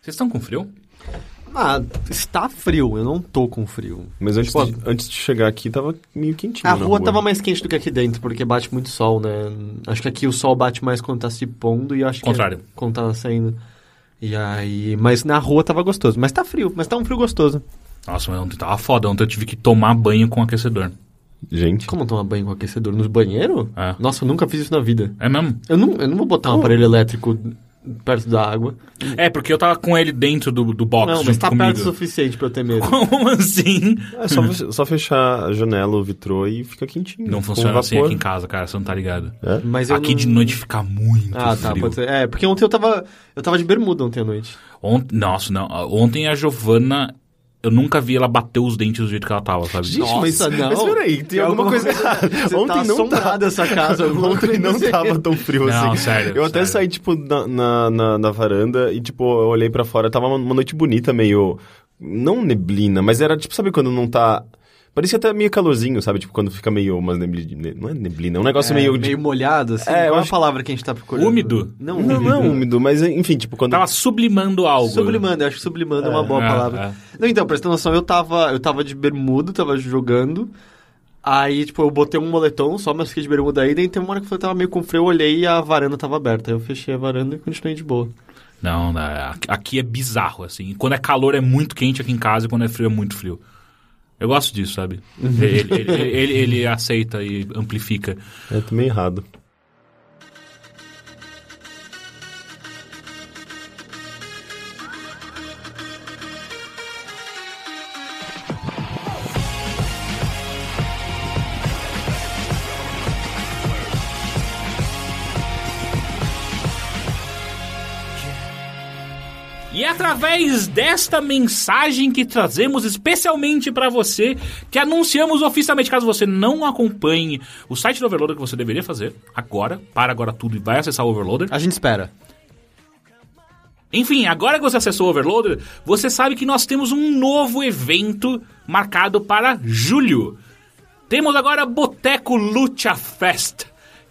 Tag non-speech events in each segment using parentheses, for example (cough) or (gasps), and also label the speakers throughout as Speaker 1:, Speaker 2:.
Speaker 1: Vocês estão com frio?
Speaker 2: Ah, está frio, eu não tô com frio.
Speaker 3: Mas antes, de- antes de chegar aqui, tava meio quentinho.
Speaker 2: A
Speaker 3: na
Speaker 2: rua tava mais quente do que aqui dentro, porque bate muito sol, né? Acho que aqui o sol bate mais quando tá se pondo e acho que-
Speaker 1: Contrário.
Speaker 2: quando tá saindo. E aí. Mas na rua tava gostoso. Mas tá frio, mas tá um frio gostoso.
Speaker 1: Nossa, mas ontem tava foda. Ontem eu tive que tomar banho com aquecedor.
Speaker 3: Gente,
Speaker 2: Como tomar banho com aquecedor? Nos banheiro?
Speaker 1: É.
Speaker 2: Nossa, eu nunca fiz isso na vida.
Speaker 1: É mesmo?
Speaker 2: Eu não, eu não vou botar um aparelho elétrico perto da água.
Speaker 1: É, porque eu tava com ele dentro do, do box
Speaker 2: não,
Speaker 1: junto
Speaker 2: mas tá
Speaker 1: comigo.
Speaker 2: perto o suficiente pra eu
Speaker 1: (laughs)
Speaker 2: ter medo.
Speaker 1: Como assim?
Speaker 3: é só, fe- só fechar a janela, o vitrô e fica quentinho.
Speaker 1: Não
Speaker 3: com
Speaker 1: funciona assim
Speaker 3: vapor.
Speaker 1: aqui em casa, cara. Você não tá ligado.
Speaker 3: É?
Speaker 2: Mas eu
Speaker 1: Aqui de
Speaker 2: não-
Speaker 1: noite fica muito
Speaker 2: Ah,
Speaker 1: frio.
Speaker 2: tá, pode ser. É, porque ontem eu tava. Eu tava de bermuda ontem à noite.
Speaker 1: Ont... Nossa, não. Ontem a Giovana, eu nunca vi ela bater os dentes do jeito que ela tava, sabe?
Speaker 3: Gente, mas,
Speaker 2: Nossa, não.
Speaker 3: mas peraí, tem
Speaker 2: Tem
Speaker 3: alguma,
Speaker 2: alguma
Speaker 3: coisa errada.
Speaker 2: (laughs) Você
Speaker 3: Ontem
Speaker 2: tá
Speaker 3: não
Speaker 2: assombrada
Speaker 3: tava.
Speaker 2: essa casa. alguma
Speaker 3: (laughs) Ontem
Speaker 2: coisa
Speaker 3: (laughs)
Speaker 1: (laughs)
Speaker 3: não
Speaker 2: assim.
Speaker 3: tava tão frio
Speaker 1: Não,
Speaker 3: assim.
Speaker 1: sério,
Speaker 3: Eu até
Speaker 1: sério.
Speaker 3: saí, tipo, na, na, na- na varanda e, tipo, eu olhei pra fora. Tava uma, uma noite bonita, meio. Não neblina, mas era, tipo, sabe quando não tá. Parecia até meio calorzinho, sabe? Tipo, quando fica meio umas neblina. Não é neblina, é um negócio
Speaker 2: É,
Speaker 3: meio.
Speaker 2: meio
Speaker 3: de-
Speaker 2: molhado, assim.
Speaker 3: É, eu
Speaker 2: É, uma
Speaker 3: acho-
Speaker 2: palavra que a gente tá procurando.
Speaker 1: Úmido? Tá
Speaker 2: Não,
Speaker 3: Não, não é úmido, mas enfim, tipo, quando.
Speaker 1: Tava sublimando algo.
Speaker 2: Sublimando, eu acho que sublimando é, uma boa
Speaker 1: é,
Speaker 2: palavra. Não, então, prestando atenção, eu tava, eu tava de bermuda, tava jogando. Aí, tipo, eu botei um moletom só, mas fiquei de bermuda aí. Daí tem uma hora que eu tava meio com frio, eu olhei e a varanda tava aberta. Aí eu fechei a varanda e continuei de boa.
Speaker 1: Não, não, é- aqui é bizarro, assim. Quando é calor é muito quente aqui em casa e quando é frio é muito frio. Eu gosto disso, sabe? Ele, ele- ele- ele- ele aceita e amplifica.
Speaker 3: É, tô meio errado.
Speaker 1: E é através desta mensagem que trazemos especialmente pra você, que anunciamos oficialmente, caso você não acompanhe o site do Overloader que você deveria fazer agora, para agora tudo e vai acessar o Overloader.
Speaker 2: A gente espera.
Speaker 1: Enfim, agora que você acessou o Overloader, você sabe que nós temos um novo evento marcado para julho. Temos agora Boteco Lucha Fest,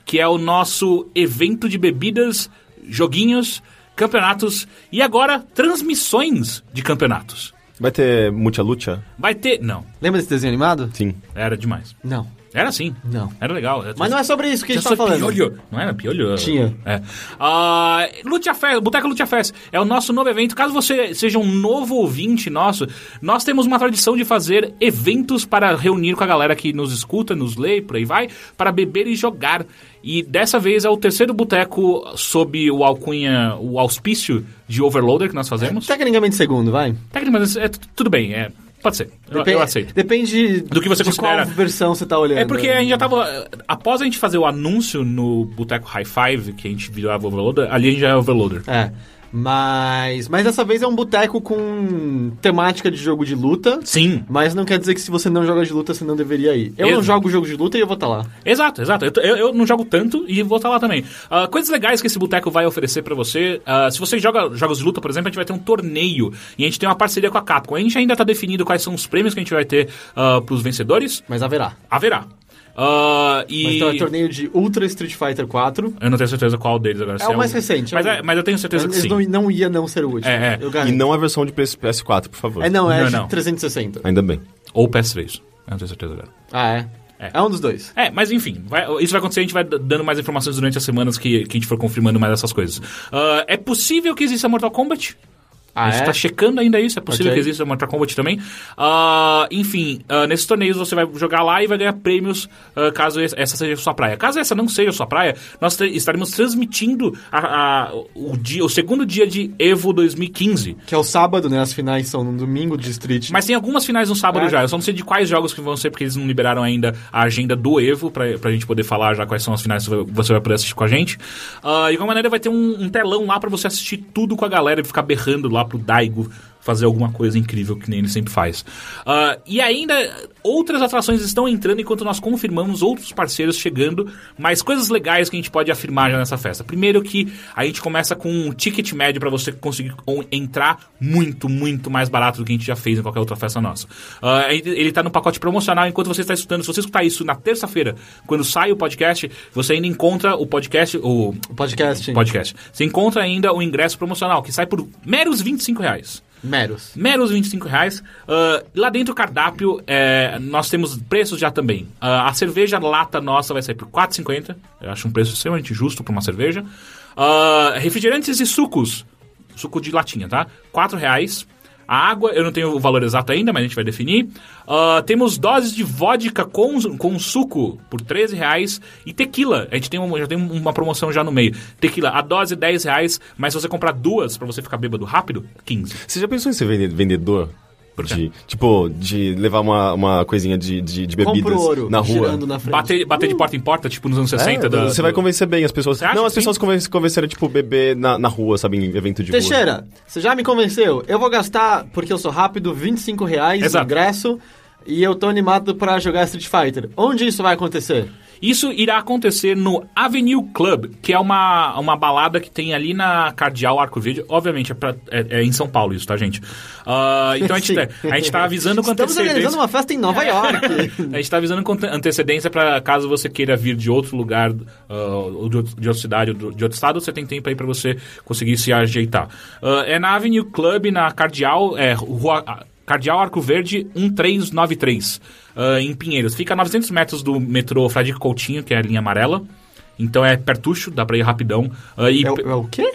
Speaker 1: que é o nosso evento de bebidas, joguinhos, campeonatos e agora transmissões de campeonatos.
Speaker 3: Vai ter mucha lucha?
Speaker 1: Vai ter. Não,
Speaker 2: Lembra desse desenho animado?
Speaker 3: Sim.
Speaker 1: era demais.
Speaker 2: Não.
Speaker 1: Era sim.
Speaker 2: Não.
Speaker 1: Era legal.
Speaker 2: Mas não é sobre isso que a gente tá falando.
Speaker 1: Piolho. Não era piolho?
Speaker 2: Tinha.
Speaker 1: É. Ah, Lucha Fest, Boteca Lucha Fest é o nosso novo evento. Caso você seja um novo ouvinte nosso, nós temos uma tradição de fazer eventos para reunir com a galera que nos escuta, nos lê e por aí vai, para beber e jogar. E dessa vez é o terceiro boteco sob o alcunha, o auspício de Overloader que nós fazemos.
Speaker 2: Tecnicamente segundo, vai.
Speaker 1: Tecnicamente, é, t- tudo bem. É, pode ser. Eu, eu aceito.
Speaker 2: Depende
Speaker 1: Do que você
Speaker 2: de
Speaker 1: considera.
Speaker 2: qual versão você tá olhando.
Speaker 1: É porque a gente já tava. Após a gente fazer o anúncio no Boteco High Five, que a gente virava overloader, ali a gente já é overloader.
Speaker 2: É. Mas, mas dessa vez é um boteco com temática de jogo de luta.
Speaker 1: Sim.
Speaker 2: Mas não quer dizer que se você não joga de luta, você não deveria ir. Eu não
Speaker 1: Ex-
Speaker 2: jogo jogo de luta e eu vou estar lá.
Speaker 1: Exato, exato. Eu, tô- eu- eu não jogo tanto e vou estar lá também. Ah, coisas legais que esse boteco vai oferecer pra você. ah, se você joga jogos de luta, por exemplo, a gente vai ter um torneio e a gente tem uma parceria com a Capcom. A gente ainda tá definindo quais são os prêmios que a gente vai ter ah, pros vencedores.
Speaker 2: Mas haverá.
Speaker 1: Haverá. Ah, e...
Speaker 2: Mas então é torneio de Ultra Street Fighter 4.
Speaker 1: Eu não tenho certeza qual deles agora. se
Speaker 2: o mais recente,
Speaker 1: Mas,
Speaker 2: é o-
Speaker 1: é- mas eu tenho certeza que
Speaker 2: Eles
Speaker 1: sim.
Speaker 2: não, não ia não ser o último.
Speaker 1: É, é.
Speaker 2: Eu
Speaker 3: E
Speaker 2: garanto.
Speaker 3: não a versão de PS4, por favor.
Speaker 2: É não, é
Speaker 1: Não,
Speaker 2: de
Speaker 1: não.
Speaker 2: 360.
Speaker 3: Ainda bem.
Speaker 1: Ou PS3. Eu não tenho certeza agora.
Speaker 2: Ah, é.
Speaker 1: É.
Speaker 2: é? um dos dois.
Speaker 1: É, mas enfim, vai- isso vai acontecer, a gente vai d- dando mais informações durante as semanas que, que a gente for confirmando mais essas coisas. Ah, é possível que exista Mortal Kombat?
Speaker 2: Ah,
Speaker 1: a gente
Speaker 2: é?
Speaker 1: tá checando ainda isso, é possível
Speaker 2: Ok.
Speaker 1: que exista Mortal Kombat também. Ah, enfim, ah, nesses torneios você vai jogar lá e vai ganhar prêmios ah, caso es- essa seja a sua praia. Caso essa não seja a sua praia, nós te- estaremos transmitindo a- a- o, dia, o segundo dia de Evo 2015.
Speaker 2: Que é o sábado, né? As finais são no domingo de Street.
Speaker 1: Mas tem algumas finais no sábado
Speaker 2: É.
Speaker 1: já. Eu só não sei de quais jogos que vão ser, porque eles não liberaram ainda a agenda do Evo, pra, pra gente poder falar já quais são as finais que você vai poder assistir com a gente. Ah, e de qualquer maneira vai ter um, um telão lá pra você assistir tudo com a galera e ficar berrando lá pro Daigo fazer alguma coisa incrível que nem ele sempre faz. Ah, e ainda outras atrações estão entrando enquanto nós confirmamos outros parceiros chegando, mas coisas legais que a gente pode afirmar já nessa festa. Primeiro que a gente começa com um ticket médio para você conseguir on- entrar muito, muito mais barato do que a gente já fez em qualquer outra festa nossa. Ah, ele ele tá no pacote promocional enquanto você está escutando. Se você escutar isso na terça-feira, quando sai o podcast, você ainda encontra o podcast, o
Speaker 2: O podcast.
Speaker 1: podcast. Você encontra ainda o ingresso promocional, que sai por meros 25 reais.
Speaker 2: Meros.
Speaker 1: Meros 25 reais. Ah, lá dentro o cardápio, é, nós temos preços já também. Ah, a cerveja lata nossa vai sair por 4,50. Eu acho um preço extremamente justo para uma cerveja. Ah, refrigerantes e sucos. Suco de latinha, tá? 4 reais. A água, eu não tenho o valor exato ainda, mas a gente vai definir. Ah, temos doses de vodka com, com suco por 13 reais e tequila. A gente tem uma, já tem uma promoção já no meio. Tequila, a dose 10 reais, mas se você comprar duas para você ficar bêbado rápido, 15.
Speaker 3: Você já pensou em ser vende- vendedor? De, tipo, de levar uma, uma coisinha de, de, de bebidas
Speaker 2: Compro ouro.
Speaker 3: na rua.
Speaker 2: Girando na frente. Hum.
Speaker 1: Bater, bater de porta em porta, tipo nos anos
Speaker 3: É,
Speaker 1: 60. da-
Speaker 3: você vai convencer bem as pessoas.
Speaker 1: Você acha
Speaker 3: Não, as
Speaker 1: que sim?
Speaker 3: pessoas conven- convenceram, tipo, beber na, na rua, sabe, em evento de rua.
Speaker 2: Teixeira, você já me convenceu. Eu vou gastar, porque eu sou rápido, 25 reais
Speaker 1: Exato.
Speaker 2: no ingresso e eu tô animado pra jogar Street Fighter. Onde isso vai acontecer?
Speaker 1: Isso irá acontecer no Avenue Club, que é uma, uma balada que tem ali na Cardeal Arco Verde. Obviamente, é, pra- é- é em São Paulo isso, tá, gente? Ah, então a gente,
Speaker 2: Sim.
Speaker 1: tá, a gente tá avisando com
Speaker 2: Estamos
Speaker 1: antecedência.
Speaker 2: organizando uma festa em
Speaker 1: (laughs)
Speaker 2: Nova York.
Speaker 1: A gente tá avisando com antecedência para caso você queira vir de outro lugar, ah, ou de, outro- de outra cidade, ou do- de outro estado, você tem tempo aí para você conseguir se ajeitar. Ah, é na Avenue Club, na Cardeal, é, Rua, ah, Cardeal Arco Verde 1393, ah, em Pinheiros. Fica a 900 metros do metrô Fradique Coutinho, que é a linha amarela. Então é pertucho, dá pra ir rapidão. Ah, e
Speaker 2: é, o,
Speaker 1: pe-
Speaker 2: é o quê?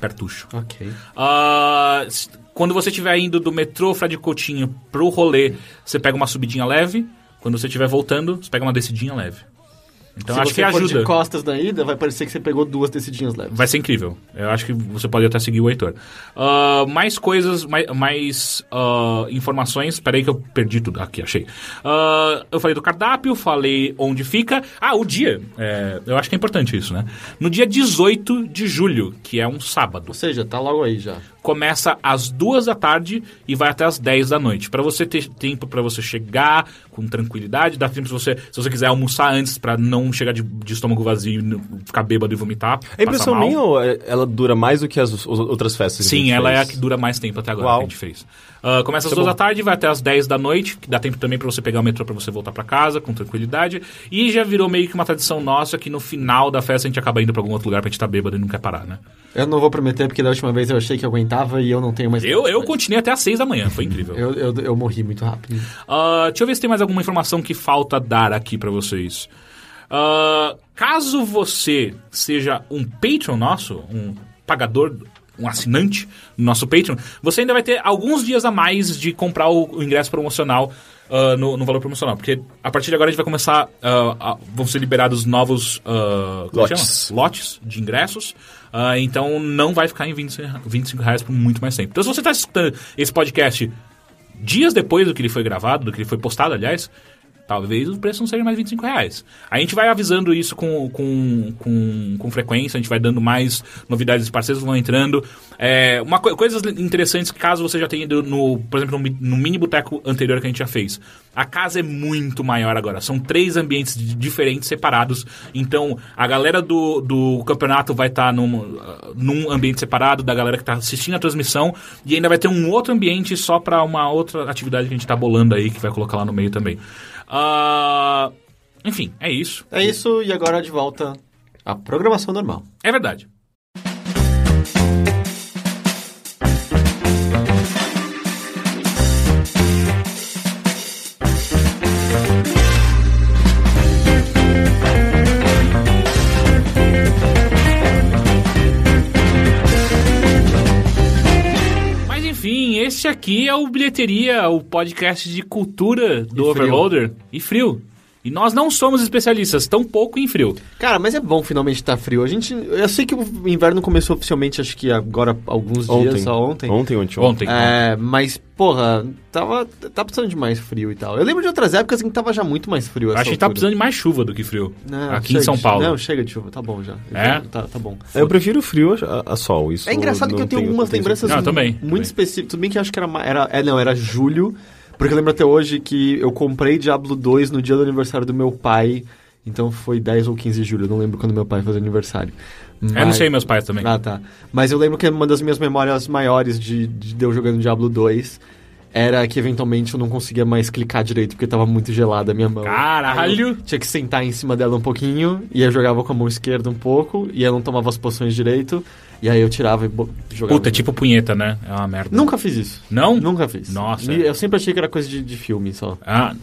Speaker 1: Pertucho.
Speaker 2: Ok.
Speaker 1: Ah, s- quando você estiver indo do metrô Frade Coutinho pro rolê, você pega uma subidinha leve. Quando você estiver voltando, você pega uma descidinha leve. Então
Speaker 2: Se
Speaker 1: acho
Speaker 2: você
Speaker 1: que
Speaker 2: for
Speaker 1: ajuda.
Speaker 2: de costas na ida, vai parecer que você pegou duas decidinhas leves.
Speaker 1: Vai ser incrível. Eu acho que você pode até seguir o Heitor. Ah, mais coisas, mai- mais, ah, informações. Peraí que eu perdi tudo. Aqui, achei. Ah, eu falei do cardápio, falei onde fica. Ah, o dia. É, eu acho que é importante isso, né? No dia 18 de julho, que é um sábado.
Speaker 2: Ou seja, tá logo aí já.
Speaker 1: começa às duas da tarde e vai até às 10 da noite. Pra você ter tempo pra você chegar com tranquilidade, dá tempo se você, se você quiser almoçar antes pra não chegar de, de estômago vazio, e não ficar bêbado e vomitar.
Speaker 3: É impressão
Speaker 1: passar mal.
Speaker 3: minha ou é- ela dura mais do que as, as outras festas? que a
Speaker 1: Sim,
Speaker 3: gente
Speaker 1: ela é a
Speaker 3: fez?
Speaker 1: que dura mais tempo até agora
Speaker 3: Uau. é
Speaker 1: que a gente fez. Ah, começa às duas da tarde, vai até às 10 da noite, que dá tempo também pra você pegar o metrô pra você voltar pra casa com tranquilidade. E já virou meio que uma tradição nossa que no final da festa a gente acaba indo pra algum outro lugar pra gente estar tá bêbado e não quer parar, né?
Speaker 2: Eu não vou prometer, porque da última vez eu achei que eu aguentava e eu não tenho mais...
Speaker 1: Eu, eu continuei até às 6 da manhã, foi
Speaker 3: (laughs)
Speaker 1: incrível.
Speaker 2: Eu, eu, eu morri muito rápido.
Speaker 1: Ah, deixa eu ver se tem mais alguma informação que falta dar aqui pra vocês. Ah, caso você seja um patron nosso, um pagador, um assinante do nosso Patreon, você ainda vai ter alguns dias a mais de comprar o, o ingresso promocional ah, no, no valor promocional. Porque a partir de agora a gente vai começar. ah, a- vão ser liberados novos ah, como
Speaker 3: Lotes.
Speaker 1: chama? lotes de ingressos. ah, então não vai ficar em 20, 25 reais por muito mais tempo. Então se você está escutando esse podcast dias depois do que ele foi gravado, do que ele foi postado, aliás, talvez o preço não seja mais 25 reais. A gente vai avisando isso com, com, com, com frequência, a gente vai dando mais novidades, os parceiros vão entrando. É, uma co- coisas interessantes que caso você já tenha ido, no, por exemplo, no, mi- no mini boteco anterior que a gente já fez. A casa é muito maior agora, são três ambientes di- diferentes, separados. Então, a galera do, do campeonato vai estar num, ah, num ambiente separado da galera que está assistindo a transmissão e ainda vai ter um outro ambiente só para uma outra atividade que a gente está bolando aí, que vai colocar lá no meio também. Ah, enfim, é isso.
Speaker 2: É isso, e agora de volta à programação normal.
Speaker 1: É verdade. Mas enfim, esse aqui é o Bilheteria, o podcast de cultura do
Speaker 2: frio.
Speaker 1: Overloader. E frio. E nós não somos especialistas, tampouco em frio.
Speaker 2: Cara, mas é bom finalmente estar frio. A gente. Eu sei que o inverno começou oficialmente, acho que agora alguns dias, só ontem.
Speaker 3: Ontem, ontem,
Speaker 1: Ontem.
Speaker 2: É, mas, porra, tava, tá precisando de mais frio e tal. Eu lembro de outras épocas em que tava já muito mais frio. essa
Speaker 1: Acho que tá
Speaker 2: altura.
Speaker 1: precisando de mais chuva do que frio.
Speaker 2: Não,
Speaker 1: aqui
Speaker 2: chega
Speaker 1: em São
Speaker 2: de-
Speaker 1: Paulo.
Speaker 2: Não, chega de chuva, tá bom já.
Speaker 1: É?
Speaker 2: Tá, tá bom.
Speaker 3: Eu prefiro frio a, a sol. Isso
Speaker 2: É engraçado que
Speaker 3: não
Speaker 2: eu tenho
Speaker 3: tem-
Speaker 2: algumas
Speaker 3: não tem
Speaker 2: lembranças
Speaker 1: Ah, eu
Speaker 2: mu-
Speaker 1: também,
Speaker 2: muito
Speaker 1: também.
Speaker 2: específicas. Tudo bem que eu acho que era, ma- era. É, não, era julho. Porque eu lembro até hoje que eu comprei Diablo 2 no dia do aniversário do meu pai. Então foi 10 ou 15 de julho, eu não lembro quando meu pai fez aniversário.
Speaker 1: Eu É, não
Speaker 2: Mas-
Speaker 1: sei meus pais também.
Speaker 2: Ah, tá. Mas eu lembro que uma das minhas memórias maiores de, de eu jogando Diablo 2 era que eventualmente eu não conseguia mais clicar direito porque tava muito gelada a minha mão. Aí eu
Speaker 1: Caralho!
Speaker 2: Tinha que sentar em cima dela um pouquinho, e eu jogava com a mão esquerda um pouco, e eu não tomava as poções direito, e aí eu tirava e bo- jogava.
Speaker 1: Puta, é tipo punheta, né? É uma merda.
Speaker 2: Nunca fiz isso.
Speaker 1: Não?
Speaker 2: Nunca fiz.
Speaker 1: Nossa.
Speaker 2: E eu sempre achei que era coisa de, de filme só.
Speaker 1: Ah.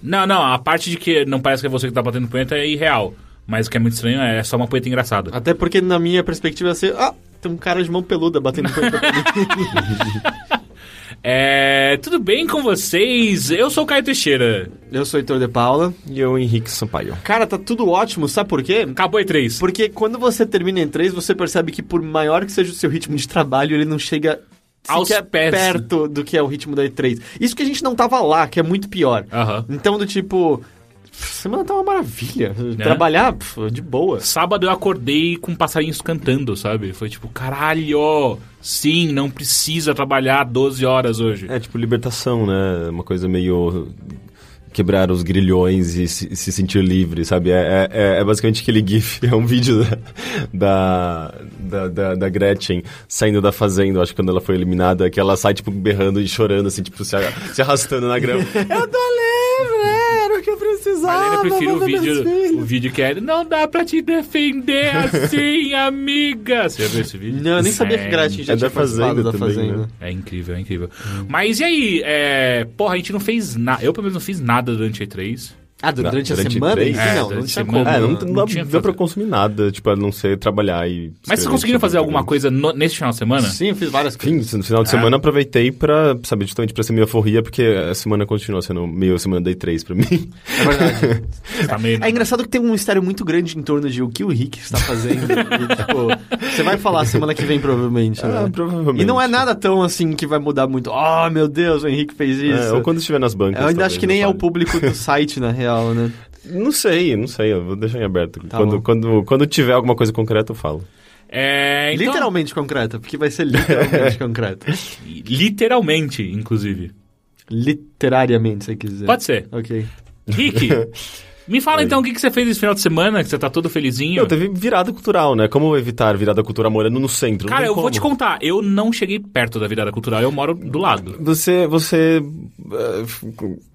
Speaker 1: Não, não, a parte de que não parece que é você que tá batendo punheta é irreal. Mas o que é muito estranho é só uma punheta engraçada.
Speaker 2: Até porque na minha perspectiva ia ser. Ah, tem um cara de mão peluda batendo com
Speaker 1: (laughs) É. Tudo bem com vocês? Eu sou o Caio Teixeira.
Speaker 2: Eu sou o Heitor de Paula.
Speaker 3: E eu, Henrique Sampaio.
Speaker 2: Cara, tá tudo ótimo, sabe por quê?
Speaker 1: Acabou E3.
Speaker 2: Porque quando você termina em três, você percebe que por maior que seja o seu ritmo de trabalho, ele não chega
Speaker 1: Aos
Speaker 2: sequer
Speaker 1: pés.
Speaker 2: perto do que é o ritmo da E3. Isso que a gente não tava lá, que é muito pior.
Speaker 1: Aham.
Speaker 2: Então, do tipo, semana tá uma maravilha.
Speaker 3: Né?
Speaker 2: Trabalhar, pf, de boa.
Speaker 1: Sábado eu acordei com passarinhos cantando, sabe? Foi tipo, caralho! Sim, não precisa trabalhar 12 horas hoje.
Speaker 3: É tipo libertação, né? Uma coisa meio quebrar os grilhões e se, se sentir livre, sabe? É, é- é basicamente aquele gif, (laughs) é um vídeo da, da, da, da- da Gretchen saindo da fazenda, eu acho que quando ela foi eliminada, que ela sai, tipo, berrando e chorando, assim, tipo, se, a- se arrastando na
Speaker 1: (laughs)
Speaker 3: grama. eu tô Tá livre, era o que eu precisava, é assim.
Speaker 1: Mas ainda prefiro o
Speaker 3: vou ver meus
Speaker 1: vídeo,
Speaker 3: filhos.
Speaker 1: o vídeo que é Não dá pra te
Speaker 3: (laughs)
Speaker 1: defender assim, amiga! Você já viu esse vídeo?
Speaker 2: Não, eu nem sabia que
Speaker 1: É,
Speaker 2: Gretchen já
Speaker 3: é
Speaker 2: tinha
Speaker 3: da
Speaker 2: participado
Speaker 3: Fazenda
Speaker 2: da
Speaker 3: também,
Speaker 2: Fazenda.
Speaker 3: né?
Speaker 1: É incrível, é incrível. Mas e aí? É, porra, a gente não fez nada. Eu, pelo menos, não fiz nada durante a E3.
Speaker 2: Ah, durante,
Speaker 3: Não,
Speaker 2: a
Speaker 3: durante
Speaker 2: semana?
Speaker 3: três?
Speaker 2: Enfim,
Speaker 1: É,
Speaker 2: não, não
Speaker 1: durante
Speaker 2: tinha
Speaker 1: a semana.
Speaker 2: como.
Speaker 3: É, não,
Speaker 2: né?
Speaker 3: não,
Speaker 1: Não
Speaker 3: não
Speaker 1: tinha
Speaker 3: deu pra
Speaker 1: fazer.
Speaker 3: consumir nada, tipo, a não ser trabalhar e...
Speaker 1: Mas vocês
Speaker 3: tipo
Speaker 1: conseguiram fazer alguma coisa É? no, nesse final de semana?
Speaker 2: É, Sim, eu fiz várias
Speaker 3: Enfim,
Speaker 2: coisas.
Speaker 3: no final de semana aproveitei pra, sabe, justamente pra ser meio aforria, porque a semana continua sendo meio semana da E3 pra mim.
Speaker 2: É verdade.
Speaker 1: Tá meio-
Speaker 2: É engraçado que tem um mistério muito grande em torno de o que o Rick está
Speaker 3: (laughs)
Speaker 2: fazendo. E, tipo, você vai falar semana que vem, provavelmente. né?
Speaker 3: Ah, (laughs) provavelmente.
Speaker 2: E não é nada tão assim que vai mudar muito. Oh, meu Deus, o Henrique fez
Speaker 3: É,
Speaker 2: isso.
Speaker 3: ou quando estiver nas bancas.
Speaker 2: Eu ainda
Speaker 3: talvez,
Speaker 2: acho que nem
Speaker 3: eu
Speaker 2: é o
Speaker 3: fale.
Speaker 2: público
Speaker 3: (laughs)
Speaker 2: do site, na real, né?
Speaker 3: Não sei, não sei, eu vou deixar em aberto.
Speaker 2: Tá bom.
Speaker 3: quando, quando, quando tiver alguma coisa concreta, eu falo.
Speaker 1: É, então-
Speaker 2: Literalmente concreta, porque vai ser literalmente
Speaker 3: (laughs)
Speaker 2: concreto.
Speaker 1: Literalmente, inclusive.
Speaker 2: Literariamente, se você quiser.
Speaker 1: Pode ser.
Speaker 3: É,
Speaker 2: Ok.
Speaker 1: Rick, me fala então o que, que você fez esse final de semana, que você tá todo felizinho.
Speaker 3: Não, teve virada cultural, né? Como evitar virada cultural morando no centro? Não
Speaker 1: Cara,
Speaker 3: tem
Speaker 1: eu vou
Speaker 3: como.
Speaker 1: te contar, eu não cheguei perto da virada cultural, eu moro do lado.
Speaker 3: Você, você eh, f-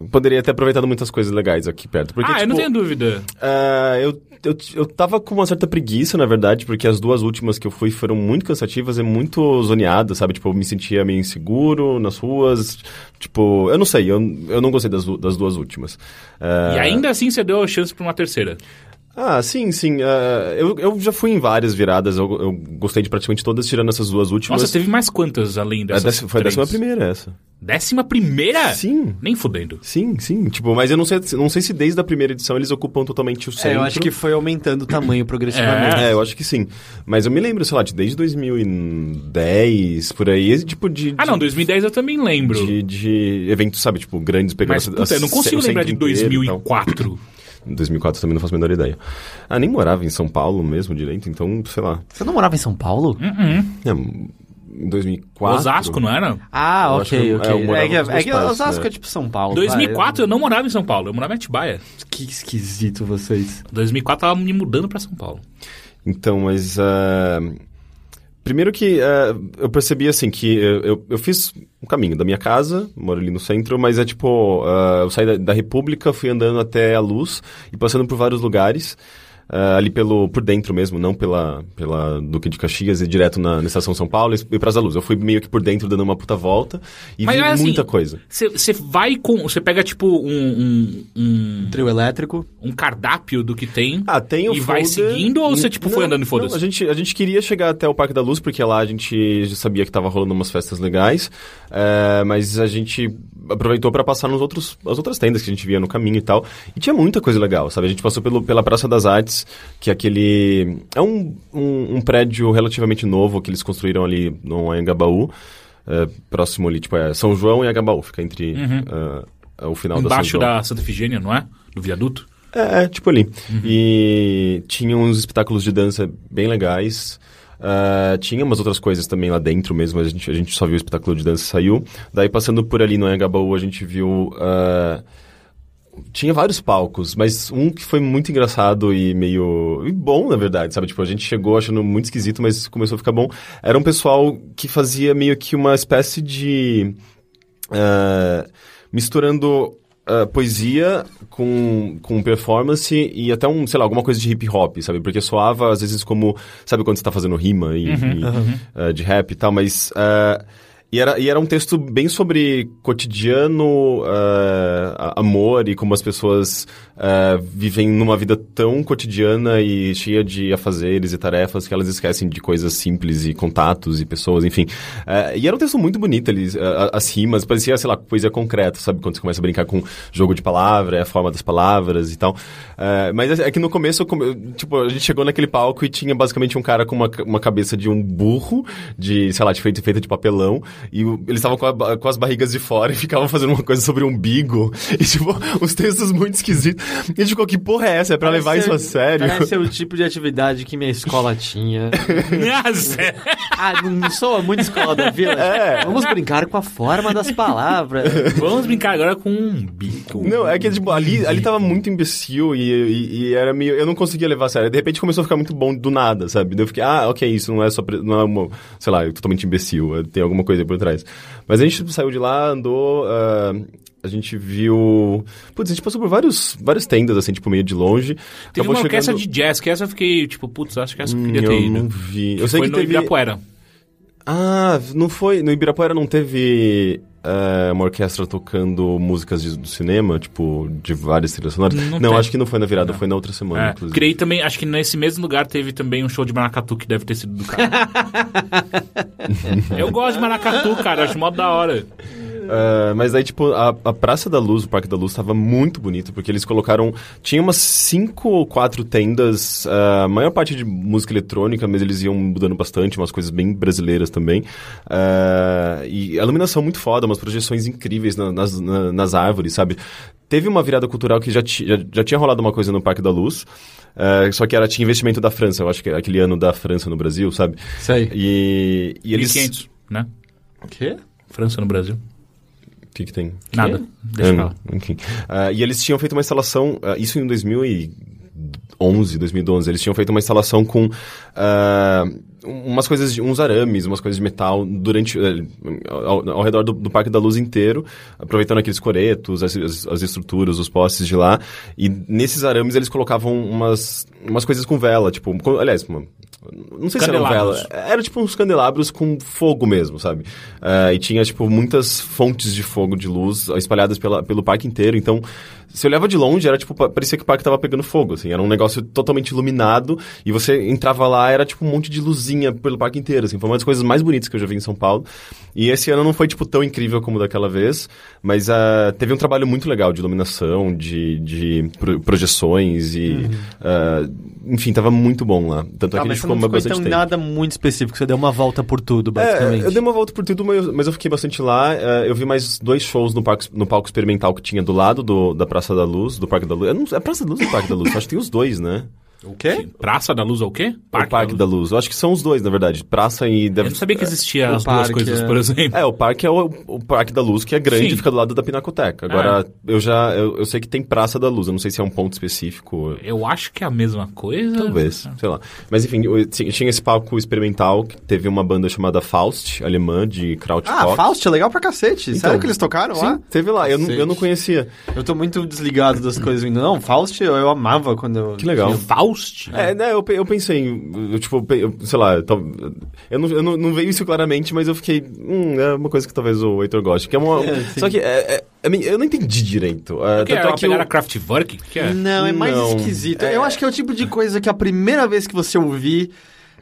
Speaker 3: poderia ter aproveitado muitas coisas legais aqui perto. Porque,
Speaker 1: ah, eu não
Speaker 3: tipo,
Speaker 1: tenho dúvida.
Speaker 3: Ah, eu, eu, eu tava com uma certa preguiça, na verdade, porque as duas últimas que eu fui foram muito cansativas e muito zoneadas, sabe? Tipo, eu me sentia meio inseguro nas ruas. Tipo, eu não sei, eu, eu não gostei das, du- das duas últimas. Ah,
Speaker 1: E ainda assim você deu a chance pra uma terceira.
Speaker 3: ah, sim, sim. ah, eu, eu já fui em várias viradas, eu, eu gostei de praticamente todas, tirando essas duas últimas.
Speaker 1: Nossa, teve mais quantas além
Speaker 3: A
Speaker 1: dessas?
Speaker 3: assim, é décima- foi a
Speaker 1: três? É.
Speaker 3: décima primeira essa.
Speaker 1: Décima primeira?
Speaker 3: Sim.
Speaker 1: Nem fudendo.
Speaker 3: Sim, sim. Tipo, mas eu não sei, não sei se desde a primeira edição eles ocupam totalmente o centro.
Speaker 2: É, eu acho que foi aumentando o tamanho progressivamente.
Speaker 3: É, eu acho que sim. Mas eu me lembro, sei lá, de desde 2010, por aí, esse tipo de...
Speaker 1: Ah, não, 2010 eu também lembro.
Speaker 3: de, de eventos, sabe? Tipo, grandes pegando
Speaker 1: Mas,
Speaker 3: a-
Speaker 1: puta, eu não
Speaker 3: a-
Speaker 1: consigo
Speaker 3: o centro
Speaker 1: lembrar de
Speaker 3: inteiro e tal.
Speaker 1: 2004.
Speaker 3: 2004 também não faço a menor ideia. Ah, nem morava em São Paulo mesmo direito, então, sei lá.
Speaker 2: Você não morava em São Paulo?
Speaker 3: É, em 2004...
Speaker 1: Uh-uh. Osasco, não era?
Speaker 2: Ah,
Speaker 3: Eu acho que
Speaker 2: ok,
Speaker 3: eu-
Speaker 2: ok.
Speaker 3: é, eu morava
Speaker 2: É, que,
Speaker 3: com os meus
Speaker 2: é que
Speaker 3: pais,
Speaker 2: Osasco
Speaker 3: né?
Speaker 2: é tipo São Paulo.
Speaker 1: 2004 eu não morava em São Paulo, eu morava em Atibaia.
Speaker 2: vai. Que esquisito vocês.
Speaker 1: 2004 eu tava me mudando pra São Paulo.
Speaker 3: Então, mas. ah, primeiro que ah, eu percebi assim que eu, eu, eu fiz um caminho da minha casa, moro ali no centro, mas é tipo. ah, eu saí da, da República, fui andando até a luz e passando por vários lugares. ah, ali pelo por dentro mesmo, não pela, pela Duque de Caxias e direto na, na estação São Paulo e Praça da Luz. Eu fui meio que por dentro dando uma puta volta e
Speaker 1: Mas
Speaker 3: vi
Speaker 1: era assim,
Speaker 3: muita coisa.
Speaker 1: Você vai com. Você pega, tipo, um, um, um,
Speaker 2: Trio elétrico.
Speaker 1: um cardápio do que tem.
Speaker 3: Ah, tem o
Speaker 1: E vai
Speaker 3: folder.
Speaker 1: seguindo ou você, tipo, foi andando e foda-se?
Speaker 3: não, A gente, a gente queria chegar até o Parque da Luz, porque lá a gente já sabia que tava rolando umas festas legais. é, eh, mas a gente aproveitou pra passar nos outros, as outras tendas que a gente via no caminho e tal. E tinha muita coisa legal, sabe? A gente passou pelo, pela Praça das Artes, que é aquele. É um, um, um prédio relativamente novo que eles construíram ali no Anhangabaú. eh, próximo ali, tipo, é São João e Anhangabaú, fica entre ah, o final da São
Speaker 1: Uhum. Embaixo
Speaker 3: João.
Speaker 1: da Santa Efigênia, não é? Do
Speaker 3: (laughs)
Speaker 1: viaduto. (laughs)
Speaker 3: É, é, tipo ali. E tinha uns espetáculos de dança bem legais. Ah, tinha umas outras coisas também lá dentro mesmo, mas a gente, a gente só viu o espetáculo de dança e saiu. Daí passando por ali no Anhangabaú, a gente viu. ah, tinha vários palcos, mas um que foi muito engraçado e meio. e bom, na verdade, sabe? Tipo, a gente chegou achando muito esquisito, mas começou a ficar bom. Era um pessoal que fazia meio que uma espécie de. ah, misturando ah, poesia com, com performance e até um, sei lá, alguma coisa de hip hop, sabe? Porque soava às vezes como, sabe quando você tá fazendo rima e, e, ah, de rap e tal, mas. ah, e era, e era um texto bem sobre cotidiano, ah, a- amor e como as pessoas ah, vivem numa vida tão cotidiana e cheia de afazeres e tarefas que elas esquecem de coisas simples e contatos e pessoas, enfim. Ah, e era um texto muito bonito ali, ah, as rimas, parecia, sei lá, poesia concreta, sabe? Quando você começa a brincar com jogo de palavra, é a forma das palavras e tal. Ah, mas é que no começo, eu come- tipo, a gente chegou naquele palco e tinha basicamente um cara com uma, ca- uma cabeça de um burro, de, sei lá, de feita, feita de papelão, e o- eles estavam com, a ba- com as barrigas de fora (laughs) e ficavam fazendo uma coisa sobre umbigo, e tipo, uns textos muito esquisitos. E a gente ficou, que porra é essa? É pra levar isso a sério?
Speaker 2: Parece ser o tipo de atividade que minha escola (laughs) tinha. ah, não soa muito escola da vila?
Speaker 3: É.
Speaker 2: Vamos brincar com a forma das palavras.
Speaker 1: Vamos brincar agora com um bico.
Speaker 3: Não, é que, tipo, ali, ali tava muito imbecil e, e, e era meio. Eu não conseguia levar a sério. De repente começou a ficar muito bom do nada, sabe? Daí eu fiquei, ah, ok, isso não é só. pre- Não é uma, sei lá, eu totalmente imbecil, é, tem alguma coisa aí por trás. Mas a gente saiu de lá, andou. ah, a gente viu. Putz, a gente passou por vários, várias tendas, assim, tipo, meio de longe.
Speaker 1: Teve
Speaker 3: Acabou
Speaker 1: uma orquestra
Speaker 3: chegando-
Speaker 1: de jazz, que essa eu fiquei, tipo, putz, acho que essa eu
Speaker 3: Hum,
Speaker 1: queria ter
Speaker 3: eu não
Speaker 1: ido.
Speaker 3: vi. Eu sei
Speaker 1: Foi
Speaker 3: que
Speaker 1: no
Speaker 3: teve.
Speaker 1: Ibirapuera.
Speaker 3: Ah, não foi. No Ibirapuera não teve é, uma orquestra tocando músicas de- do cinema, tipo, de várias trilhas sonoras.
Speaker 1: Não
Speaker 3: Não,
Speaker 1: tem.
Speaker 3: acho que não foi na virada, foi na outra semana,
Speaker 1: É,
Speaker 3: inclusive.
Speaker 1: criei também, acho que nesse mesmo lugar teve também um show de maracatu que deve ter sido do
Speaker 3: (laughs)
Speaker 1: cara. eu gosto de maracatu, cara, acho mó da hora.
Speaker 3: É, mas aí, tipo, a, a Praça da Luz, o Parque da Luz, tava muito bonito, porque eles colocaram. Tinha umas cinco ou quatro tendas, é, a maior parte de música eletrônica, mas eles iam mudando bastante, umas coisas bem brasileiras também. É, e a iluminação muito foda, umas projeções incríveis na- nas, na- nas árvores, sabe? Teve uma virada cultural que já, ti- já, já tinha rolado uma coisa no Parque da Luz, é, só que era, tinha investimento da França, eu acho que era aquele ano da França no Brasil, sabe?
Speaker 2: Isso aí.
Speaker 3: E, e eles.
Speaker 1: 1500, né?
Speaker 2: O quê?
Speaker 1: França no Brasil.
Speaker 3: O que, que tem?
Speaker 1: Nada. Deixa
Speaker 3: Ano,
Speaker 1: pra lá.
Speaker 3: Hum, enfim. Ah, e eles tinham feito uma instalação, ah, isso em 2011, 2012, eles tinham feito uma instalação com ah, umas coisas, de, uns arames, umas coisas de metal durante, eh, ao, ao redor do, do Parque da Luz inteiro, aproveitando aqueles coretos, as, as- as estruturas, os postes de lá, e nesses arames eles colocavam umas, umas coisas com vela, tipo, com- aliás, uma- não sei se eram
Speaker 1: Candelabros.
Speaker 3: vela, era tipo uns candelabros com fogo mesmo, sabe? Ah, e tinha, tipo, muitas fontes de fogo, de luz, ah, espalhadas pela, pelo parque inteiro. Então, se olhava de longe, era tipo, pa- parecia que o parque tava pegando fogo, assim. Era um negócio totalmente iluminado. E você entrava lá, era tipo um monte de luzinha pelo parque inteiro, assim. Foi uma das coisas mais bonitas que eu já vi em São Paulo. E esse ano não foi, tipo, tão incrível como daquela vez. Mas ah, teve um trabalho muito legal de iluminação, de, de pro- projeções e... ah, enfim, tava muito bom lá. Tanto é
Speaker 2: Uhum. Ah,
Speaker 3: que a
Speaker 2: mas você
Speaker 3: gente ficou
Speaker 2: não ficou
Speaker 3: bastante
Speaker 2: então
Speaker 3: tempo.
Speaker 2: nada muito específico, você deu uma volta por tudo,
Speaker 3: É,
Speaker 2: basicamente.
Speaker 3: eu dei uma volta por tudo, mas, mas eu fiquei bastante lá. É, eu vi mais dois shows no, parque, no palco experimental que tinha do lado do- da Praça da Luz, do Parque da Luz. Eu não- é Praça da Luz ou Parque da Luz? Acho que tem os dois, né?
Speaker 2: O quê?
Speaker 1: Praça da Luz ou o quê?
Speaker 3: o Parque da Luz. Eu acho que são os dois, na verdade. Praça e...
Speaker 1: Eu
Speaker 3: Deve...
Speaker 1: não sabia que existia
Speaker 2: O
Speaker 1: as
Speaker 2: parque,
Speaker 1: duas coisas,
Speaker 2: é.
Speaker 1: por exemplo.
Speaker 3: É, o parque é o, o Parque da Luz, que é grande
Speaker 1: Sim.
Speaker 3: e fica do lado da Pinacoteca. Agora, eu já... Eu, eu sei que tem Praça da Luz. Eu não sei se é um ponto específico.
Speaker 1: Eu acho que é a mesma coisa.
Speaker 3: Talvez,
Speaker 1: Ah.
Speaker 3: sei lá. Mas enfim, eu- ti- tinha esse palco experimental que teve uma banda chamada Faust, alemã, de Krautpop.
Speaker 2: Ah, Faust é legal pra cacete.
Speaker 3: Então.
Speaker 2: Sério que eles tocaram lá?
Speaker 3: Sim, teve lá. Eu, não- eu não
Speaker 2: Cacete.
Speaker 3: conhecia.
Speaker 2: Eu tô muito desligado das coisas. Não, Faust eu, eu amava quando eu...
Speaker 3: Que legal.
Speaker 1: Faust?
Speaker 3: É, né, eu, pe- eu pensei, em- eu, tipo, pe- eu, sei lá, tal- eu, não, eu não, não veio isso claramente, mas eu fiquei, hum, é uma coisa que talvez o Heitor goste, que é uma,
Speaker 2: É, sim.
Speaker 3: só que, é, é- é meio- eu não entendi direito, é,
Speaker 1: O que é?
Speaker 3: tanto é
Speaker 1: Uma
Speaker 3: que eu-
Speaker 1: pegada Kraftwerk? O que é?
Speaker 2: Não, é mais
Speaker 3: Não.
Speaker 2: esquisito. Eu acho que é o tipo de coisa que a primeira vez que você ouvir,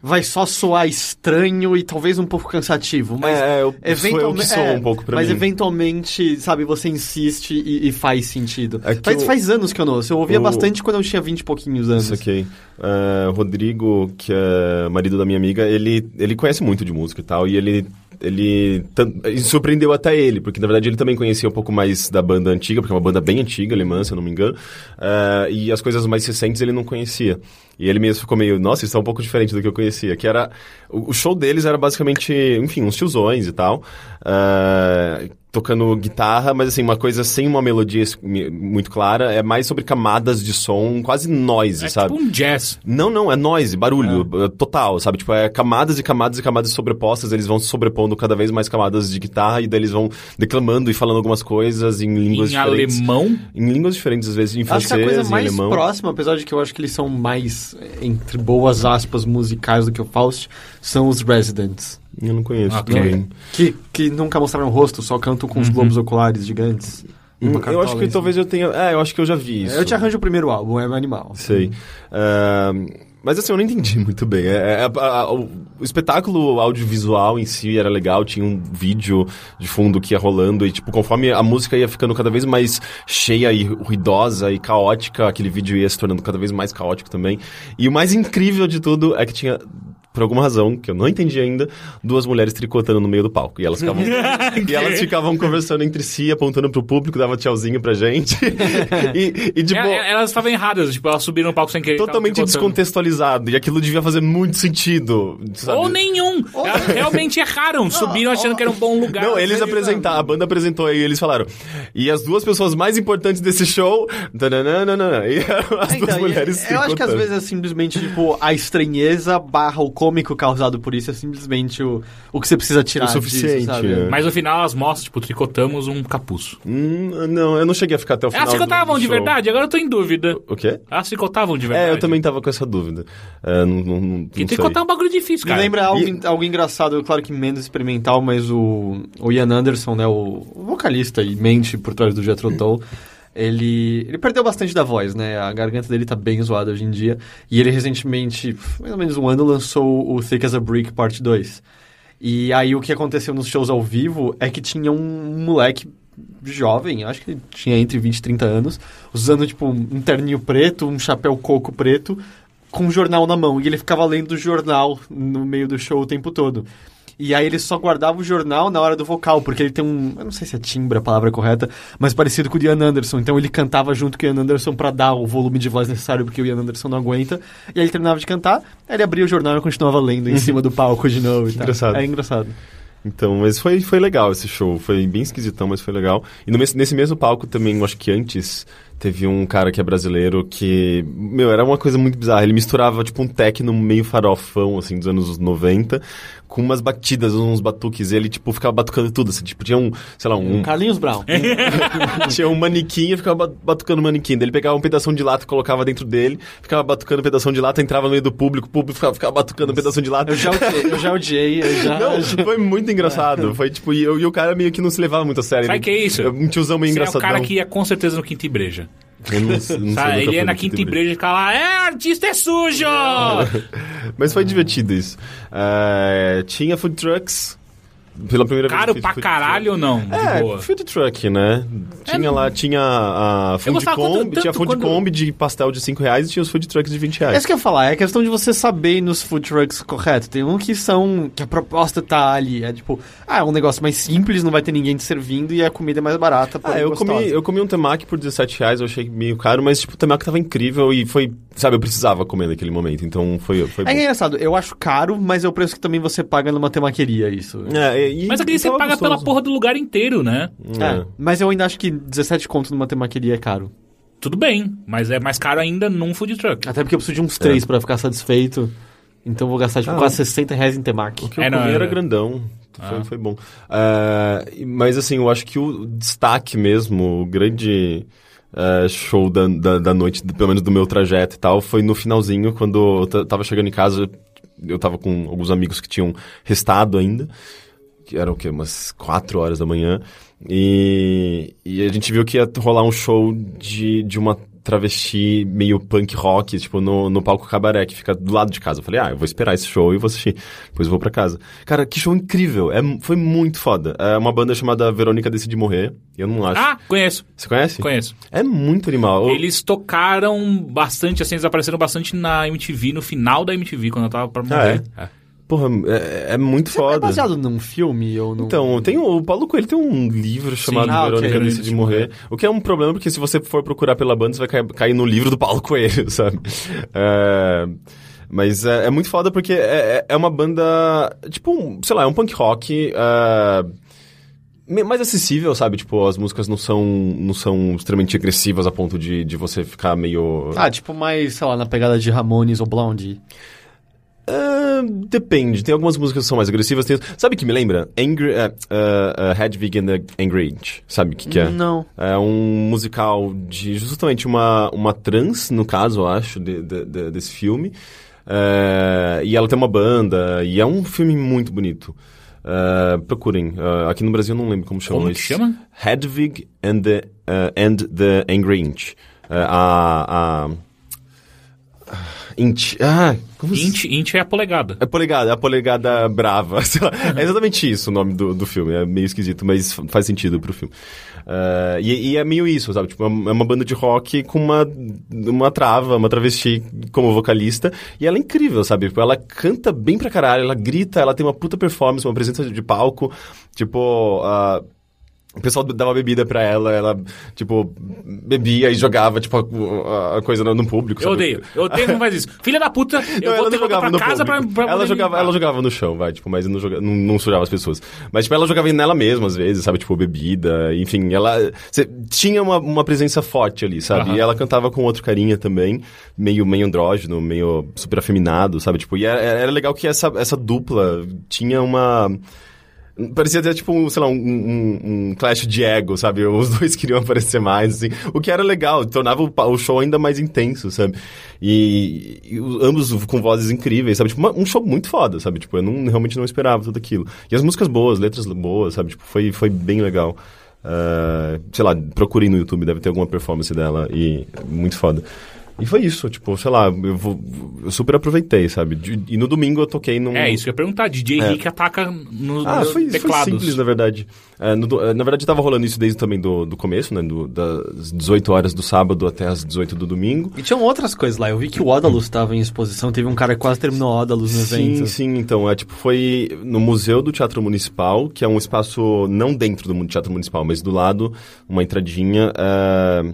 Speaker 2: vai só soar estranho e talvez um pouco cansativo, mas
Speaker 3: É, é, eu- sou eu que soa
Speaker 2: é,
Speaker 3: um pouco pra
Speaker 2: mas
Speaker 3: mim.
Speaker 2: eventualmente, sabe, você insiste e, e faz sentido.
Speaker 3: É que
Speaker 2: faz,
Speaker 3: o-
Speaker 2: faz anos que eu não ouço. Eu ouvia
Speaker 3: o-
Speaker 2: bastante quando eu tinha 20 e pouquinhos anos.
Speaker 3: Isso aqui. É, o Rodrigo, que é marido da minha amiga, ele, ele conhece muito de música e tal, e ele. Ele tan- e surpreendeu até ele, porque na verdade ele também conhecia um pouco mais da banda antiga, porque é uma banda bem antiga, alemã, se eu não me engano, é, e as coisas mais recentes ele não conhecia. E ele mesmo ficou meio, nossa, isso é um pouco diferente do que eu conhecia, que era... O o show deles era basicamente, enfim, uns tiozões e tal, é, tocando guitarra, mas assim, uma coisa sem uma melodia es- mi- muito clara, é mais sobre camadas de som, quase noise,
Speaker 1: É
Speaker 3: sabe?
Speaker 1: tipo um jazz.
Speaker 3: Não, não, é noise, barulho, eh, total, sabe? Tipo, é camadas e camadas e camadas sobrepostas, eles vão se sobrepondo cada vez mais camadas de guitarra e daí eles vão declamando e falando algumas coisas em línguas
Speaker 1: Em
Speaker 3: diferentes.
Speaker 1: alemão. (laughs)
Speaker 3: Em línguas diferentes, às vezes em
Speaker 2: Acho que é a
Speaker 3: é francês,
Speaker 2: coisa
Speaker 3: em
Speaker 2: mais
Speaker 3: alemão.
Speaker 2: próxima, apesar de que eu acho que eles são mais, eh, entre boas aspas, musicais do que o Faust, são os Residents.
Speaker 3: Eu não conheço
Speaker 1: Ok.
Speaker 3: também.
Speaker 2: Que, que nunca mostraram o rosto, só cantam com os globos oculares gigantes.
Speaker 1: Hum.
Speaker 2: Uma
Speaker 3: Uhum. Hum, eu
Speaker 2: cartola
Speaker 3: acho que
Speaker 2: em
Speaker 3: talvez eu tenha. É, eu acho que eu já vi
Speaker 2: cima.
Speaker 3: isso.
Speaker 2: Eu te arranjo o primeiro álbum, é animal.
Speaker 3: Sei. Ahn, mas assim, eu não entendi (laughs) muito bem. É, é, a- a- o, o espetáculo audiovisual em si era legal, tinha um vídeo de fundo que ia rolando, e tipo, conforme a música ia ficando cada vez mais cheia e ruidosa e caótica, aquele vídeo ia se tornando cada vez mais caótico também. E o mais incrível de tudo é que tinha. Por alguma razão, que eu não entendi ainda, duas mulheres tricotando no meio do palco. E elas ficavam, (laughs) e elas ficavam conversando entre si, apontando pro público, dava tchauzinho pra gente. (laughs) e, e, tipo,
Speaker 1: É, é, elas estavam erradas, tipo, elas subiram no palco sem querer.
Speaker 3: totalmente
Speaker 1: estavam picotando.
Speaker 3: descontextualizado. E aquilo devia fazer muito sentido. sabe?
Speaker 1: Ou nenhum. Elas realmente erraram. Subiram achando que era um bom lugar.
Speaker 3: Não, eles apresentaram, a banda apresentou aí, eles falaram. E as duas pessoas mais importantes desse show. tananana", E eram as duas
Speaker 2: Então,
Speaker 3: mulheres.
Speaker 2: eu acho que às
Speaker 3: tricotando.
Speaker 2: vezes é simplesmente, tipo, a estranheza barra o cômico causado por isso é simplesmente o, o que você precisa tirar
Speaker 3: O suficiente,
Speaker 2: disso, sabe?
Speaker 3: é.
Speaker 1: Mas no final elas mostram, tipo, tricotamos um capuz. É,
Speaker 3: Hum, não, eu não cheguei a ficar até o final.
Speaker 1: Elas
Speaker 3: do-
Speaker 1: tricotavam
Speaker 3: do
Speaker 1: de
Speaker 3: show.
Speaker 1: verdade? Agora eu tô em dúvida.
Speaker 3: O quê?
Speaker 1: Elas tricotavam de verdade.
Speaker 3: É, eu também tava com essa dúvida. É, não, não, não,
Speaker 1: E
Speaker 3: não sei.
Speaker 1: tricotar é um bagulho difícil,
Speaker 2: Me
Speaker 1: cara.
Speaker 2: lembra algo,
Speaker 3: e-
Speaker 2: en- algo engraçado, claro que menos experimental, mas o, o Ian Anderson, né, o, o vocalista e mente por trás do Jethro Tull, ele, ele perdeu bastante da voz, né? A garganta dele tá bem zoada hoje em dia. E ele recentemente, mais ou menos um ano, lançou o Thick as a Brick Parte 2. E aí o que aconteceu nos shows ao vivo é que tinha um moleque jovem, acho que ele tinha entre 20 e 30 anos, usando tipo um terninho preto, um chapéu coco preto, com um jornal na mão. E ele ficava lendo o jornal no meio do show o tempo todo. E aí ele só guardava o jornal na hora do vocal, porque ele tem um. Eu não sei se é timbre a palavra correta, mas parecido com o de Ian Anderson. Então ele cantava junto com o Ian Anderson pra dar o volume de voz necessário, porque o Ian Anderson não aguenta. E aí ele terminava de cantar, aí ele abria o jornal e continuava lendo em cima do palco de novo. e tal.
Speaker 3: Engraçado.
Speaker 2: É engraçado.
Speaker 3: Então, mas foi, foi legal esse show. Foi bem esquisitão, mas foi legal. E no mes- nesse mesmo palco também, eu acho que antes, teve um cara que é brasileiro que. Meu, era uma coisa muito bizarra. Ele misturava, tipo, um techno meio farofão, assim, dos anos 90, com umas batidas, uns batuques. E ele, tipo, ficava batucando tudo, assim. Tipo, tinha um, sei lá, um,
Speaker 2: Carlinhos Brown.
Speaker 3: tinha um manequim e ficava ba- batucando o manequim. Daí ele pegava um pedaço de lata, colocava dentro dele, ficava batucando um pedaço de lata, entrava no meio do público, o público ficava, ficava batucando um pedaço de
Speaker 2: (laughs)
Speaker 3: lata.
Speaker 2: Eu já odiei, eu já odiei, eu já.
Speaker 1: Ah,
Speaker 3: Não, foi muito engraçado. Foi tipo, e, eu- e o cara meio que não se levava muito a sério.
Speaker 1: É. Sabe
Speaker 3: Ele-
Speaker 1: que é isso?
Speaker 3: Um tiozão meio
Speaker 1: Você é o
Speaker 3: engraçadão.
Speaker 1: cara que ia com certeza no Quinta Ibreja.
Speaker 3: Eu não, não sei,
Speaker 1: (laughs)
Speaker 3: nunca
Speaker 1: Sabe? Ele
Speaker 3: fui
Speaker 1: ia
Speaker 3: no
Speaker 1: na Quinta Ibreja e ficava lá, é, artista é
Speaker 3: (laughs)
Speaker 1: sujo!
Speaker 3: Mas foi divertido isso. É, tinha food trucks. Pela primeira
Speaker 1: Caro
Speaker 3: vez.
Speaker 1: pra
Speaker 3: food
Speaker 1: caralho ou não? De
Speaker 3: É,
Speaker 1: boa. É.
Speaker 3: food truck, né? Tinha lá, tinha a food
Speaker 1: gostava quando-
Speaker 3: combi, tinha
Speaker 1: tanto
Speaker 3: food
Speaker 1: quando-
Speaker 3: combi de pastel de 5 reais e tinha os food trucks de 20
Speaker 2: É
Speaker 3: reais.
Speaker 2: isso que eu ia falar, é a questão de você saber ir nos food trucks correto. Tem um que são. que a proposta tá ali. É tipo, ah, é um negócio mais simples, não vai ter ninguém te servindo e a comida é mais barata.
Speaker 3: Ah,
Speaker 2: porém
Speaker 3: eu
Speaker 2: gostosa.
Speaker 3: comi, eu comi um temaki por 17 reais, eu achei meio caro, mas tipo, o temaki tava incrível e foi, sabe, eu precisava comer naquele momento, então foi, foi
Speaker 2: É
Speaker 3: bom.
Speaker 2: engraçado, eu acho caro, mas é o preço que também você paga numa temaqueria, isso.
Speaker 3: É, e-
Speaker 1: Mas
Speaker 3: e
Speaker 1: aquele você
Speaker 3: tava
Speaker 1: paga pela
Speaker 3: gostoso.
Speaker 1: porra do lugar inteiro, né?
Speaker 2: É, Mas eu ainda acho que 17 conto numa temaqueria é caro.
Speaker 1: Tudo bem, mas é mais caro ainda num food truck.
Speaker 2: Até porque eu preciso de uns 3 pra ficar satisfeito. Então eu vou gastar tipo,
Speaker 3: Ah.
Speaker 2: quase 60 reais em temaki.
Speaker 3: que eu
Speaker 1: É, não,
Speaker 3: comi
Speaker 1: é.
Speaker 3: era grandão. Foi, foi bom. Ah, e- mas assim, eu acho que o destaque mesmo, o grande ah, show da, da, da noite, do- pelo menos do meu trajeto e tal, foi no finalzinho, quando eu ta- tava chegando em casa, eu tava com alguns amigos que tinham restado ainda, que eram o quê? Umas 4 horas da manhã. E, e a gente viu que ia rolar um show de, de uma travesti meio punk rock, tipo, no, no palco cabaré, que fica do lado de casa. Eu falei, ah, eu vou esperar esse show e vou assistir. Depois eu vou pra casa. Cara, que show incrível. É, mu- foi muito foda. É uma banda chamada Verônica Decide Morrer. Eu não acho.
Speaker 1: Ah, conheço.
Speaker 3: Você conhece?
Speaker 1: Conheço.
Speaker 3: É muito animal. Eu-
Speaker 1: Eles tocaram bastante, assim, eles apareceram bastante na MTV, no final da MTV, quando eu tava
Speaker 3: Ah,
Speaker 1: pra morrer. É.
Speaker 3: Porra, é, é muito
Speaker 2: É
Speaker 3: foda.
Speaker 2: baseado num filme ou num...
Speaker 3: Então, tem o, o Paulo Coelho tem um livro chamado
Speaker 2: Ah, ok. né?
Speaker 3: Verônica
Speaker 2: Verônica
Speaker 3: Decide Morrer. O que é um problema, porque se você for procurar pela banda, você vai cair, cair no livro do Paulo (laughs) Coelho, sabe? É, mas é, é muito foda porque é, é- é uma banda, tipo, um, sei lá, é um punk rock... é, me- mais acessível, sabe? Tipo, as músicas não são, não são extremamente agressivas a ponto de, de você ficar meio...
Speaker 2: Ah, tipo mais, sei lá, na pegada de Ramones ou Blondie.
Speaker 3: Ah, depende. Tem algumas músicas que são mais agressivas. Tem... Sabe que me lembra? Angry, eh, eh, eh, Hedwig and the Angry Inch. Sabe o que, que é?
Speaker 2: Não.
Speaker 3: É um musical de justamente uma, uma trans, no caso, eu acho, de- de- de- desse filme. Eh, e ela tem uma banda, e é um filme muito bonito. Eh, procurem. Eh, aqui no Brasil eu não lembro como chama
Speaker 1: Como que
Speaker 3: isso.
Speaker 1: chama?
Speaker 3: Hedwig and the, eh, and the Angry Inch. Eh, a. a... Inch. Ah, como se-
Speaker 1: Int, Int é a polegada.
Speaker 3: é polegada, é a polegada brava. (laughs) sei lá. É exatamente isso o nome do, do filme. É meio esquisito, mas fa- faz sentido pro filme. Ah, e, e é meio isso, sabe? Tipo, é uma é uma banda de rock com uma, uma trava, uma travesti como vocalista. E ela é incrível, sabe? Tipo, ela canta bem pra caralho, ela grita, ela tem uma puta performance, uma presença de palco. Tipo, ah, o pessoal dava bebida pra ela, ela, tipo, bebia e jogava, tipo, a, a coisa no, no público.
Speaker 1: Eu
Speaker 3: sabe?
Speaker 1: odeio. Eu odeio quando faz isso. Filha da puta, eu
Speaker 3: Não,
Speaker 1: vou
Speaker 3: ela
Speaker 1: ter
Speaker 3: não
Speaker 1: que voltar
Speaker 3: jogava
Speaker 1: pra
Speaker 3: no
Speaker 1: casa pra,
Speaker 3: público.
Speaker 1: pra
Speaker 3: ela,
Speaker 1: poder
Speaker 3: jogava,
Speaker 1: limpar.
Speaker 3: ela jogava no chão, vai, tipo, mas não, joga, não, não sujava as pessoas. Mas, tipo, ela jogava nela mesma, às vezes, sabe? Tipo, bebida, enfim. Ela cê- tinha uma, uma presença forte ali, sabe?
Speaker 1: Aham.
Speaker 3: E ela cantava com outro carinha também, meio, meio andrógeno, meio super afeminado, sabe? Tipo, e era, era legal que essa, essa dupla tinha uma... Parecia até tipo, um, sei lá, um, um, um clash de ego, sabe? (laughs) Os dois queriam aparecer mais, assim. O que era legal, tornava o, pa- o show ainda mais intenso, sabe? E, e o- ambos com vozes incríveis, sabe? Tipo, uma- um show muito foda, sabe? Tipo, eu não, realmente não esperava tudo aquilo. E as músicas boas, letras boas, sabe? Tipo, foi, foi bem legal. Ah, sei lá, procurei no YouTube, deve ter alguma performance dela e é muito foda. E foi isso, tipo, sei lá, eu, vou- eu super aproveitei, sabe? De- E no domingo eu toquei num...
Speaker 1: É isso, que eu ia perguntar. DJ
Speaker 3: É.
Speaker 1: Rick ataca no,
Speaker 3: Ah,
Speaker 1: nos
Speaker 3: foi, foi
Speaker 1: teclados.
Speaker 3: simples, na verdade. É, no do- é, na verdade, tava rolando isso desde também do, do começo, né? do- das 18 horas do sábado até as 18 do domingo.
Speaker 2: E tinham outras coisas lá. Eu vi que o Odalus tava em exposição. Teve um cara que quase terminou o Odalus no
Speaker 3: Hum. Sim,
Speaker 2: evento.
Speaker 3: sim, então, é tipo, foi no Museu do Teatro Municipal, que é um espaço não dentro do Mu- Teatro Municipal, mas do lado, uma entradinha, é,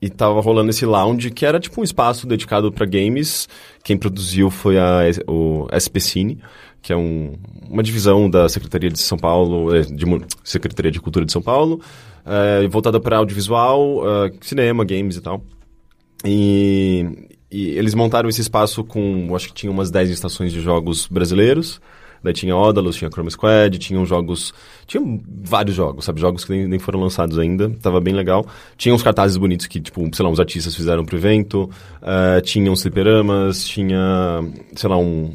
Speaker 3: e tava rolando esse lounge, que era tipo um espaço dedicado para games, quem produziu foi a, S- o SP Cine, que é um- uma divisão da Secretaria de São Paulo, é, de Mu- Secretaria de Cultura de São Paulo, é, voltada para audiovisual, é, cinema, games e tal. E, e eles montaram esse espaço com, eu acho que tinha umas 10 estações de jogos brasileiros. Daí tinha Odalus, tinha Chroma Squad, tinham jogos. Tinha vários jogos, sabe? Jogos que nem, nem foram lançados ainda. Tava bem legal. Tinha uns cartazes bonitos que, tipo, sei lá, uns artistas fizeram pro evento. ah, tinha uns fliperamas, tinha, sei lá, um.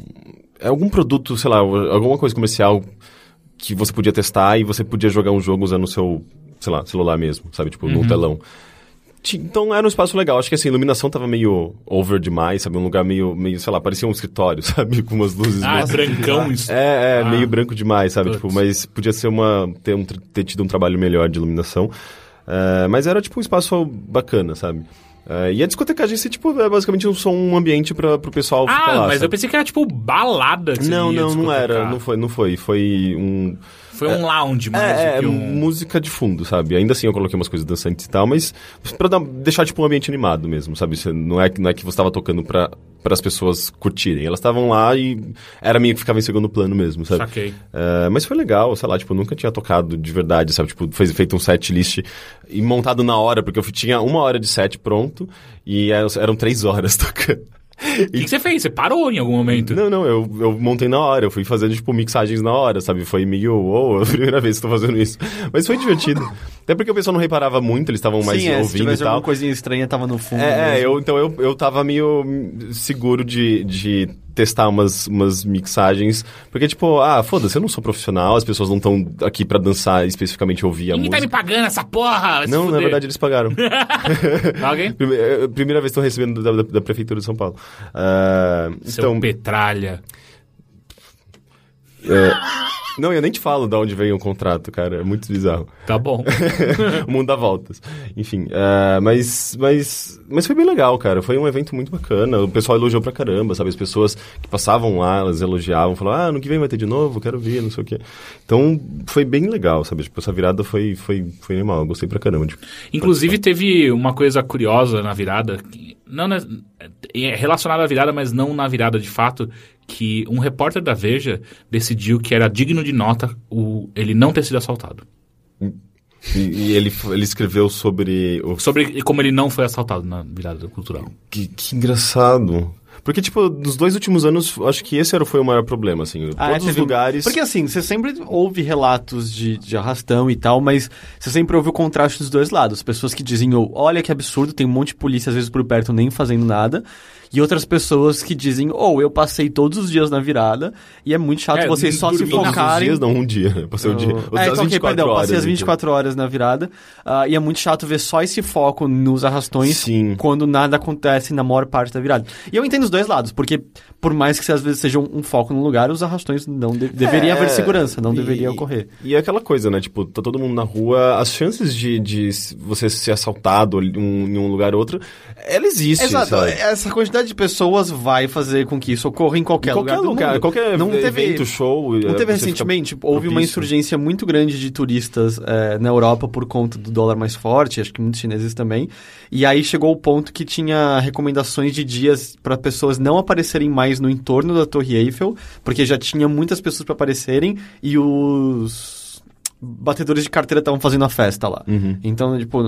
Speaker 3: Algum produto, sei lá, alguma coisa comercial que você podia testar e você podia jogar um jogo usando o seu, sei lá, celular mesmo, sabe? Tipo,
Speaker 1: Uhum.
Speaker 3: no telão. Ti- Então era um espaço legal. Acho que assim, a iluminação tava meio over demais, sabe? Um lugar meio, meio sei lá, parecia um escritório, (laughs) sabe? Com umas luzes.
Speaker 1: Ah, é
Speaker 3: meio...
Speaker 1: brancão isso.
Speaker 3: É, é,
Speaker 1: Ah.
Speaker 3: meio branco demais, sabe? Tipo,
Speaker 1: Putz.
Speaker 3: mas podia ser uma. Ter, um, tr- ter tido um trabalho melhor de iluminação. É, mas era tipo um espaço bacana, sabe? É, e a discotecagem, assim, tipo, é basicamente um som, um ambiente para pro pessoal ficar
Speaker 1: Ah,
Speaker 3: lá.
Speaker 1: mas
Speaker 3: sabe?
Speaker 1: eu pensei que era tipo balada. que você
Speaker 3: Não,
Speaker 1: ia
Speaker 3: não, não era.
Speaker 1: discotecar.
Speaker 3: Não foi, não foi. Foi um.
Speaker 1: Foi um lounge, mas
Speaker 3: É,
Speaker 1: do
Speaker 3: é,
Speaker 1: que um...
Speaker 3: música de fundo, sabe? Ainda assim eu coloquei umas coisas dançantes e tal, mas pra dar- deixar, tipo, um ambiente animado mesmo, sabe? Você- não, é, que- não é que você tava tocando pra, as pessoas curtirem. Elas estavam lá e era meio que ficava em segundo plano mesmo, sabe?
Speaker 1: Saquei.
Speaker 3: É, mas foi legal, sei lá, tipo, eu nunca tinha tocado de verdade, sabe? Tipo, fez, feito um set list e montado na hora, porque eu fui- tinha uma hora de set pronto e eram eram três horas (laughs) tocando.
Speaker 1: O que, que você fez? Você parou em algum momento?
Speaker 3: Não, não, eu, eu montei na hora, eu fui fazendo, tipo, mixagens na hora, sabe? Foi meio, (laughs) uou, é a primeira vez que eu tô fazendo isso. Mas foi divertido. Até porque o pessoal não reparava muito, eles estavam mais
Speaker 2: Sim, é, se
Speaker 3: ouvindo e
Speaker 2: tivesse
Speaker 3: tal.
Speaker 2: alguma coisinha estranha, tava no fundo.
Speaker 3: É, é,
Speaker 2: mesmo.
Speaker 3: eu, então eu, eu tava meio hum, seguro de, de testar umas, umas mixagens. Porque, tipo, ah, foda-se, eu não sou profissional, as pessoas não estão aqui pra dançar especificamente ouvir a
Speaker 1: Ninguém tá me
Speaker 3: música.
Speaker 1: pagando essa porra! vai se
Speaker 3: Não, na
Speaker 1: fuder.
Speaker 3: verdade eles pagaram.
Speaker 1: (laughs) Tá ok?
Speaker 3: Prime- eh, Primeira vez que estou recebendo da, da- da Prefeitura de São Paulo. Ah,
Speaker 1: Seu
Speaker 3: então,
Speaker 1: petralha.
Speaker 3: não, eu nem te falo de onde veio o contrato, cara. É muito bizarro.
Speaker 1: Tá
Speaker 3: (laughs)
Speaker 1: bom.
Speaker 3: o mundo dá voltas. Enfim, ah, mas, mas, mas foi bem legal, cara. Foi um evento muito bacana. O pessoal elogiou pra caramba, sabe? As pessoas que passavam lá, elas elogiavam, falavam, ah, ano que vem vai ter de novo, quero ver, não sei o quê. Então, foi bem legal, sabe? Tipo, essa virada foi, foi, foi animal. Eu gostei pra caramba. Tipo,
Speaker 1: Inclusive, teve uma coisa curiosa na virada. que- Não, né, é relacionada à virada, mas não na virada de fato. Que um repórter da Veja decidiu que era digno de nota o, ele não ter sido assaltado.
Speaker 3: e, e ele, ele escreveu sobre o
Speaker 1: Sobre como ele não foi assaltado na virada cultural.
Speaker 3: Que, que engraçado. Porque, tipo, dos dois últimos anos, acho que esse era, foi o maior problema, assim.
Speaker 2: Ah,
Speaker 3: Todos
Speaker 2: é,
Speaker 3: os
Speaker 2: teve-
Speaker 3: lugares...
Speaker 2: Porque assim, você sempre ouve relatos de, de arrastão e tal, mas você sempre ouve o contraste dos dois lados. Pessoas que dizem, "Oh, olha que absurdo, tem um monte de polícia às vezes por perto nem fazendo nada. E outras pessoas que dizem, ou eu passei todos os dias na virada e é muito chato
Speaker 1: É,
Speaker 2: vocês só se
Speaker 1: dormi todos os
Speaker 3: Todos os
Speaker 2: focarem.
Speaker 3: dias, não, um dia. (laughs) Passei um dia.
Speaker 2: É,
Speaker 3: Os- as
Speaker 2: então, ok,
Speaker 3: 24
Speaker 2: perdão,
Speaker 3: horas,
Speaker 2: passei as
Speaker 3: então.
Speaker 2: 24 horas na virada. ah, e é muito chato ver só esse foco nos arrastões
Speaker 3: Sim.
Speaker 2: quando nada acontece na maior parte da virada. E eu entendo os dois lados, porque por mais que às vezes seja um, um foco no lugar, os arrastões não de- deveria haver segurança, não
Speaker 3: É, e-
Speaker 2: deveria ocorrer.
Speaker 3: E é aquela coisa, né? Tipo, tá todo mundo na rua, as chances de, de s- você ser assaltado ali um- em um lugar ou outro, ela existe, sabe?
Speaker 2: Essa quantidade de pessoas vai fazer com que isso ocorra em qualquer,
Speaker 3: Em qualquer lugar, qualquer
Speaker 2: não teve,
Speaker 3: evento, show...
Speaker 2: Não
Speaker 3: eh,
Speaker 2: teve
Speaker 3: você fica
Speaker 2: recentemente, Tipo, houve uma
Speaker 3: propício.
Speaker 2: insurgência muito grande de turistas eh, na Europa por conta do dólar mais forte, acho que muitos chineses também. E aí chegou o ponto que tinha recomendações de dias para pessoas não aparecerem mais no entorno da Torre Eiffel, porque já tinha muitas pessoas para aparecerem e os batedores de carteira estavam fazendo a festa lá.
Speaker 3: Uhum.
Speaker 2: Então, tipo,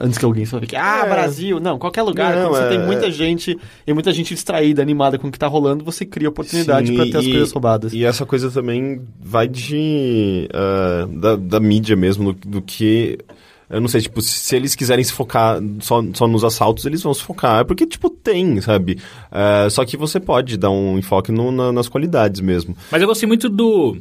Speaker 2: antes que alguém só fique, ah,
Speaker 3: É.
Speaker 2: Brasil, não, qualquer lugar,
Speaker 3: Não,
Speaker 2: quando você
Speaker 3: é-
Speaker 2: tem muita gente e muita gente distraída, animada com o que tá rolando, você cria oportunidade
Speaker 3: Sim,
Speaker 2: para ter as
Speaker 3: e-
Speaker 2: coisas roubadas.
Speaker 3: E essa coisa também vai de. ah, da, da mídia mesmo, do, do que. Eu não sei, tipo, se- se eles quiserem se focar só, só nos assaltos, eles vão se focar. Porque, tipo, tem, sabe? Ah, só que você pode dar um enfoque no- na- nas qualidades mesmo.
Speaker 1: Mas eu gostei muito do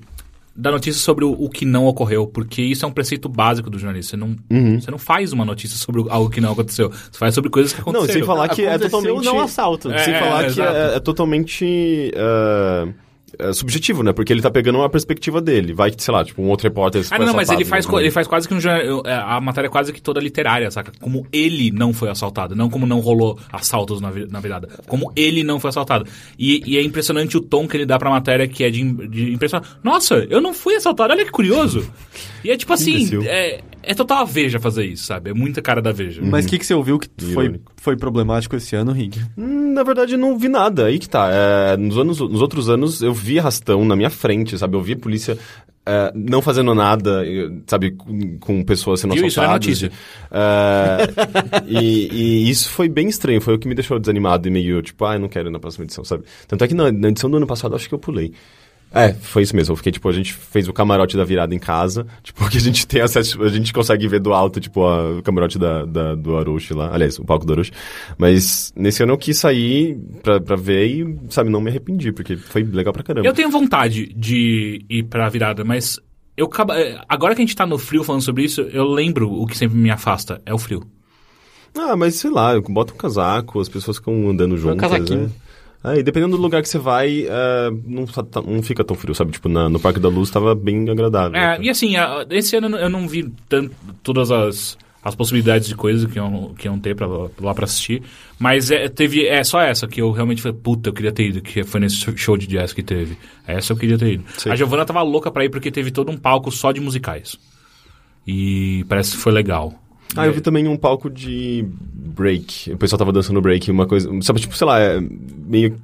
Speaker 1: da notícia sobre o, o que não ocorreu, porque isso é um preceito básico do jornalista. Você não,
Speaker 3: Uhum.
Speaker 1: você não faz uma notícia sobre o- algo que não aconteceu. Você faz sobre coisas que
Speaker 3: Não,
Speaker 1: aconteceram.
Speaker 3: sem falar que é
Speaker 2: Aconteceu,
Speaker 3: totalmente.
Speaker 2: não assalto.
Speaker 1: É,
Speaker 3: sem falar que
Speaker 1: exato.
Speaker 3: é, é totalmente. ah, é subjetivo, né? Porque ele tá pegando uma perspectiva dele. Vai que, sei lá, tipo, um outro repórter.
Speaker 1: Ah,
Speaker 3: foi
Speaker 1: não, mas
Speaker 3: assaltado,
Speaker 1: ele faz,
Speaker 3: né?
Speaker 1: co- ele faz quase que um jornal, eu- é, a matéria é quase que toda literária, saca? Como ele não foi assaltado, não como não rolou assaltos na, vi- na virada. Como ele não foi assaltado. E, e é impressionante o tom que ele dá pra matéria, que é de, im- de impressionar. Nossa, eu não fui assaltado, olha que curioso. E é tipo assim,
Speaker 3: imbecil.
Speaker 1: é, é total a Veja fazer isso, sabe? É muita cara da Veja.
Speaker 2: Mas o que, que você ouviu que foi,
Speaker 3: Irônico.
Speaker 2: foi problemático esse ano, Rick?
Speaker 3: Hum, Na verdade, não vi nada. Aí que tá. É, nos, anos, nos outros anos, eu vi arrastão na minha frente, sabe? Eu vi polícia é, não fazendo nada, eu- sabe? Com, com pessoas sendo
Speaker 1: Viu? Isso era
Speaker 3: assaltadas.
Speaker 1: notícia.
Speaker 3: de- é, e, e isso foi bem estranho. Foi o que me deixou desanimado e meio tipo, ah, eu não quero ir na próxima edição, sabe? Tanto é que na, na edição do ano passado, acho que eu pulei. É, foi isso mesmo. Eu fiquei, tipo, a gente fez o camarote da virada em casa, (laughs) tipo, que a gente tem acesso, a gente consegue ver do alto, tipo, a- o camarote da, da- do Arushi lá, aliás, o palco do Arushi. Mas nesse ano eu quis sair pra, pra ver e, sabe, não me arrependi, porque foi legal pra caramba.
Speaker 1: Eu tenho vontade de ir pra virada, mas eu acaba- é, agora que a gente tá no frio falando sobre isso, eu lembro o que sempre me afasta, é o frio.
Speaker 3: Ah, mas sei lá, bota um casaco, as pessoas ficam
Speaker 1: Um
Speaker 3: andando juntas.
Speaker 2: casaquinho.
Speaker 3: né? Ah, e dependendo do lugar que você vai, é, não, tá- tá- não fica tão frio, sabe? Tipo, na- no Parque da Luz tava bem agradável.
Speaker 1: É, e assim, a- esse ano eu não- eu não vi tanto, todas as, as possibilidades de coisas que iam, que iam ter pra, lá pra assistir. Mas é, teve, é só essa que eu realmente falei, puta, eu queria ter ido, que foi nesse show de jazz que teve. É Essa eu queria ter ido.
Speaker 3: Sim.
Speaker 1: A Giovana tava louca pra ir porque teve todo um palco só de musicais. E parece que foi legal.
Speaker 3: Ah, eu vi também um palco de break. O pessoal tava dançando break, uma coisa. Sabe, tipo, sei lá, é meio,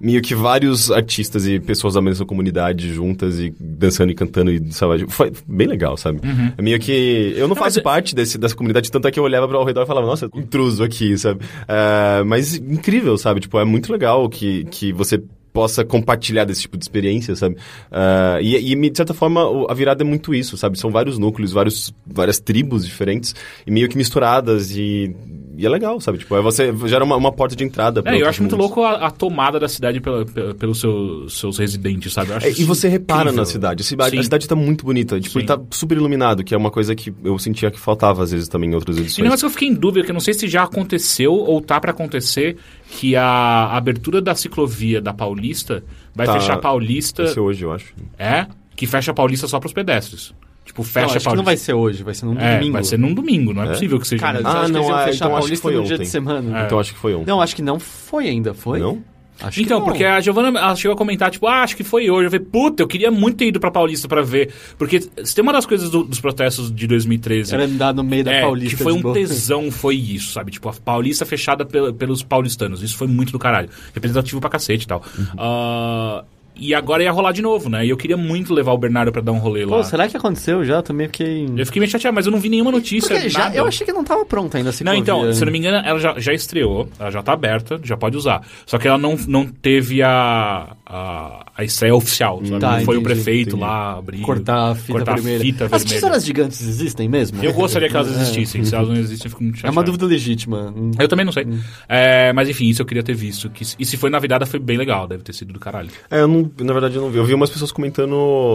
Speaker 3: meio que vários artistas e pessoas da mesma comunidade juntas e dançando e cantando e sei lá, tipo, Foi bem legal, sabe? É meio que. Eu não faço
Speaker 1: Uhum. mas- é
Speaker 3: parte desse, dessa comunidade, tanto é que eu olhava para ao redor e falava, nossa, intruso aqui, sabe? É, mas incrível, sabe? Tipo, é muito legal que, que você possa compartilhar desse tipo de experiência, sabe? Ah, e, e, de certa forma, o- a virada é muito isso, sabe? São vários núcleos, vários, várias tribos diferentes e meio que misturadas e, e é legal, sabe? Tipo, é você gera uma, uma porta de entrada. pra
Speaker 1: É, eu
Speaker 3: outros
Speaker 1: acho muito
Speaker 3: mundos.
Speaker 1: louco a, a tomada da cidade pela- pela- pelos seus, seus residentes, sabe? Eu acho
Speaker 3: É,
Speaker 1: isso
Speaker 3: e você repara
Speaker 1: incrível.
Speaker 3: na cidade. A cidade, a
Speaker 1: Sim.
Speaker 3: cidade tá muito bonita. Tipo,
Speaker 1: Sim.
Speaker 3: ele tá super iluminado, que é uma coisa que eu sentia que faltava às vezes também em outras
Speaker 1: E não é
Speaker 3: edições.
Speaker 1: que eu fiquei em dúvida, que eu não sei se já aconteceu ou tá pra acontecer, que a abertura da ciclovia da Paulista vai
Speaker 3: Tá.
Speaker 1: fechar a Paulista.
Speaker 3: Vai ser hoje, eu acho.
Speaker 1: É? Que fecha a Paulista só pros pedestres. Tipo, fecha
Speaker 2: não,
Speaker 1: a
Speaker 2: acho que
Speaker 1: Paulista.
Speaker 2: não vai ser hoje, vai ser num
Speaker 1: é,
Speaker 2: domingo.
Speaker 1: vai ser num domingo, É. não é, possível que seja.
Speaker 2: Cara,
Speaker 1: num-
Speaker 2: eu é,
Speaker 3: Ah,
Speaker 2: acho que eles
Speaker 3: não,
Speaker 2: iam
Speaker 3: ah,
Speaker 2: fechar a
Speaker 3: então acho que
Speaker 2: Paulista
Speaker 3: foi
Speaker 2: no dia
Speaker 3: ontem.
Speaker 2: de semana.
Speaker 3: Então acho que foi ontem.
Speaker 2: É. Não, acho que não foi ainda, foi?
Speaker 3: Não?
Speaker 2: Acho que
Speaker 1: Então,
Speaker 2: não.
Speaker 1: porque a Giovana ela chegou a comentar, tipo, ah, acho que foi hoje. Eu falei, puta, eu queria muito ter ido pra Paulista pra ver. Porque se tem uma das coisas do- dos protestos de 2013.
Speaker 2: Era andar no meio da
Speaker 1: é,
Speaker 2: Paulista.
Speaker 1: que foi um
Speaker 2: de boa.
Speaker 1: tesão, foi isso, sabe? Tipo, a Paulista fechada pela- pelos paulistanos. Isso foi muito do caralho. Representativo pra cacete e tal.
Speaker 2: Uhum.
Speaker 1: Ah, e agora ia rolar de novo, né? E eu queria muito levar o Bernardo pra dar um rolê
Speaker 2: Pô,
Speaker 1: lá.
Speaker 2: será que aconteceu já? Eu Também fiquei...
Speaker 1: Eu fiquei meio chateado, mas eu não vi nenhuma notícia.
Speaker 2: Porque já,
Speaker 1: nada.
Speaker 2: eu achei que não tava pronta ainda a
Speaker 1: Não,
Speaker 2: ciclovia.
Speaker 1: então, se eu não me engano, ela já, já estreou, ela já tá aberta, já pode usar. Só que ela não, não teve a, a, a estreia oficial, sabe?
Speaker 2: Tá,
Speaker 1: não foi o
Speaker 2: entendi,
Speaker 1: prefeito
Speaker 3: entendi.
Speaker 1: lá abrir.
Speaker 2: né? Cortar a fita
Speaker 1: cortar
Speaker 2: vermelha.
Speaker 1: A fita
Speaker 2: As
Speaker 1: vermelha.
Speaker 2: tesouras gigantes existem mesmo?
Speaker 1: Eu gostaria que elas
Speaker 2: (laughs)
Speaker 1: existissem, se elas não existem, eu fico muito
Speaker 2: É
Speaker 1: chateado.
Speaker 2: uma dúvida legítima.
Speaker 1: Eu também não sei. É, mas enfim, isso eu queria ter visto. Que, e se foi na virada, foi bem legal, deve ter sido do caralho.
Speaker 3: É, eu não, na verdade eu não vi. Eu vi umas pessoas comentando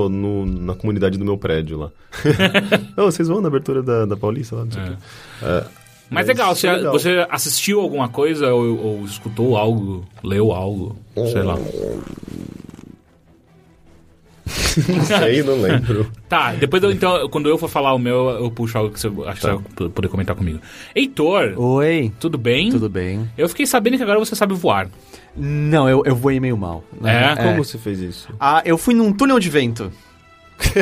Speaker 3: no- na comunidade do meu prédio lá. Ô, vocês vão na abertura da, da Paulista lá? Não sei o quê.
Speaker 1: Mas
Speaker 3: Mas
Speaker 1: legal,
Speaker 3: isso
Speaker 1: você,
Speaker 3: é legal.
Speaker 1: você assistiu alguma coisa ou, ou escutou algo, leu algo, sei lá.
Speaker 3: Não sei, não lembro.
Speaker 1: Tá, depois eu, então, quando eu for falar o meu, eu puxo algo que você acha que você vai poder comentar comigo. Heitor,
Speaker 2: Oi.
Speaker 1: tudo bem?
Speaker 2: Tudo bem?
Speaker 1: Eu fiquei sabendo que agora você sabe voar.
Speaker 2: Não, eu, eu voei meio mal.
Speaker 1: É?
Speaker 3: Como você fez isso?
Speaker 2: Ah, eu fui num túnel de vento.
Speaker 3: (laughs)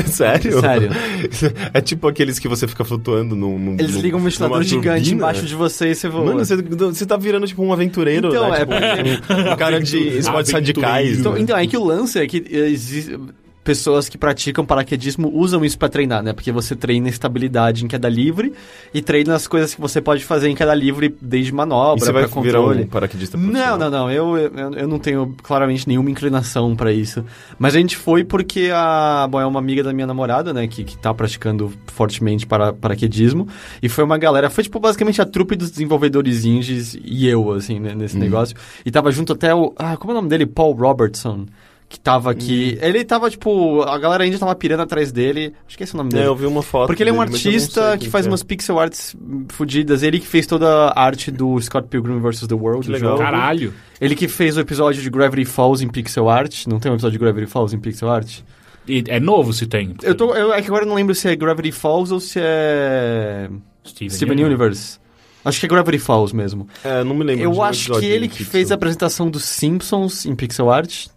Speaker 3: Sério?
Speaker 2: Sério.
Speaker 3: (laughs) É tipo aqueles que você fica flutuando num. num-
Speaker 2: Eles
Speaker 3: num-
Speaker 2: ligam um ventilador
Speaker 3: numa
Speaker 2: gigante
Speaker 3: turbina.
Speaker 2: embaixo de você e você voa.
Speaker 3: Mano, você, você tá virando tipo um aventureiro,
Speaker 2: Então,
Speaker 3: né?
Speaker 2: é
Speaker 3: Tipo, um, um cara de esportes
Speaker 1: Aventureiro.
Speaker 3: radicais.
Speaker 2: Então,
Speaker 3: né?
Speaker 2: então, é que o lance é que existe... Pessoas que praticam paraquedismo usam isso pra treinar, né? Porque você treina estabilidade em queda livre e treina as coisas que você pode fazer em queda livre, desde
Speaker 3: E
Speaker 2: manobra
Speaker 3: você
Speaker 2: pra
Speaker 3: vai virar
Speaker 2: controle.
Speaker 3: um paraquedista
Speaker 2: Não,
Speaker 3: profissional.
Speaker 2: não, não. Eu, eu, eu não tenho claramente nenhuma inclinação pra isso. Mas a gente foi porque a. Bom, é uma amiga da minha namorada, né? Que, que tá praticando fortemente para, paraquedismo. E foi uma galera. Foi, tipo, basicamente a trupe dos desenvolvedores indies e eu, assim, né,
Speaker 3: Uhum.
Speaker 2: nesse negócio. E tava junto até o. Ah, como é o nome dele? Paul Robertson. Que
Speaker 3: Uhum.
Speaker 2: tava aqui. Ele tava, tipo. A galera ainda tava pirando atrás dele. Acho que esse é o nome
Speaker 3: É,
Speaker 2: dele.
Speaker 3: eu vi uma foto.
Speaker 2: Porque ele é um
Speaker 3: dele, mas eu não
Speaker 2: artista
Speaker 3: sei
Speaker 2: que
Speaker 3: quem
Speaker 2: faz
Speaker 3: é.
Speaker 2: umas pixel arts hum, fodidas. Ele que fez toda a arte do Scott Pilgrim vs. The World.
Speaker 3: Que
Speaker 2: o
Speaker 3: legal.
Speaker 2: jogo.
Speaker 1: Caralho.
Speaker 2: Ele que fez o episódio de Gravity Falls em pixel art. Não tem um episódio de Gravity Falls em pixel art?
Speaker 1: E é novo se tem.
Speaker 2: Eu tô, eu, é que agora eu não lembro se é Gravity Falls ou se é
Speaker 1: Steven,
Speaker 2: Steven Universe. Acho que é Gravity Falls mesmo.
Speaker 3: É, não me lembro. de
Speaker 2: Eu
Speaker 3: um
Speaker 2: acho que
Speaker 3: episódio
Speaker 2: ele
Speaker 3: de
Speaker 2: que
Speaker 3: Pixar.
Speaker 2: fez a apresentação dos Simpsons em pixel art.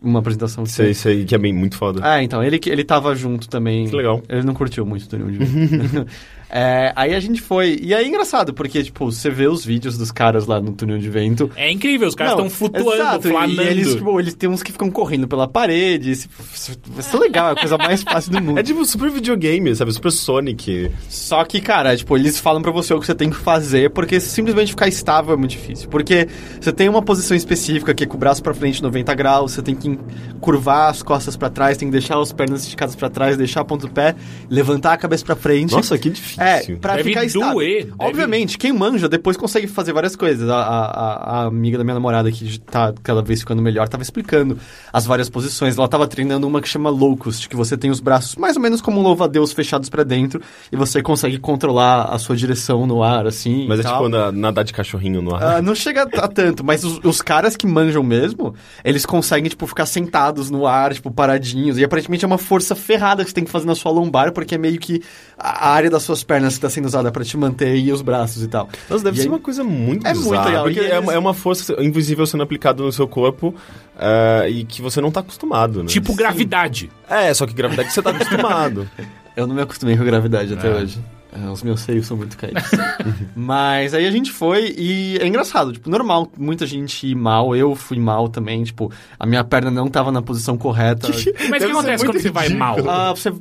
Speaker 2: Uma apresentação de
Speaker 3: Sei, sei, que é bem muito foda.
Speaker 2: Ah, então, ele, que- ele tava junto também.
Speaker 3: Que legal.
Speaker 2: Ele não curtiu muito o Túnel de
Speaker 3: (laughs)
Speaker 2: Vento. (laughs) É, aí a gente foi. E aí é engraçado, porque, tipo, você vê os vídeos dos caras lá no Túnel de Vento.
Speaker 1: É incrível, os caras
Speaker 2: Não,
Speaker 1: estão flutuando,
Speaker 2: exato,
Speaker 1: flanando.
Speaker 2: E eles, tipo, eles tem uns que ficam correndo pela parede. Isso, isso é legal, é a coisa mais fácil
Speaker 1: (laughs)
Speaker 2: do mundo.
Speaker 3: É tipo super videogame, sabe? Super (laughs) Sonic.
Speaker 2: Só que, cara, tipo, eles falam pra você o que você tem que fazer, porque simplesmente ficar estável é muito difícil. Porque você tem uma posição específica, que é com o braço pra frente 90 graus, você tem que en- curvar as costas pra trás, tem que deixar as pernas esticadas pra trás, deixar a ponta do pé, levantar a cabeça pra frente.
Speaker 3: Nossa, que difícil.
Speaker 2: É, pra
Speaker 1: Deve
Speaker 2: ficar estável.
Speaker 1: doer, deve-
Speaker 2: Obviamente, quem manja depois consegue fazer várias coisas. A, a- a- a amiga da minha namorada, que tá cada vez ficando melhor, tava explicando as várias posições. Ela tava treinando uma que chama Locust, que você tem os braços mais ou menos como um louva-a-deus fechados pra dentro e você consegue controlar a sua direção no ar, assim.
Speaker 3: Mas
Speaker 2: e
Speaker 3: é
Speaker 2: tal.
Speaker 3: tipo na- nadar de cachorrinho no ar.
Speaker 2: Ah, não chega a tanto, mas os, os caras que manjam mesmo, eles conseguem, tipo, ficar sentados no ar, tipo, paradinhos. E aparentemente é uma força ferrada que você tem que fazer na sua lombar, porque é meio que a a área das suas pernas que tá sendo usada pra te manter e os braços e tal.
Speaker 3: (laughs) Nossa, deve
Speaker 2: E
Speaker 3: ser
Speaker 2: aí-
Speaker 3: uma coisa muito
Speaker 2: É muito
Speaker 3: bizarra,
Speaker 2: legal,
Speaker 3: Porque
Speaker 2: porque
Speaker 3: é, uma,
Speaker 2: eles-
Speaker 3: é uma força invisível sendo aplicada no seu corpo ah, e que você não tá acostumado, né?
Speaker 1: Tipo gravidade.
Speaker 3: É, só que gravidade você tá (laughs) acostumado.
Speaker 2: Eu não me acostumei com gravidade até hoje. É, Os meus seios são muito caídos. (laughs) Mas aí a gente foi e é engraçado, tipo, normal, muita gente ir mal, eu fui mal também, tipo, a minha perna não tava na posição correta. (laughs)
Speaker 1: Mas o que
Speaker 3: Deve ser
Speaker 1: acontece
Speaker 3: muito
Speaker 1: quando você vai mal?
Speaker 3: ridículo.
Speaker 2: Ah, você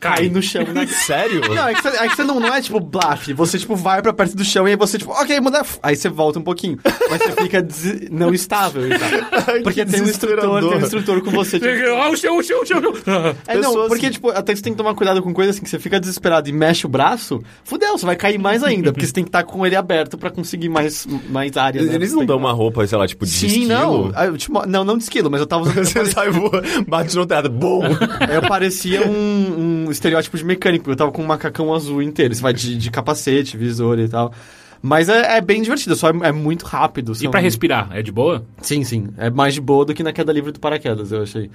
Speaker 2: Cai no chão, né?
Speaker 3: Sério?
Speaker 2: Não, é que, você, é que você não, não é tipo blaf. Você, tipo, vai pra perto do chão e aí você, tipo, ok, mudar. Aí você volta um pouquinho. Mas você fica des- não estável. e tal. Porque
Speaker 3: Que
Speaker 2: tem um instrutor, tem um instrutor com você. Tipo,
Speaker 1: Ah, o chão, o chão, o chão. o chão.
Speaker 2: é, não,
Speaker 3: Pessoas- assim.
Speaker 2: porque, tipo, até você tem que tomar cuidado com coisas assim, que você fica desesperado e mexe o braço, fudeu, você vai cair mais ainda, porque você tem que estar com ele aberto pra conseguir mais, mais área. né?
Speaker 3: Eles não dão uma roupa, sei lá, tipo, de
Speaker 2: Sim,
Speaker 3: esquilo?
Speaker 2: (laughs) não. Ah, eu te mo- Não, não de esquilo, mas eu tava usando... eu
Speaker 3: Você sai e voa, bate no teto, bom!
Speaker 2: parecia- Eu parecia um, um estereótipo de mecânico, eu tava com um macacão azul inteiro, você vai de, de capacete, visor e tal... Mas é, é bem divertido, só é, é muito rápido.
Speaker 1: E
Speaker 2: são-
Speaker 1: pra respirar, é de boa?
Speaker 2: Sim, sim. É mais de boa do que na queda livre do paraquedas, eu achei.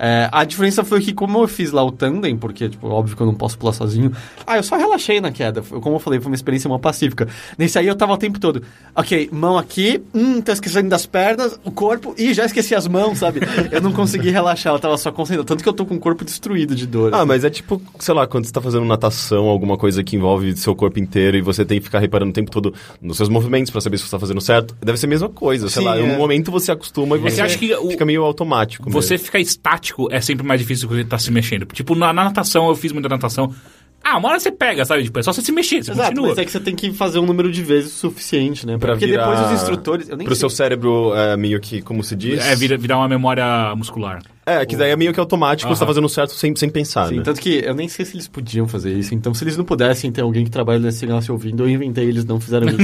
Speaker 2: É, a diferença foi que, como eu fiz lá o tandem, porque, tipo, óbvio que eu não posso pular sozinho. Ah, eu só relaxei na queda. Foi- Como eu falei, foi uma experiência uma pacífica. Nesse aí eu tava o tempo todo. Ok, mão aqui, hum, tô esquecendo das pernas, o corpo, e já esqueci as mãos, sabe? Eu não consegui relaxar, eu tava só concentrado. Tanto que eu tô com o corpo destruído de dor.
Speaker 3: (laughs) Ah, mas é tipo, sei lá, quando você tá fazendo natação, alguma coisa que envolve seu corpo inteiro e você tem que ficar reparando o tempo todo nos seus movimentos pra saber se você tá fazendo certo. Deve ser a mesma coisa, sei
Speaker 2: Sim,
Speaker 3: lá. Em
Speaker 2: é.
Speaker 3: um momento você acostuma e
Speaker 1: que
Speaker 3: você
Speaker 1: eu acho que o-
Speaker 3: fica meio automático.
Speaker 1: Você
Speaker 3: mesmo.
Speaker 1: ficar estático é sempre mais difícil do que você tá se mexendo. Tipo, na, na natação, eu fiz muita natação. Ah, uma hora você pega, sabe? Tipo, é só você se mexer, você
Speaker 2: Exato,
Speaker 1: continua.
Speaker 2: mas é que você tem que fazer um número de vezes suficiente, né?
Speaker 3: Pra
Speaker 2: Porque
Speaker 3: virar-
Speaker 2: depois os instrutores. Eu nem
Speaker 3: Pro
Speaker 2: sei.
Speaker 3: seu cérebro, é, meio que, como se diz?
Speaker 1: É vira- virar uma memória muscular.
Speaker 3: É, que daí é meio que automático, você tá fazendo certo sem, sem pensar,
Speaker 2: Sim, então
Speaker 3: né?
Speaker 2: Assim, tanto que eu nem sei se eles podiam fazer isso. Então, se eles não pudessem, tem alguém que trabalha nesse negócio ouvindo, eu inventei, eles não fizeram isso.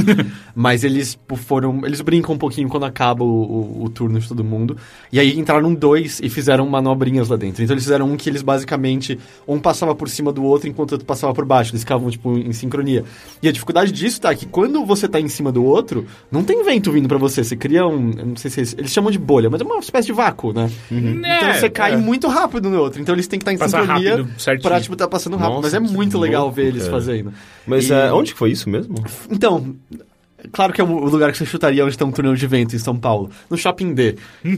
Speaker 2: Mas eles tipo, foram. Eles brincam um pouquinho quando acaba o, o- o turno de todo mundo. E aí entraram dois e fizeram manobrinhas lá dentro. Então eles fizeram um que eles basicamente. Um passava por cima do outro enquanto o outro passava por baixo. Eles ficavam, tipo, em sincronia. E a dificuldade disso tá que quando você tá em cima do outro, não tem vento vindo pra você. Você cria um. eu Não sei se eles, eles chamam de bolha, mas é uma espécie de vácuo, né? Então
Speaker 1: É,
Speaker 2: você cai
Speaker 1: é.
Speaker 2: muito rápido no outro. Então eles têm que estar em
Speaker 1: Passar
Speaker 2: sincronia
Speaker 1: rápido, certinho.
Speaker 2: pra, tipo, tá passando rápido.
Speaker 3: Nossa,
Speaker 2: mas é
Speaker 3: que
Speaker 2: muito
Speaker 3: louco,
Speaker 2: legal ver eles
Speaker 3: cara.
Speaker 2: fazendo.
Speaker 3: Mas
Speaker 2: E-
Speaker 3: é, onde que foi isso mesmo?
Speaker 2: Então, claro que é o lugar que você chutaria onde tem um torneio de vento em São Paulo. No Shopping D. (laughs)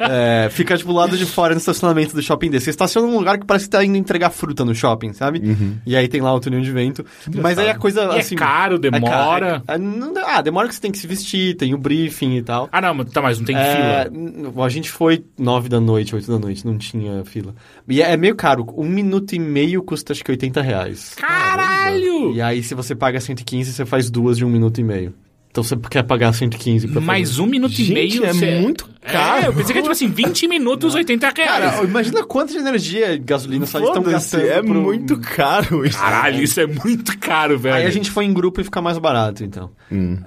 Speaker 2: É, fica, tipo, do lado de fora no estacionamento do Shopping D. Você estaciona num lugar que parece que tá indo entregar fruta no shopping, sabe? E aí tem lá o torneio de vento. Mas aí a coisa,
Speaker 1: Uhum. E
Speaker 2: assim...
Speaker 1: é caro,
Speaker 2: é ca-
Speaker 1: demora.
Speaker 2: é- é- não dá- ah, demora que você tem que se vestir, tem o briefing e tal.
Speaker 1: Ah, não, mas- tá, mas não tem
Speaker 2: É,
Speaker 1: fila.
Speaker 2: n- a gente foi 9 da noite, 8 da noite, não tinha fila. E é é meio caro, um minuto e meio custa acho que 80 reais.
Speaker 1: Caralho!
Speaker 2: E aí, se você paga 115, você faz duas de um minuto e meio. Então você quer pagar 115 pra
Speaker 1: Mais
Speaker 2: fazer.
Speaker 1: um minuto
Speaker 3: Gente,
Speaker 1: e meio.
Speaker 3: é
Speaker 1: você-
Speaker 3: muito
Speaker 1: É,
Speaker 3: caro.
Speaker 1: eu pensei que era tipo assim, 20 minutos, 80 reais.
Speaker 2: Cara, é imagina quanta de energia e gasolina só eles estão
Speaker 3: Foda-se,
Speaker 2: gastando.
Speaker 3: é
Speaker 2: pro-
Speaker 3: muito caro isso.
Speaker 1: Caralho, isso é muito caro, velho.
Speaker 2: Aí a gente foi em grupo e fica mais barato, então.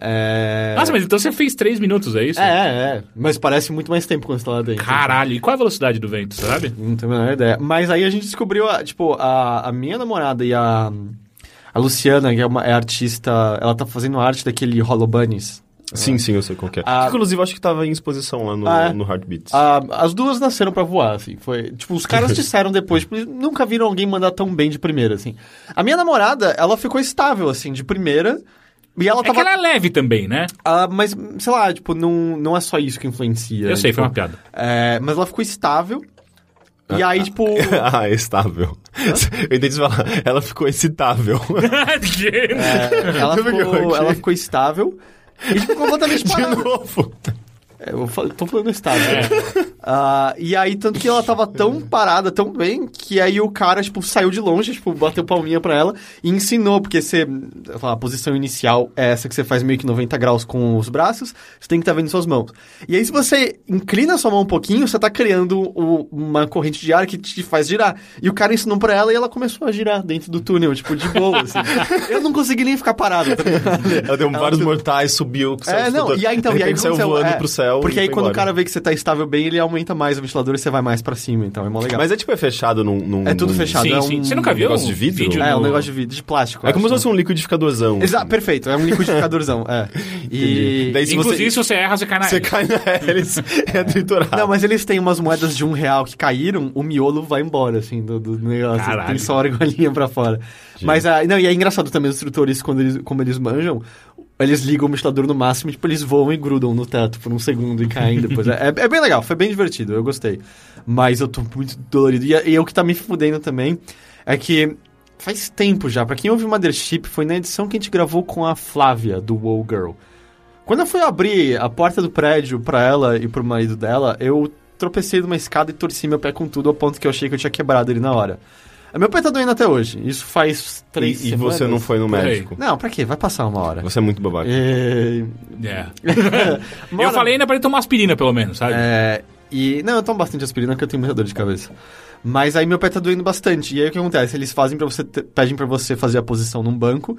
Speaker 2: É...
Speaker 1: Nossa, mas então você fez 3 minutos, é isso?
Speaker 2: É, é, é. Mas parece muito mais tempo quando você tá lá dentro.
Speaker 1: Caralho, e qual a velocidade do vento, sabe?
Speaker 2: Não tenho a menor ideia. Mas aí a gente descobriu, a- tipo, a, a minha namorada e a, a Luciana, que é uma é artista, ela tá fazendo arte daquele Hollow Bunnies.
Speaker 3: Sim, sim, eu sei qual que é.
Speaker 2: Ah.
Speaker 3: Inclusive, eu acho que tava em exposição lá no,
Speaker 2: Ah, é.
Speaker 3: no Heartbeats.
Speaker 2: A- as duas nasceram pra voar, assim. Foi, tipo, os caras disseram depois, tipo, eles nunca viram alguém mandar tão bem de primeira, assim. A minha namorada, ela ficou estável, assim, de primeira. E ela
Speaker 1: É que
Speaker 2: tava.
Speaker 1: ela é leve também, né?
Speaker 2: Ah, mas, sei lá, tipo, não, não é só isso que influencia.
Speaker 1: Eu sei, foi uma
Speaker 2: tipo, (laughs)
Speaker 1: piada.
Speaker 2: é, mas ela ficou estável. E aí, tipo.
Speaker 3: (laughs) ah, estável. Eu entendi você falar, ela
Speaker 2: (laughs)
Speaker 3: ficou excitável.
Speaker 2: É,
Speaker 1: (laughs)
Speaker 2: Ela
Speaker 3: Sabe o que eu
Speaker 2: ficou,
Speaker 3: aqui?
Speaker 2: ela ficou estável e ficou completamente parada.
Speaker 3: De novo.
Speaker 2: É, eu fal- tô falando estável. Ah, e aí, tanto que ela tava tão parada, tão bem, que aí o cara, tipo, saiu de longe, tipo, bateu palminha pra ela e ensinou, porque você... eu falo, A posição inicial é essa que você faz meio que 90 graus com os braços, você tem que estar vendo suas mãos. E aí, se você inclina sua mão um pouquinho, você tá criando o- uma corrente de ar que te faz girar. E o cara ensinou pra ela e ela começou a girar dentro do túnel, tipo, de boa, assim. Eu não consegui nem ficar parado, tá ligado?
Speaker 3: Ela deu vários mortais, subiu.
Speaker 2: É,
Speaker 3: saiu
Speaker 2: não,
Speaker 3: tudo.
Speaker 2: e aí então,
Speaker 3: De
Speaker 2: e aí
Speaker 3: repente saiu
Speaker 2: aconteceu,
Speaker 3: voando
Speaker 2: é,
Speaker 3: pro céu.
Speaker 2: Porque
Speaker 3: e
Speaker 2: aí
Speaker 3: foi
Speaker 2: quando o
Speaker 3: embora.
Speaker 2: cara vê que você tá estável bem, ele aumenta mais o ventilador e você vai mais pra cima, então é mó legal.
Speaker 3: Mas é tipo, é fechado num. num-
Speaker 2: É tudo
Speaker 3: num-
Speaker 2: fechado.
Speaker 1: sim,
Speaker 2: é
Speaker 1: sim.
Speaker 2: um
Speaker 1: Você nunca viu
Speaker 3: negócio
Speaker 1: um
Speaker 3: de vidro?
Speaker 1: vídeo
Speaker 2: É,
Speaker 1: no-
Speaker 2: um negócio de vidro, de plástico.
Speaker 3: É como se
Speaker 2: acho,
Speaker 3: fosse um liquidificadorzão.
Speaker 2: né? Exato, perfeito, é um liquidificadorzão, é.
Speaker 3: (laughs)
Speaker 2: E...
Speaker 3: Daí se
Speaker 1: Inclusive,
Speaker 3: você,
Speaker 1: se você erra, você cai na
Speaker 3: você
Speaker 1: hélice.
Speaker 3: cai na
Speaker 2: (laughs)
Speaker 3: hélice, é triturado.
Speaker 2: Não, mas eles têm umas moedas de um real que caíram, o miolo vai embora, assim, do, do negócio.
Speaker 1: Caralho.
Speaker 2: Tem só a argolinha pra fora. Mas, ah, não, e é engraçado também os instrutores, quando eles, como eles manjam, eles ligam o ventilador no máximo e, tipo, eles voam e grudam no teto por um segundo e caem depois. é, é- é bem legal, foi bem divertido, eu gostei. Mas eu tô muito dolorido. E, e o que tá me fudendo também é que faz tempo já, pra quem ouve o Mothership, foi na edição que a gente gravou com a Flávia, do Wow Girl. Quando eu fui abrir a porta do prédio pra ela e pro marido dela, eu tropecei numa escada e torci meu pé com tudo, ao ponto que eu achei que eu tinha quebrado ele na hora. Meu pé tá doendo até hoje. Isso faz três
Speaker 3: E, e
Speaker 2: semanas.
Speaker 3: você não foi no
Speaker 1: Peraí.
Speaker 3: médico.
Speaker 2: Não, pra quê? Vai passar uma hora.
Speaker 3: Você é muito babaca.
Speaker 2: É,
Speaker 1: É.
Speaker 2: (laughs) Mora-
Speaker 1: Eu falei ainda pra ele tomar aspirina, pelo menos, sabe?
Speaker 2: É, e, não, eu tomo bastante aspirina porque eu tenho muita dor de cabeça. Mas aí meu pé tá doendo bastante. E aí o que acontece? Eles fazem para você, te- pedem pra você fazer a posição num banco,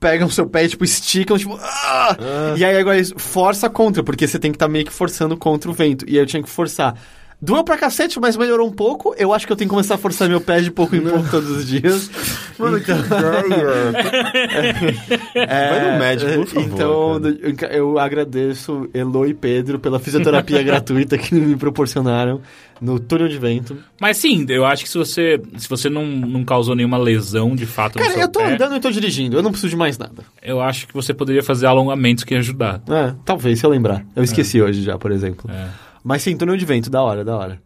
Speaker 2: pegam seu pé e tipo esticam, tipo, "Ah!" E aí agora eles força contra, porque você tem que estar meio que forçando contra o vento. E aí eu tinha que forçar. Doeu pra cacete, mas melhorou um pouco. Eu acho que eu tenho que começar a forçar meu pé de pouco em pouco todos os dias. Mano, então...
Speaker 3: Vai no médico, por favor.
Speaker 2: É, Então,
Speaker 3: cara.
Speaker 2: eu- eu agradeço Elo e Pedro pela
Speaker 3: (laughs)
Speaker 2: fisioterapia gratuita que me proporcionaram no túnel de vento.
Speaker 1: Mas sim, eu acho que se você, se você não, não causou nenhuma lesão de fato no
Speaker 2: Cara,
Speaker 1: seu
Speaker 2: eu tô
Speaker 1: pé,
Speaker 2: andando e tô dirigindo, eu não preciso de mais nada.
Speaker 1: eu acho que você poderia fazer alongamentos que ia ajudar.
Speaker 2: É, talvez, se eu lembrar.
Speaker 3: É.
Speaker 2: Eu esqueci hoje já, por exemplo.
Speaker 1: É.
Speaker 2: Mas sim, túnel de vento, da hora, da hora.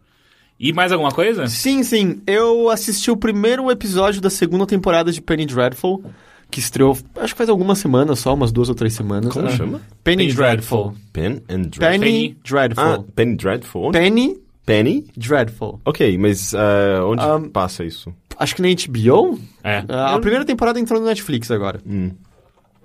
Speaker 1: E mais alguma coisa?
Speaker 2: Sim, sim, eu assisti o primeiro episódio da segunda temporada de Penny Dreadful, que estreou, acho que faz algumas semanas só, umas duas ou três semanas.
Speaker 3: Como
Speaker 2: É.
Speaker 3: chama?
Speaker 2: Penny,
Speaker 1: Penny Dreadful.
Speaker 2: Dreadful.
Speaker 3: Pen and Dreadful.
Speaker 2: Penny
Speaker 3: Ah,
Speaker 2: Dreadful.
Speaker 3: Penny Dreadful? Onde-
Speaker 2: Penny
Speaker 3: Penny?
Speaker 2: Dreadful.
Speaker 3: Ok, mas ah, onde
Speaker 2: Ahn,
Speaker 3: passa isso?
Speaker 2: Acho que na HBO?
Speaker 1: É.
Speaker 2: Ah, A primeira temporada entrou no Netflix agora.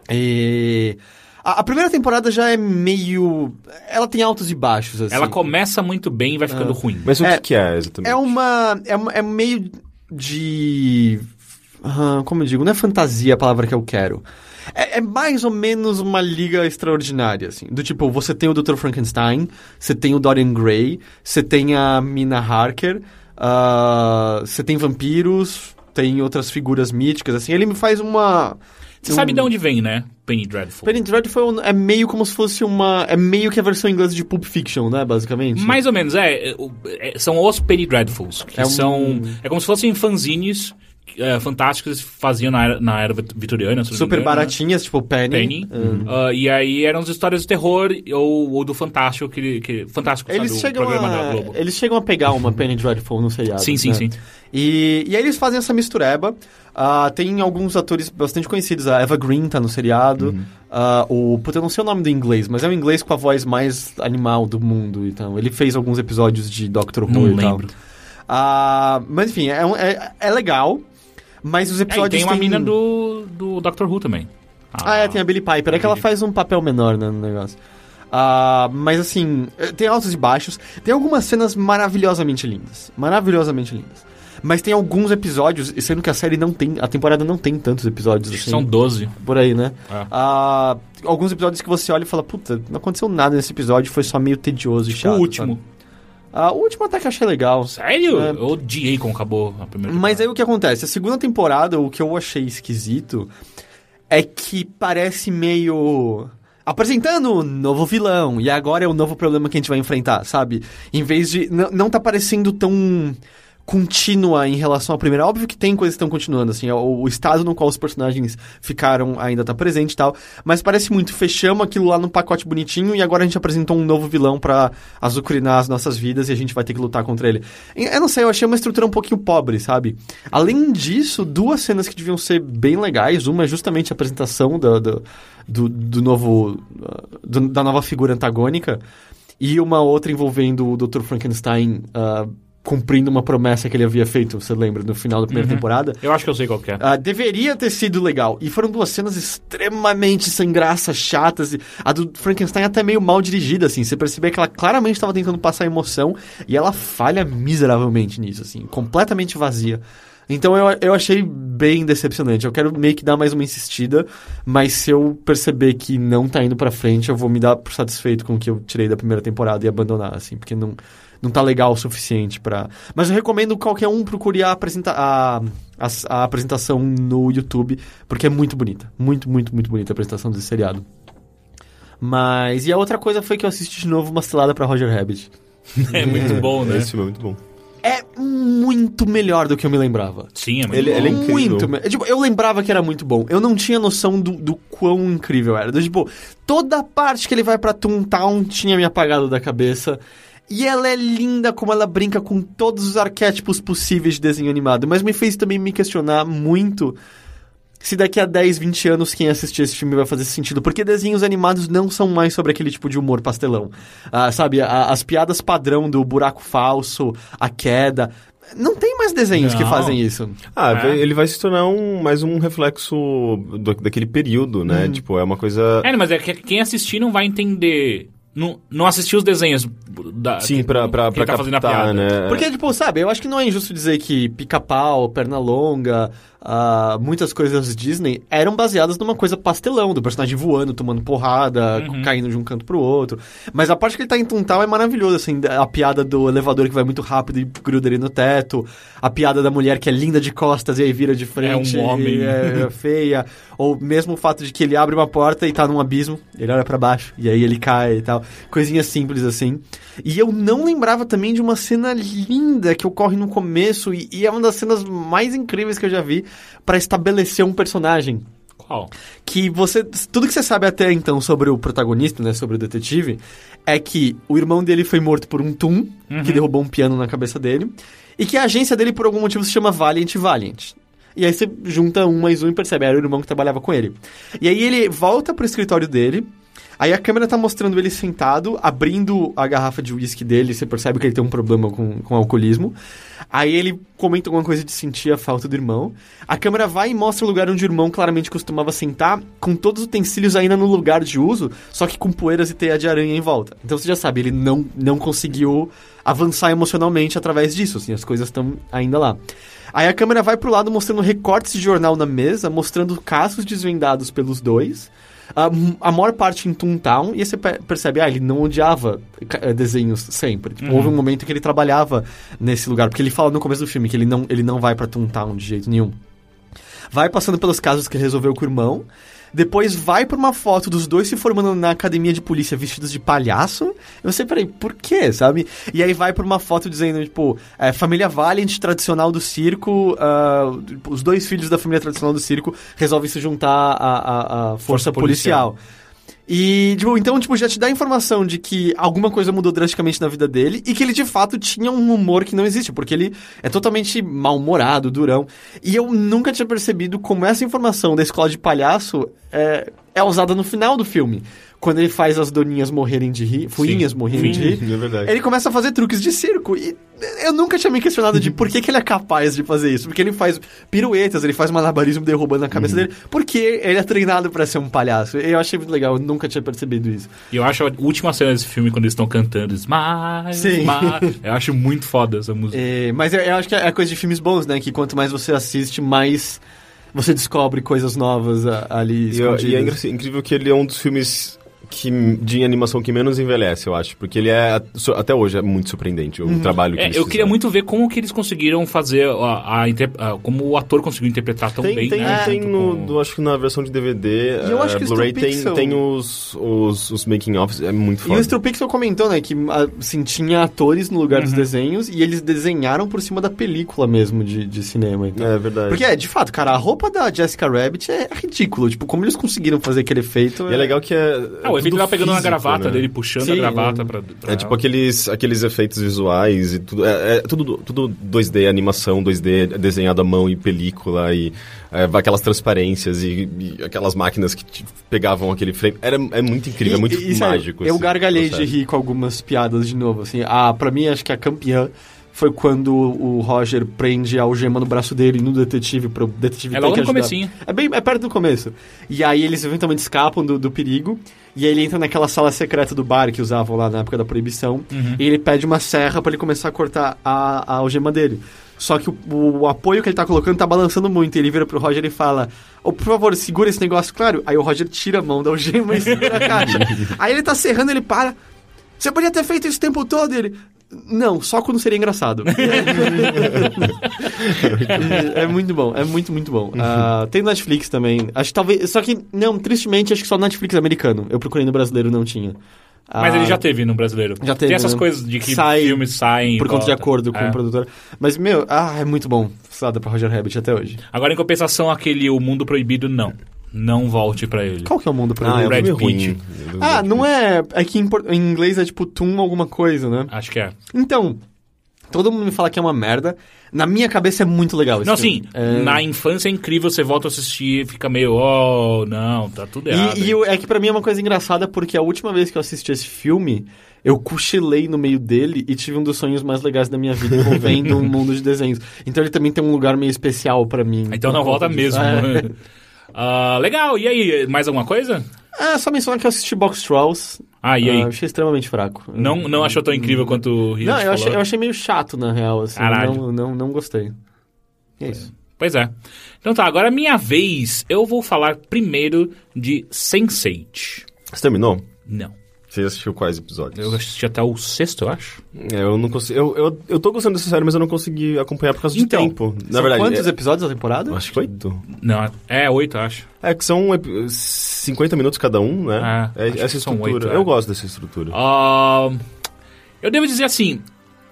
Speaker 2: E... A, a primeira temporada já é meio... Ela tem altos e baixos, assim.
Speaker 1: Ela começa muito bem e vai ficando ruim.
Speaker 3: Mas o
Speaker 2: É-
Speaker 3: que, que é exatamente?
Speaker 2: É uma... É, uma- é meio de... ah, como eu digo? Não é fantasia a palavra que eu quero. É, é mais ou menos uma liga extraordinária, assim. Do tipo, você tem o Dr. Frankenstein, você tem o Dorian Gray, você tem a Mina Harker, ah, você tem vampiros, tem outras figuras míticas, assim. Ele me faz uma... um
Speaker 1: Você sabe de onde vem, né? Penny Dreadful.
Speaker 2: Penny Dreadful é meio como se fosse uma. É meio que a versão inglesa de Pulp Fiction, né? Basicamente.
Speaker 1: Mais ou menos, é, é, o- é, São os Penny Dreadfuls, que
Speaker 2: É um-
Speaker 1: são... É como se fossem fanzines é, fantásticos que eles faziam na era, na era vitoriana. se não me
Speaker 2: Super
Speaker 1: engano, né?
Speaker 2: baratinhas, tipo Penny.
Speaker 1: Penny. Ah, e aí eram as histórias do terror ou, ou do Fantástico, que, que Fantástico,
Speaker 2: Eles
Speaker 1: sabe,
Speaker 2: chegam,
Speaker 1: o programa da
Speaker 2: a, é,
Speaker 1: Globo.
Speaker 2: eles chegam a pegar uma Penny Dreadful no seriado.
Speaker 1: Sim, sim,
Speaker 2: né?
Speaker 1: sim.
Speaker 2: E, e aí eles fazem essa mistureba. Ah, tem alguns atores bastante conhecidos. A Eva Green tá no seriado.
Speaker 1: Uhum.
Speaker 2: Ah, o, puta, eu não sei o nome do inglês, mas é um inglês com a voz mais animal do mundo. Então, ele fez alguns episódios de Doctor Who
Speaker 1: Não
Speaker 2: e tal.
Speaker 1: lembro.
Speaker 2: Ah, mas enfim, é, um- é, é legal. Mas os
Speaker 1: É, e
Speaker 2: episódios
Speaker 1: tem uma
Speaker 2: têm-
Speaker 1: mina do, do Doctor Who também.
Speaker 2: Ah, é, tem a Billy Piper. É que ela
Speaker 1: Uhum.
Speaker 2: faz um papel menor né, no negócio. Ah, mas assim, eh, tem altos e baixos. Tem algumas cenas maravilhosamente lindas. Maravilhosamente lindas. Mas tem alguns episódios, e sendo que a série não tem, a temporada não tem tantos episódios
Speaker 1: Acho que
Speaker 2: assim.
Speaker 1: São 12.
Speaker 2: Por aí, né?
Speaker 1: É.
Speaker 2: Ah, alguns episódios que você olha e fala, puta, não aconteceu nada nesse episódio, foi só meio tedioso e chato.
Speaker 1: Tipo, o último.
Speaker 2: sabe? Ah, o último até que eu achei legal.
Speaker 1: Sério?
Speaker 2: É.
Speaker 1: Eu odiei como acabou a primeira
Speaker 2: Mas aí
Speaker 1: temporada.
Speaker 2: o que acontece? A segunda temporada, o que eu achei esquisito é que parece meio. Apresentando o novo vilão, e agora é o novo problema que a gente vai enfrentar, sabe? Em vez de. n- Não tá parecendo tão contínua em relação à primeira. Óbvio que tem coisas que estão continuando, assim, o, o estado no qual os personagens ficaram ainda tá presente e tal, mas parece muito, fechamos aquilo lá num pacote bonitinho e agora a gente apresentou um novo vilão pra azucrinar as nossas vidas e a gente vai ter que lutar contra ele. E- Eu não sei, eu achei uma estrutura um pouquinho pobre, sabe? Além disso, duas cenas que deviam ser bem legais, uma é justamente a apresentação da- da- do, do novo, ah, do- da nova figura antagônica, e uma outra envolvendo o Dr. Frankenstein ah, cumprindo uma promessa que ele havia feito, você lembra, no final da primeira temporada.
Speaker 1: Eu acho que eu sei qual
Speaker 2: (laughs)
Speaker 1: que é.
Speaker 2: Ah, deveria ter sido legal. E foram duas cenas extremamente sem graça, chatas. e A do Frankenstein é até meio mal dirigida, assim. Você percebia que ela claramente estava tentando passar emoção e ela falha miseravelmente nisso, assim. Completamente vazia. Então eu, eu achei bem decepcionante. Eu quero meio que dar mais uma insistida, mas se eu perceber que não tá indo pra frente, eu vou me dar por satisfeito com o que eu tirei da primeira temporada e abandonar, assim, porque não, não tá legal o suficiente pra. Mas eu recomendo qualquer um procurar a, apresenta a, a, a apresentação no YouTube, porque é muito bonita. Muito, muito, muito bonita a apresentação desse seriado. Mas. E a outra coisa foi que eu assisti de novo uma selada pra Roger Rabbit.
Speaker 1: É muito bom, né?
Speaker 3: Esse filme é muito bom.
Speaker 2: É muito melhor do que eu me lembrava.
Speaker 1: Sim, é muito
Speaker 3: Ele-
Speaker 1: bom.
Speaker 3: ele é incrível.
Speaker 2: Muito, me- tipo, eu lembrava que era muito bom. Eu não tinha noção do, do quão incrível era. Do, tipo, toda parte que ele vai pra Toontown tinha me apagado da cabeça. E ela é linda como ela brinca com todos os arquétipos possíveis de desenho animado. Mas me fez também me questionar muito se daqui a 10, 20 anos quem assistir esse filme vai fazer sentido. Porque desenhos animados não são mais sobre aquele tipo de humor pastelão. Ah, sabe, a- as piadas padrão do buraco falso, a queda. Não tem mais desenhos que
Speaker 1: Não.
Speaker 2: fazem isso.
Speaker 3: Ah,
Speaker 1: É.
Speaker 3: vai- ele vai se tornar um, mais um reflexo do- daquele período, né?
Speaker 2: Uhum.
Speaker 3: Tipo, é uma coisa.
Speaker 1: É, mas é que quem assistir não vai entender. Não, não assistiu os desenhos da.
Speaker 3: Sim, pra, pra,
Speaker 1: que
Speaker 3: pra
Speaker 1: tá fazendo a piada.
Speaker 3: captar, né?
Speaker 2: Porque, tipo, sabe, eu acho que não é injusto dizer que pica-pau, perna longa, ah, muitas coisas Disney eram baseadas numa coisa pastelão, do personagem voando, tomando porrada, caindo de um canto pro outro. Mas a parte que ele tá em Tuntal é maravilhosa, assim, da- a piada do elevador que vai muito rápido e gruda ele no teto, a piada da mulher que é linda de costas e aí vira de frente
Speaker 1: É um homem.
Speaker 2: e
Speaker 1: (laughs)
Speaker 2: é feia, ou mesmo o fato de que ele abre uma porta e tá num abismo, ele olha pra baixo e aí ele cai e tal. Coisinha simples assim. E eu não lembrava também de uma cena linda que ocorre no começo e, e é uma das cenas mais incríveis que eu já vi pra estabelecer um personagem
Speaker 1: Qual?
Speaker 2: que você tudo que você sabe até então sobre o protagonista, né, sobre o detetive, é que o irmão dele foi morto por um tum que derrubou um piano na cabeça dele e que a agência dele por algum motivo se chama Valiant Valiant. E aí você junta um mais um e percebe era o irmão que trabalhava com ele. E aí ele volta pro escritório dele. Aí a câmera tá mostrando ele sentado, abrindo a garrafa de uísque dele, você percebe que ele tem um problema com, com alcoolismo. Aí ele comenta alguma coisa de sentir a falta do irmão. A câmera vai e mostra o lugar onde o irmão claramente costumava sentar, com todos os utensílios ainda no lugar de uso, só que com poeiras e teia de aranha em volta. Então você já sabe, ele não, não conseguiu avançar emocionalmente através disso, assim, as coisas estão ainda lá. Aí a câmera vai pro lado mostrando recortes de jornal na mesa, mostrando casos desvendados pelos dois. A, a maior parte em Toontown, e aí você pe- percebe, ah, ele não odiava eh, desenhos sempre. Tipo, Houve um momento que ele trabalhava nesse lugar, porque ele fala no começo do filme que ele não, ele não vai pra Toontown de jeito nenhum. Vai passando pelos casos que resolveu com o irmão. Depois vai pra uma foto dos dois se formando na academia de polícia vestidos de palhaço. Eu sei, peraí, por quê, sabe? E aí vai pra uma foto dizendo, tipo, é, família Valiant tradicional do circo, ah, os dois filhos da família tradicional do circo resolvem se juntar à, à- à força,
Speaker 1: Força
Speaker 2: policial.
Speaker 1: policial.
Speaker 2: E, tipo, então, tipo, já te dá a informação de que alguma coisa mudou drasticamente na vida dele e que ele, de fato, tinha um humor que não existe, porque ele é totalmente mal-humorado, durão. E eu nunca tinha percebido como essa informação da escola de palhaço é, é usada no final do filme. Quando ele faz as doninhas morrerem de rir, fuinhas morrerem de
Speaker 1: Sim.
Speaker 2: rir.
Speaker 3: É verdade.
Speaker 2: Ele começa a fazer truques de circo e eu nunca tinha me questionado de por que, que ele é capaz de fazer isso. Porque ele faz piruetas, ele faz malabarismo derrubando a cabeça
Speaker 3: Uhum.
Speaker 2: dele, porque ele é treinado pra ser um palhaço. Eu achei muito legal, eu nunca tinha percebido isso.
Speaker 1: E eu acho a última cena desse filme, quando eles estão cantando Smile,
Speaker 2: Sim.
Speaker 3: (laughs)
Speaker 1: Smile. Eu acho muito foda essa música.
Speaker 2: É, mas eu, eu acho que é coisa de filmes bons, né? Que quanto mais você assiste, mais você descobre coisas novas a- ali
Speaker 3: E, eu-
Speaker 2: escondidas.
Speaker 3: e é engra- incrível que ele é um dos filmes que, de animação que menos envelhece, eu acho. Porque ele é, a- so- até hoje, é muito surpreendente o
Speaker 2: Uhum.
Speaker 3: trabalho que
Speaker 1: É,
Speaker 3: eles
Speaker 1: eu queria
Speaker 3: fizeram.
Speaker 1: muito ver como que eles conseguiram fazer a, a inter- a- como o ator conseguiu interpretar tão
Speaker 3: Tem,
Speaker 1: bem,
Speaker 3: tem, um
Speaker 1: né?
Speaker 3: tem
Speaker 1: junto
Speaker 3: no,
Speaker 1: com-
Speaker 3: do- acho que na versão de DVD,
Speaker 2: E eu
Speaker 3: eh,
Speaker 2: acho que o
Speaker 3: Blu-ray
Speaker 2: Stone
Speaker 3: tem,
Speaker 2: Pixel-
Speaker 3: tem os, os, os making-offs, é muito
Speaker 2: E o
Speaker 3: foda.
Speaker 2: Stropixel comentou, né, que assim, tinha atores no lugar
Speaker 3: Uhum.
Speaker 2: dos desenhos e eles desenharam por cima da película mesmo de, de cinema. Então.
Speaker 3: É verdade.
Speaker 2: Porque é, de fato, cara, a roupa da Jessica Rabbit é ridícula. Tipo, como eles conseguiram fazer aquele efeito.
Speaker 3: E é legal que é.
Speaker 1: Ah, o efeito
Speaker 3: tudo
Speaker 1: lá pegando na
Speaker 3: físico,
Speaker 1: gravata
Speaker 3: né?
Speaker 1: dele, puxando
Speaker 2: Sim,
Speaker 1: a gravata
Speaker 2: é.
Speaker 1: pra, pra
Speaker 3: É tipo aqueles, aqueles efeitos visuais e tudo. É, é tudo, tudo 2D, animação, 2D desenhado à mão e película e é, aquelas transparências e, e aquelas máquinas que te pegavam aquele frame. Era, é muito incrível, é muito
Speaker 2: E- e, sério,
Speaker 3: mágico.
Speaker 2: Eu
Speaker 3: esse
Speaker 2: gargalhei de
Speaker 3: processo.
Speaker 2: rir com algumas piadas de novo, assim. Ah, pra mim, acho que a campeã foi quando o Roger prende a algema no braço dele no detetive, pro detetive
Speaker 1: É
Speaker 2: ter
Speaker 1: logo
Speaker 2: que
Speaker 1: no
Speaker 2: ajudar.
Speaker 1: comecinho.
Speaker 2: (laughs) É, bem, é perto do começo. E aí eles eventualmente escapam do, do perigo. E aí ele entra naquela sala secreta do bar que usavam lá na época da proibição. E ele pede uma serra pra ele começar a cortar a, a algema dele. Só que o, o apoio que ele tá colocando tá balançando muito. E ele vira pro Roger e fala: Ô, por favor, segura esse negócio, claro. Aí o Roger tira a mão da algema e segura a caixa. aí ele tá serrando, ele para. Você podia ter feito isso o tempo todo. E ele. Não, só quando
Speaker 1: (laughs)
Speaker 2: seria engraçado. é muito bom, é muito, muito bom. Ah, tem Netflix também. Acho que talvez. Só que, não, tristemente, acho que só Netflix americano. Eu procurei no brasileiro, não tinha.
Speaker 1: Mas
Speaker 2: Ah,
Speaker 1: ele já tá teve no brasileiro.
Speaker 2: Já teve,
Speaker 1: Tem essas
Speaker 2: né?
Speaker 1: coisas de que
Speaker 2: Sai
Speaker 1: filmes saem. e
Speaker 2: Por conta de
Speaker 1: volta.
Speaker 2: acordo com
Speaker 1: É.
Speaker 2: o produtor. Mas, meu, ah, é muito bom. Sada pra Roger Rabbit até hoje.
Speaker 1: Agora, em compensação, aquele O Mundo Proibido, não. Não volte pra ele.
Speaker 2: Qual que é o mundo pra
Speaker 3: Ah, é um
Speaker 1: Brad
Speaker 3: filme ruim.
Speaker 1: Pitt.
Speaker 2: Ah, não é. É que em, por- em inglês é tipo Tum alguma coisa, né?
Speaker 1: Acho que é.
Speaker 2: Então, Todo mundo me fala que é uma merda. Na minha cabeça é muito legal esse
Speaker 1: Não,
Speaker 2: filme.
Speaker 1: assim,
Speaker 2: É.
Speaker 1: na infância é incrível, você volta a assistir e fica meio, oh, não, tá tudo errado.
Speaker 2: E, e eu- é que pra mim é uma coisa engraçada porque a última vez que eu assisti esse filme, eu cochilei no meio dele e tive um dos sonhos mais legais da minha
Speaker 1: (laughs)
Speaker 2: vida envolvendo um mundo de desenhos. Então ele também tem um lugar meio especial pra mim.
Speaker 1: Então não
Speaker 2: por conta
Speaker 1: volta
Speaker 2: disso.
Speaker 1: mesmo.
Speaker 2: É.
Speaker 1: (laughs) Ah, legal, e aí, mais alguma coisa?
Speaker 2: Ah, só mencionar que eu assisti Box Trolls.
Speaker 1: Ah, e aí?
Speaker 2: Ah, achei extremamente fraco.
Speaker 1: Não, não achou tão incrível quanto o Rio
Speaker 2: Não, eu
Speaker 1: falou?
Speaker 2: achei, eu achei meio chato, na real, assim.
Speaker 1: Caralho.
Speaker 2: Não, não, não gostei. E é isso.
Speaker 1: Pois é. Então tá, agora é minha vez. Eu vou falar primeiro de Sense8.
Speaker 3: Você terminou?
Speaker 1: Não.
Speaker 3: Você assistiu quais episódios?
Speaker 1: Eu assisti até o sexto, eu acho.
Speaker 3: É, eu não consigo. Eu, eu, eu tô gostando dessa série, mas eu não consegui acompanhar por causa de
Speaker 1: Então,
Speaker 3: tempo. Na
Speaker 2: São
Speaker 3: verdade.
Speaker 2: quantos
Speaker 3: é-
Speaker 2: episódios da temporada?
Speaker 3: Acho que oito.
Speaker 1: Não, é oito, eu acho.
Speaker 3: É que são ep- 50 minutos cada um, né?
Speaker 1: Ah,
Speaker 3: é,
Speaker 1: acho
Speaker 3: essa
Speaker 1: que são
Speaker 3: estrutura.
Speaker 1: oito, é.
Speaker 3: eu gosto dessa estrutura.
Speaker 1: Ah, eu devo dizer assim,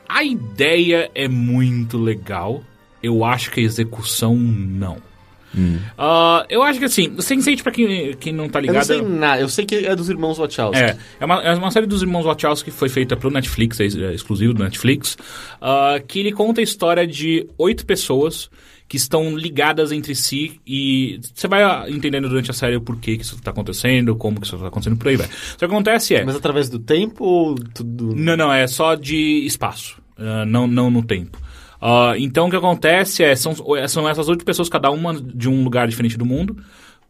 Speaker 1: a ideia é muito legal. Eu acho que a execução, não. Ah, eu acho que assim, Sense8, pra quem, quem não tá
Speaker 2: Hum. Eu
Speaker 1: ligado...
Speaker 2: não sei nada. Eu sei que é dos irmãos Wachowski.
Speaker 1: É, é uma, é uma série dos irmãos Wachowski que foi feita pro Netflix, é, ex- é exclusivo do Netflix, ah, que ele conta a história de oito pessoas que estão ligadas entre si e você vai ah, entendendo durante a série o porquê que isso tá acontecendo, como que isso tá acontecendo, por aí vai. Só que acontece é...
Speaker 2: Mas através do tempo ou tudo...
Speaker 1: Não, não, é só de espaço, ah, não, não no tempo. Ah, então o que acontece é, são, são essas oito pessoas, cada uma de um lugar diferente do mundo,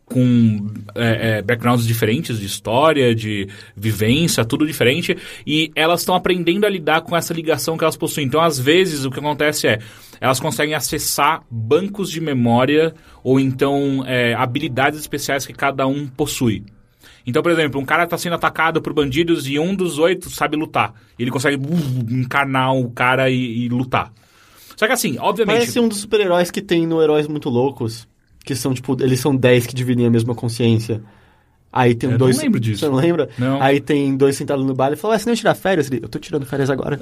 Speaker 1: com é, é, backgrounds diferentes de história, de vivência, tudo diferente, e elas estão aprendendo a lidar com essa ligação que elas possuem. Então, às vezes, o que acontece é, elas conseguem acessar bancos de memória ou então é, habilidades especiais que cada um possui. Então, por exemplo, um cara tá sendo atacado por bandidos e um dos oito sabe lutar. Ele consegue uh, encarnar o cara e, e lutar. Só que assim, obviamente.
Speaker 2: Parece um dos super-heróis que tem no Heróis Muito Loucos. Que são, tipo, eles são 10 que dividem a mesma consciência. Aí tem
Speaker 1: Eu
Speaker 2: dois.
Speaker 1: não lembro disso.
Speaker 2: Você não lembra?
Speaker 1: Não.
Speaker 2: Aí tem dois sentados no bar e falam, ah, se não eu tirar férias, ele, eu tô tirando férias
Speaker 1: (laughs)
Speaker 2: agora.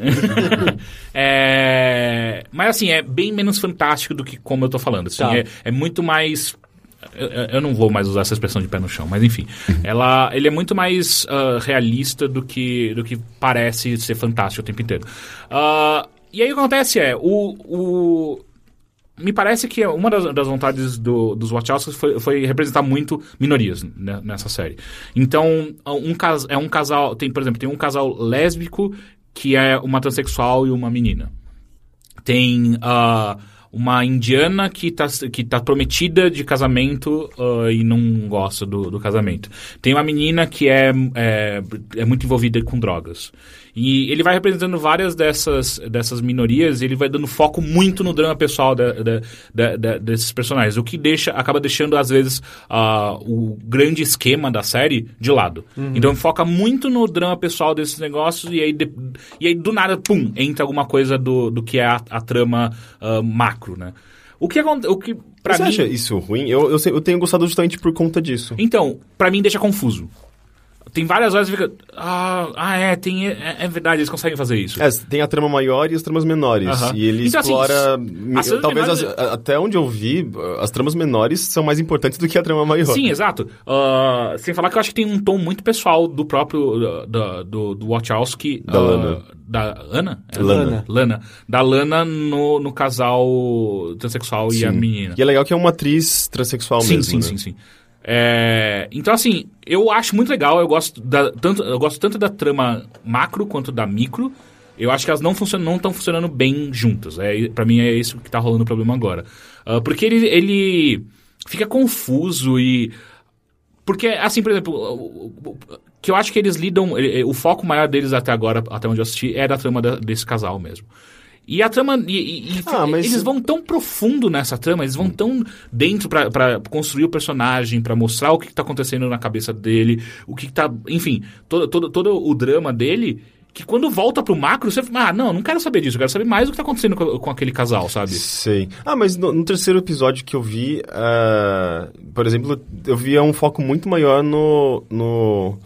Speaker 1: É, Mas assim, é bem menos fantástico do que como eu tô falando. assim,
Speaker 2: Tá.
Speaker 1: é, é muito mais. Eu, eu- eu não vou mais usar essa expressão de pé no chão, mas enfim.
Speaker 2: Uhum.
Speaker 1: Ela, ele é muito mais ah, realista do que, do que parece ser fantástico o tempo inteiro. Ah, e aí o que acontece é, o- o, me parece que uma das, das vontades do- dos Wachowski foi, foi representar muito minorias né, nessa série. Então, um, cas- é um casal, tem, por exemplo, tem um casal lésbico que é uma transexual e uma menina. Tem ah, uma indiana que tá, que tá prometida de casamento ah, e não gosta do, do casamento. Tem uma menina que é, é, é muito envolvida com drogas. E ele vai representando várias dessas, dessas minorias e ele vai dando foco muito no drama pessoal da- da- da- da- desses personagens. O que deixa acaba deixando, às vezes, ah, o grande esquema da série de lado.
Speaker 3: Uhum.
Speaker 1: Então foca muito no drama pessoal desses negócios e aí, de- e aí do nada, pum, entra alguma coisa do, do que é a, a trama ah, macro, né? O que acontece... O que, pra
Speaker 3: Você
Speaker 1: mim...
Speaker 3: acha isso ruim? Eu, eu, sei- eu tenho gostado justamente por conta disso.
Speaker 1: Então, pra mim deixa confuso. Tem várias horas que fica... Ah, ah, é, tem, é, é verdade, eles conseguem fazer isso.
Speaker 3: É, tem a trama maior e as tramas menores.
Speaker 1: Aham.
Speaker 3: E ele
Speaker 1: Então, assim,
Speaker 3: explora.
Speaker 1: as tramas
Speaker 3: talvez
Speaker 1: menores-
Speaker 3: as- a- até onde eu vi, as tramas menores são mais importantes do que a trama maior.
Speaker 1: Sim, exato. Ah, sem falar que eu acho que tem um tom muito pessoal do próprio ah, da- do, do Wachowski.
Speaker 3: Da
Speaker 1: ah,
Speaker 3: Lana.
Speaker 1: Da Ana? É,
Speaker 3: Lana.
Speaker 1: Lana. Da Lana no, no casal transexual e a menina.
Speaker 3: E é legal que é uma atriz transexual
Speaker 1: sim,
Speaker 3: mesmo.
Speaker 1: sim,
Speaker 3: né?
Speaker 1: sim, sim. É, então, assim, eu acho muito legal. Eu gosto, da- tanto, eu gosto tanto da trama macro quanto da micro. Eu acho que elas não estão funcionando bem juntas. É, para mim é isso que tá rolando o problema agora. Ah, porque ele, ele fica confuso e. Porque, assim, por exemplo, o- o- o- que eu acho que eles lidam. ele- O foco maior deles até agora, até onde eu assisti, é da trama da- desse casal mesmo. E a trama. e- e- e
Speaker 3: Ah, mas-
Speaker 1: Eles vão tão profundo nessa trama, eles
Speaker 3: Hum.
Speaker 1: vão tão dentro pra- pra construir o personagem, pra mostrar o que, que tá acontecendo na cabeça dele, o que, que tá. Enfim, todo, todo, todo o drama dele. Que quando volta pro macro, você fala, ah, não, não quero saber disso, eu quero saber mais o que tá acontecendo com, com aquele casal, sabe?
Speaker 3: Sei. Ah, mas no, no terceiro episódio que eu vi, ah, por exemplo, eu via um foco muito maior no. no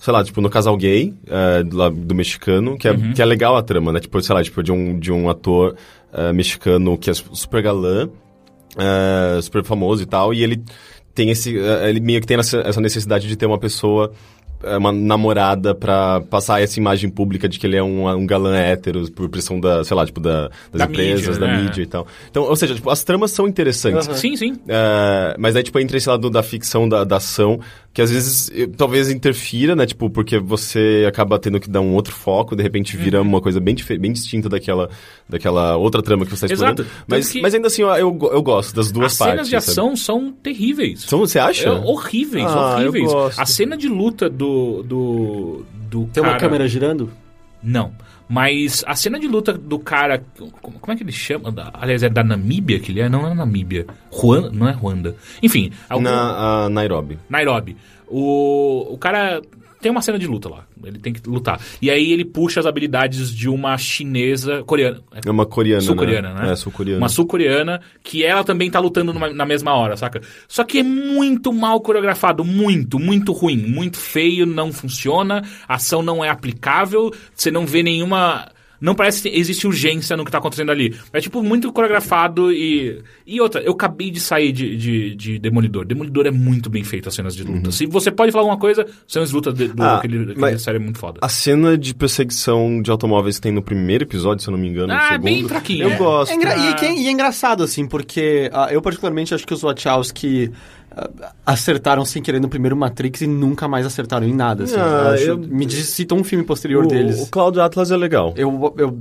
Speaker 3: sei lá, tipo, no casal gay ah, do, lá- do mexicano, que é, que é legal a trama, né? Tipo, sei lá, tipo, de um, de um ator ah, mexicano que é su- super galã, ah, eh, super famoso e tal, e ele tem esse. ah, ele meio que tem essa, essa necessidade de ter uma pessoa. é, uma namorada pra passar essa imagem pública de que ele é um, um galã hétero por pressão da, sei lá, tipo, da, das
Speaker 1: Da
Speaker 3: empresas,
Speaker 1: mídia,
Speaker 3: da
Speaker 1: né?
Speaker 3: mídia e tal. Então, ou seja, tipo, as tramas são interessantes.
Speaker 1: Sim, sim.
Speaker 3: É, mas aí, tipo, entra esse lado da ficção, da, da ação, que às vezes eh, talvez interfira, né? Tipo, porque você acaba tendo que dar um outro foco, de repente vira
Speaker 1: Uhum.
Speaker 3: uma coisa bem, dife- bem distinta daquela, daquela outra trama que você está
Speaker 1: Exato.
Speaker 3: explorando. Mas,
Speaker 1: Tanto que-
Speaker 3: mas ainda assim, eu, eu, eu gosto das duas
Speaker 1: As
Speaker 3: partes.
Speaker 1: cenas de
Speaker 3: sabe?
Speaker 1: ação são terríveis.
Speaker 3: São, você acha?
Speaker 1: É, horríveis,
Speaker 3: Ah, eu
Speaker 1: horríveis.
Speaker 3: gosto.
Speaker 1: A cena de luta do. do. do
Speaker 2: Tem uma
Speaker 1: cara-
Speaker 2: câmera girando?
Speaker 1: Não. Mas a cena de luta do cara. Como, como é que ele chama? Da- aliás, é da Namíbia que ele é? Não é Namíbia. Ruan, não é Ruanda. Enfim, algum-
Speaker 3: Na a Nairobi.
Speaker 1: Nairobi. O, o cara tem uma cena de luta lá. Ele tem que lutar. E aí ele puxa as habilidades de uma chinesa. coreana.
Speaker 3: É uma coreana. né?
Speaker 1: Sul-coreana, né?
Speaker 3: É, sul-coreana.
Speaker 1: Uma sul-coreana que ela também tá lutando numa- na mesma hora, saca? Só que é muito mal coreografado, muito, muito ruim, muito feio, não funciona, a ação não é aplicável, você não vê nenhuma. Não parece que existe urgência no que tá acontecendo ali. É tipo muito coreografado e. E outra, eu acabei de sair de, de, de Demolidor. Demolidor é muito bem feito as cenas de luta. Se você pode falar alguma coisa, cenas de luta de, do,
Speaker 3: Uhum. Ah,
Speaker 1: aquele, aquele
Speaker 3: mas-
Speaker 1: série é muito foda.
Speaker 3: A cena de perseguição de automóveis que tem no primeiro episódio, se eu não me engano, no
Speaker 1: Ah, é
Speaker 3: segundo.
Speaker 1: bem fraquinha.
Speaker 3: Eu
Speaker 1: É.
Speaker 3: gosto.
Speaker 2: É engra- e, que é- e é engraçado, assim, porque ah, eu particularmente acho que os Wachowski ah, acertaram sem querer no primeiro Matrix e nunca mais acertaram em nada. Assim,
Speaker 3: Ah,
Speaker 2: Eu acho-
Speaker 3: eu-
Speaker 2: Me diz, cita um filme posterior
Speaker 3: o,
Speaker 2: deles.
Speaker 3: o Cloud Atlas é legal.
Speaker 2: Eu, eu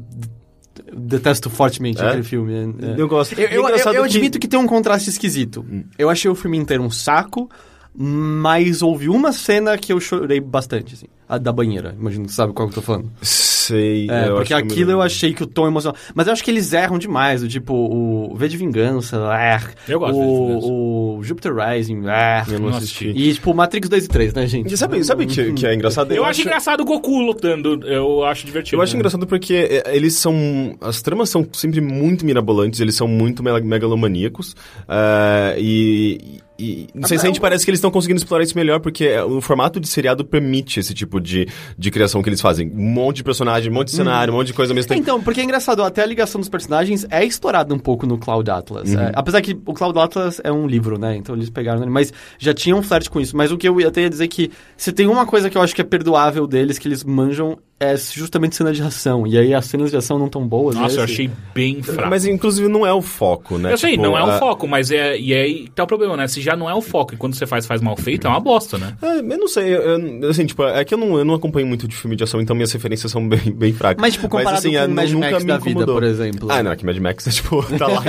Speaker 2: detesto fortemente
Speaker 3: É?
Speaker 2: aquele filme. é.
Speaker 3: Eu gosto.
Speaker 2: Eu,
Speaker 3: E é
Speaker 2: eu, eu,
Speaker 3: engraçado
Speaker 2: eu
Speaker 3: que-
Speaker 2: admito que tem um contraste esquisito. Eu achei o filme inteiro um saco, mas houve uma cena que eu chorei bastante, assim. A da banheira. Imagino que você sabe qual que eu tô falando.
Speaker 3: Sei.
Speaker 2: É,
Speaker 3: eu acho
Speaker 2: porque
Speaker 3: que me
Speaker 2: aquilo eu
Speaker 3: lembro.
Speaker 2: achei que o tom emocional. Mas eu acho que eles erram demais. O tipo, o V de Vingança. É,
Speaker 1: Eu gosto de V de Vingança.
Speaker 2: o, o Jupiter Rising. É,
Speaker 3: Eu não
Speaker 1: Não
Speaker 3: assisti.
Speaker 1: assisti.
Speaker 2: e tipo, Matrix 2 e 3, né, gente?
Speaker 3: E sabe, sabe que, que é engraçado?
Speaker 1: Eu acho engraçado o Goku lutando, eu acho divertido.
Speaker 3: Eu acho engraçado porque é, eles são. As tramas são sempre muito mirabolantes, eles são muito mela- megalomaníacos. é, e. e- não sei se a gente parece que eles estão conseguindo explorar isso melhor, porque é, o formato de seriado permite esse tipo de, de criação que eles fazem. Um monte de personagem, um monte de cenário, um monte de coisa ao mesmo tempo.
Speaker 2: Então, porque é engraçado, até a ligação dos personagens é explorada um pouco no Cloud Atlas.
Speaker 3: Uhum.
Speaker 2: É, apesar que o Cloud Atlas é um livro, né? Então eles pegaram ele, mas já tinha um flerte com isso. Mas o que eu ia até ia dizer é que se tem uma coisa que eu acho que é perdoável deles, que eles manjam, é justamente cena de ação. E aí as cenas de ação não tão boas.
Speaker 1: Nossa,
Speaker 2: né?
Speaker 1: eu
Speaker 2: Assim.
Speaker 1: achei bem fraco.
Speaker 3: Mas inclusive não é o foco, né?
Speaker 1: Então, eu sei,
Speaker 3: Tipo,
Speaker 1: não é o
Speaker 3: a-
Speaker 1: foco, mas é. E aí tá o problema, né? Se já não é o foco e quando você faz, faz mal feito, é uma bosta, né?
Speaker 3: É, eu não sei, eu- eu- assim, tipo, é que eu não, eu não acompanho muito de filme de ação, então minhas referências são bem, bem fracas.
Speaker 2: Mas, tipo, comparado
Speaker 3: assim,
Speaker 2: com
Speaker 3: é,
Speaker 2: o Mad
Speaker 3: nunca
Speaker 2: Max
Speaker 3: me
Speaker 2: da vida,
Speaker 3: incomodou.
Speaker 2: por exemplo.
Speaker 3: Ah, não, é que Mad Max
Speaker 1: (laughs)
Speaker 3: é tipo, tá lá.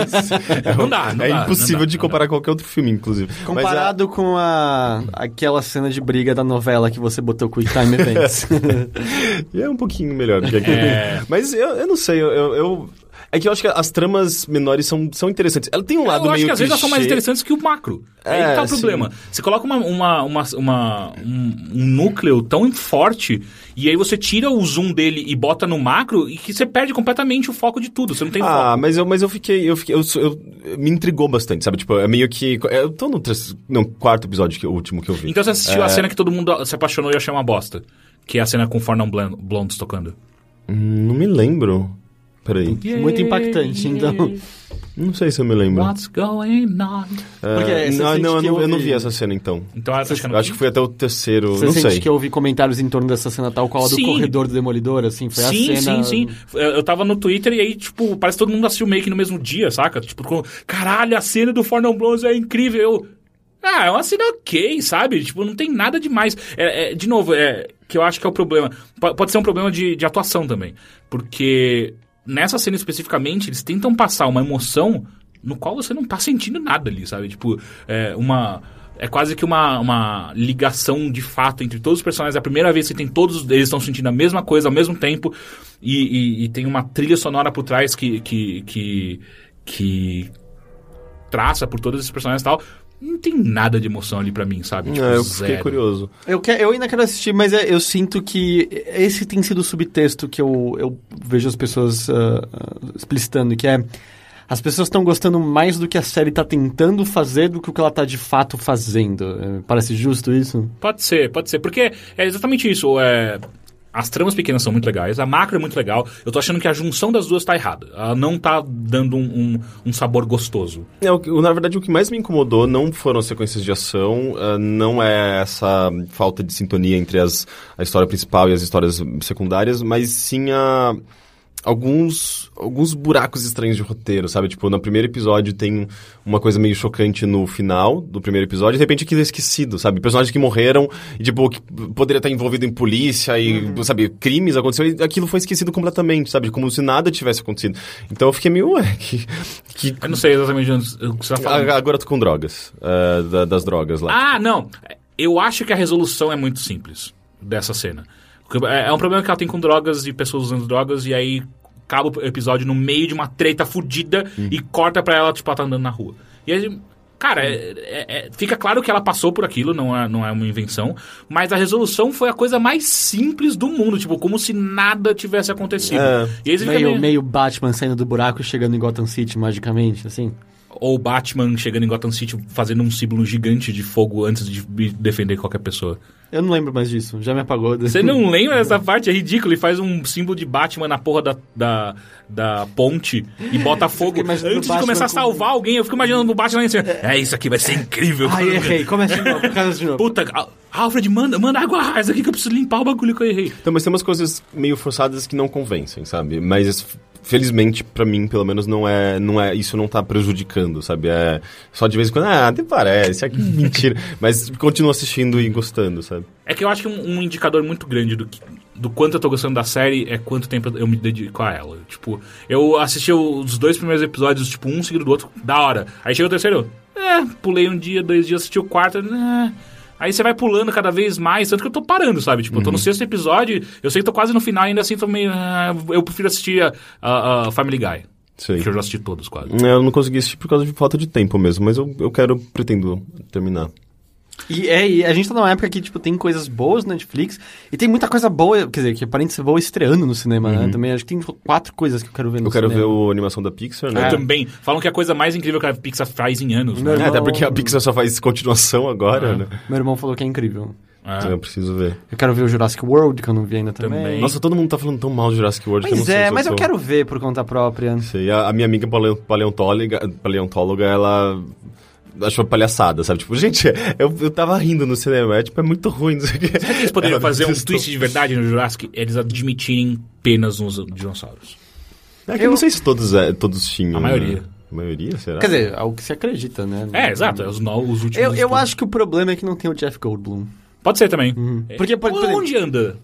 Speaker 3: é,
Speaker 1: Não dá, não
Speaker 3: É
Speaker 1: dá,
Speaker 3: impossível
Speaker 1: não dá,
Speaker 3: de
Speaker 1: não
Speaker 3: comparar qualquer outro filme, inclusive. é- (laughs)
Speaker 2: Comparado com a, aquela cena de briga da novela que você botou com o
Speaker 3: (laughs)
Speaker 2: Time Events.
Speaker 3: Mas é, é um pouquinho melhor do que aquele.
Speaker 1: É.
Speaker 3: Mas eu, eu não sei, eu, eu- eu- É que eu acho que as tramas menores são, são interessantes. Ela tem um lado
Speaker 1: eu acho
Speaker 3: meio
Speaker 1: que às vezes elas são mais
Speaker 3: clichê.
Speaker 1: interessantes que o macro. É, aí
Speaker 3: É,
Speaker 1: que tá o
Speaker 3: sim.
Speaker 1: problema. Você coloca uma, uma, uma- uma- um, um núcleo tão forte e aí você tira o zoom dele e bota no macro e que você perde completamente o foco de tudo. Você não tem
Speaker 3: Ah,
Speaker 1: foco.
Speaker 3: mas eu, mas eu fiquei. Eu fiquei eu, sou- eu- me intrigou bastante, sabe? Tipo, é meio que. Eu tô no terceiro- não, quarto episódio, que, é o último que eu vi.
Speaker 1: Então você assistiu a cena que todo mundo se apaixonou e achou uma bosta. Que é a cena com o Fornum Blon- Blondes tocando.
Speaker 3: Hum, Não me lembro. Peraí.
Speaker 2: Muito impactante, então.
Speaker 3: Não sei se eu me lembro.
Speaker 1: What's going on?
Speaker 3: É,
Speaker 2: Porque você
Speaker 3: não,
Speaker 2: sente
Speaker 3: não, eu
Speaker 2: que
Speaker 3: não, eu não
Speaker 2: houve-
Speaker 3: vi essa cena então.
Speaker 1: Então acho que,
Speaker 3: Eu acho que foi até o terceiro.
Speaker 2: Você
Speaker 3: não
Speaker 2: sente
Speaker 3: sei.
Speaker 2: que houve comentários em torno dessa cena tal qual a do
Speaker 1: Sim.
Speaker 2: corredor do Demolidor, assim? Foi
Speaker 1: sim,
Speaker 2: a cena...
Speaker 1: sim, sim. Eu eu tava no Twitter e aí, tipo, parece que todo mundo assistiu meio que no mesmo dia, saca? Tipo, com, caralho, a cena do Fornum Blondes é incrível. Eu, ah, é uma cena ok, sabe? Tipo, não tem nada demais. É, é, de novo, é que eu acho que é o problema. Po- Pode ser um problema de, de atuação também. Porque nessa cena especificamente, eles tentam passar uma emoção no qual você não tá sentindo nada ali, sabe? Tipo, é uma... É quase que uma, uma ligação de fato entre todos os personagens. É a primeira vez que tem todos eles estão sentindo a mesma coisa ao mesmo tempo. E, e- e tem uma trilha sonora por trás que, que, que, que traça por todos esses personagens e tal. Não tem nada de emoção ali pra mim, sabe? Tipo,
Speaker 3: É, eu
Speaker 1: zero.
Speaker 3: fiquei curioso.
Speaker 2: Eu, que, eu ainda quero assistir, mas é- eu sinto que esse tem sido o subtexto que eu, eu vejo as pessoas ah, ah, explicitando, que é... As pessoas estão gostando mais do que a série tá tentando fazer do que o que ela tá de fato fazendo. Eh, Parece justo isso?
Speaker 1: Pode ser, pode ser. Porque é exatamente isso. É... As tramas pequenas são muito legais, a macro é muito legal. Eu tô achando que a junção das duas tá errada. Ela não tá dando um, um- um sabor gostoso.
Speaker 3: É, o que- o- na verdade, o que mais me incomodou não foram as sequências de ação, ah, não é essa falta de sintonia entre as, a história principal e as histórias secundárias, mas sim a, alguns, alguns buracos estranhos de roteiro, sabe? Tipo, no primeiro episódio tem uma coisa meio chocante no final do primeiro episódio, e de repente aquilo é esquecido, sabe? Personagens que morreram, e, tipo, que poderia estar envolvido em polícia e, sabe, crimes aconteceu, e aquilo foi esquecido completamente, sabe? Como se nada tivesse acontecido. Então eu fiquei meio, ué, que- que
Speaker 1: Eu não sei exatamente onde- o que você tá falando.
Speaker 3: a- Agora eu tô com drogas. eh, da- das drogas lá.
Speaker 1: Ah, não. Eu acho que a resolução é muito simples dessa cena. Porque É é um problema que ela tem com drogas e pessoas usando drogas, e aí acaba o episódio no meio de uma treta fudida e corta pra ela, tipo, ela tá andando na rua. E aí, cara, é- é- é- fica claro que ela passou por aquilo, não é, não é uma invenção, mas a resolução foi a coisa mais simples do mundo, tipo, como se nada tivesse acontecido.
Speaker 3: É.
Speaker 1: E aí você fica
Speaker 2: Meio,
Speaker 1: meio-
Speaker 2: meio Batman saindo do buraco e chegando em Gotham City magicamente, assim.
Speaker 1: Ou Batman chegando em Gotham City fazendo um símbolo gigante de fogo antes de defender qualquer pessoa.
Speaker 2: Eu não lembro mais disso, já me apagou.
Speaker 1: Você não lembra dessa parte? É ridículo. Ele faz um símbolo de Batman na porra da, da, da ponte e bota fogo.
Speaker 2: fica imaginando
Speaker 1: Antes
Speaker 2: o
Speaker 1: de começar a
Speaker 2: Batman
Speaker 1: salvar alguém, eu fico imaginando o Batman lá em cima. É, isso aqui vai ser incrível.
Speaker 2: (laughs) Ai, é. errei. Começa de novo, começa de novo.
Speaker 1: Puta, Al- Alfred, manda, manda água raiz aqui que eu preciso limpar o bagulho que eu errei.
Speaker 3: Então, mas tem umas coisas meio forçadas que não convencem, sabe? Mas f- felizmente pra mim, pelo menos não é, não é, isso não tá prejudicando, sabe? É só de vez em quando, ah, até
Speaker 2: (laughs)
Speaker 3: parece, aqui mentira, mas continuo assistindo e gostando, sabe?
Speaker 1: É que eu acho que um, um indicador muito grande do, que- do quanto eu tô gostando da série é quanto tempo eu me dedico a ela. Tipo, eu assisti os dois primeiros episódios, tipo, um seguido do outro, da hora. Aí chega o terceiro, eu, é, pulei um dia, dois dias, assisti o quarto, né. Aí você vai pulando cada vez mais, tanto que eu tô parando, sabe? Tipo, eu tô no sexto episódio, eu sei que tô quase no final, ainda assim tô meio. ah, eu prefiro assistir a, a- a Family Guy,
Speaker 3: Sei. Hum.
Speaker 1: que eu já assisti todos quase.
Speaker 3: Eu não consegui assistir por causa de falta de tempo mesmo, mas eu, eu quero, pretendo terminar.
Speaker 2: E, é, e a gente tá numa época que, tipo, tem coisas boas na Netflix e tem muita coisa boa, quer dizer, que aparente ser boa estreando no cinema, né? Também acho que tem quatro coisas que eu quero ver no
Speaker 3: Uhum. Eu quero
Speaker 2: cinema. Ah,
Speaker 3: ver o- a animação da Pixar,
Speaker 1: Eu
Speaker 3: né?
Speaker 1: também. Falam que é a coisa mais incrível que a Pixar faz em anos, né?
Speaker 2: Meu
Speaker 3: É,
Speaker 2: irmão,
Speaker 3: até porque a Pixar só faz continuação agora, né?
Speaker 2: Meu irmão falou que é incrível.
Speaker 1: É.
Speaker 3: Então eu preciso ver.
Speaker 2: Eu quero ver o Jurassic World, que eu não vi ainda também.
Speaker 1: Também.
Speaker 3: Nossa, todo mundo tá falando tão mal de Jurassic World que eu não
Speaker 2: Mas
Speaker 3: sei
Speaker 2: é,
Speaker 3: se eu
Speaker 2: mas eu
Speaker 3: sou-
Speaker 2: quero ver por conta própria.
Speaker 3: Sei, a, a minha amiga paleo- paleontóloga, paleontóloga, ela achou palhaçada, sabe? Tipo, gente, eu, eu tava rindo no cinema, é, tipo, é muito ruim isso aqui.
Speaker 1: Eles poderiam
Speaker 3: Ela
Speaker 1: fazer um
Speaker 3: detestou.
Speaker 1: twist de verdade no Jurassic, eles admitirem penas nos dinossauros.
Speaker 3: É que eu não sei se todos, é, todos tinham.
Speaker 1: A maioria.
Speaker 3: né? A maioria, será?
Speaker 2: Quer dizer, algo que se acredita, né?
Speaker 1: É, exato, é os, no, os últimos.
Speaker 2: Eu, eu
Speaker 1: estudos.
Speaker 2: acho que o problema é que não tem o Jeff Goldblum.
Speaker 1: Pode ser também. É,
Speaker 2: Porque pode-
Speaker 1: onde
Speaker 2: por
Speaker 1: onde
Speaker 2: exemplo-
Speaker 1: anda?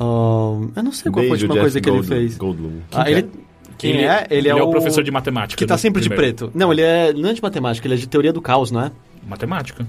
Speaker 2: Ahn, eu não sei qual foi a
Speaker 3: Beijo,
Speaker 2: última
Speaker 3: Jeff
Speaker 2: coisa que ele
Speaker 3: Goldblum-
Speaker 2: fez.
Speaker 3: Goldblum.
Speaker 2: Ah, ele, quem é? Ele, é, o
Speaker 1: professor de matemática.
Speaker 2: Que tá
Speaker 1: do
Speaker 2: sempre de
Speaker 1: primeiro.
Speaker 2: preto. Não, ele é. Não é de matemática, ele é de teoria do caos, não é?
Speaker 1: Matemática.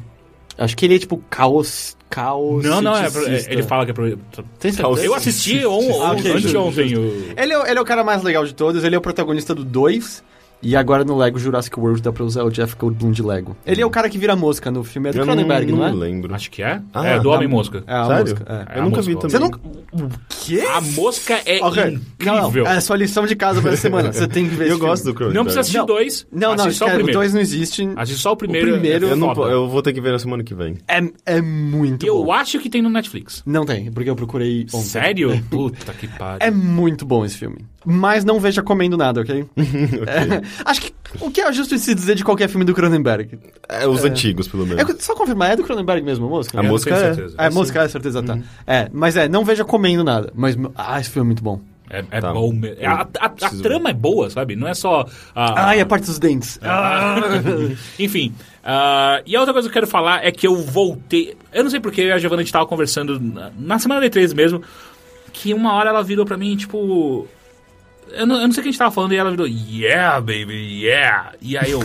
Speaker 2: Acho que ele é tipo caos. Caos.
Speaker 1: não, não, é,
Speaker 2: cientista.
Speaker 1: é- ele fala que é. Pro...
Speaker 2: Tem certeza?
Speaker 1: Eu assisti on,
Speaker 2: Ah, ok, justo,
Speaker 1: anteontem. o-
Speaker 2: Ele é, o- ele é o cara mais legal de todos, ele é o protagonista do 2. E agora no Lego Jurassic World dá pra usar o Jeff Goldblum de Lego. Ele é o cara que vira mosca no filme, é do
Speaker 3: Eu não,
Speaker 2: Cronenberg, não,
Speaker 3: não
Speaker 2: é?
Speaker 3: lembro.
Speaker 1: Acho que é.
Speaker 3: Ah,
Speaker 1: é do
Speaker 3: tá.
Speaker 1: Homem-Mosca.
Speaker 2: É a
Speaker 3: Sério?
Speaker 2: mosca. É.
Speaker 1: É
Speaker 3: Eu
Speaker 1: a
Speaker 3: nunca
Speaker 1: mosca.
Speaker 3: vi também.
Speaker 2: Você nunca. O quê?
Speaker 1: A mosca é
Speaker 2: Ok. Não,
Speaker 1: incrível.
Speaker 2: não, é sua lição de casa pra essa semana. Você tem que ver
Speaker 3: Eu
Speaker 2: esse
Speaker 3: gosto do
Speaker 2: filme.
Speaker 3: Cronenberg.
Speaker 1: Não precisa assistir
Speaker 2: Não.
Speaker 1: dois.
Speaker 2: Não, não,
Speaker 1: assiste só o
Speaker 2: esquece, o
Speaker 1: primeiro.
Speaker 2: 2 não existe.
Speaker 1: Assiste só o primeiro.
Speaker 2: primeiro
Speaker 1: é
Speaker 3: Eu, não, po-
Speaker 1: foda.
Speaker 3: eu vou ter que ver na semana que vem.
Speaker 2: É, é muito
Speaker 1: Eu
Speaker 2: bom.
Speaker 1: acho que tem no Netflix.
Speaker 2: Não tem, porque eu procurei ontem.
Speaker 1: Sério? Puta que pariu.
Speaker 2: É muito bom esse filme. Mas não veja comendo nada, ok? É, acho que o que é justo se dizer de qualquer filme do Cronenberg?
Speaker 3: É, os antigos, pelo menos.
Speaker 2: É, só confirmar, é do Cronenberg mesmo, a mosca?
Speaker 3: A
Speaker 1: não
Speaker 3: mosca
Speaker 1: tenho
Speaker 3: é.
Speaker 1: certeza.
Speaker 2: É, mosca, é certeza, tá. É, mas é, não veja comendo nada. Mas, ah, esse filme é muito bom.
Speaker 1: É, é
Speaker 3: Tá.
Speaker 1: bom mesmo. A, a- a
Speaker 3: Preciso
Speaker 1: trama é boa, sabe? Não é só. a-
Speaker 2: Ai, a parte dos dentes.
Speaker 1: Ah. (laughs) Enfim. ah, e a outra coisa que eu quero falar é que eu voltei. Eu não sei porque a Giovanna a gente tava conversando na, na semana da E3 mesmo. Que uma hora ela virou pra mim, tipo. Eu não, eu não sei o que a gente tava falando, e ela virou, yeah, baby, yeah. E aí eu,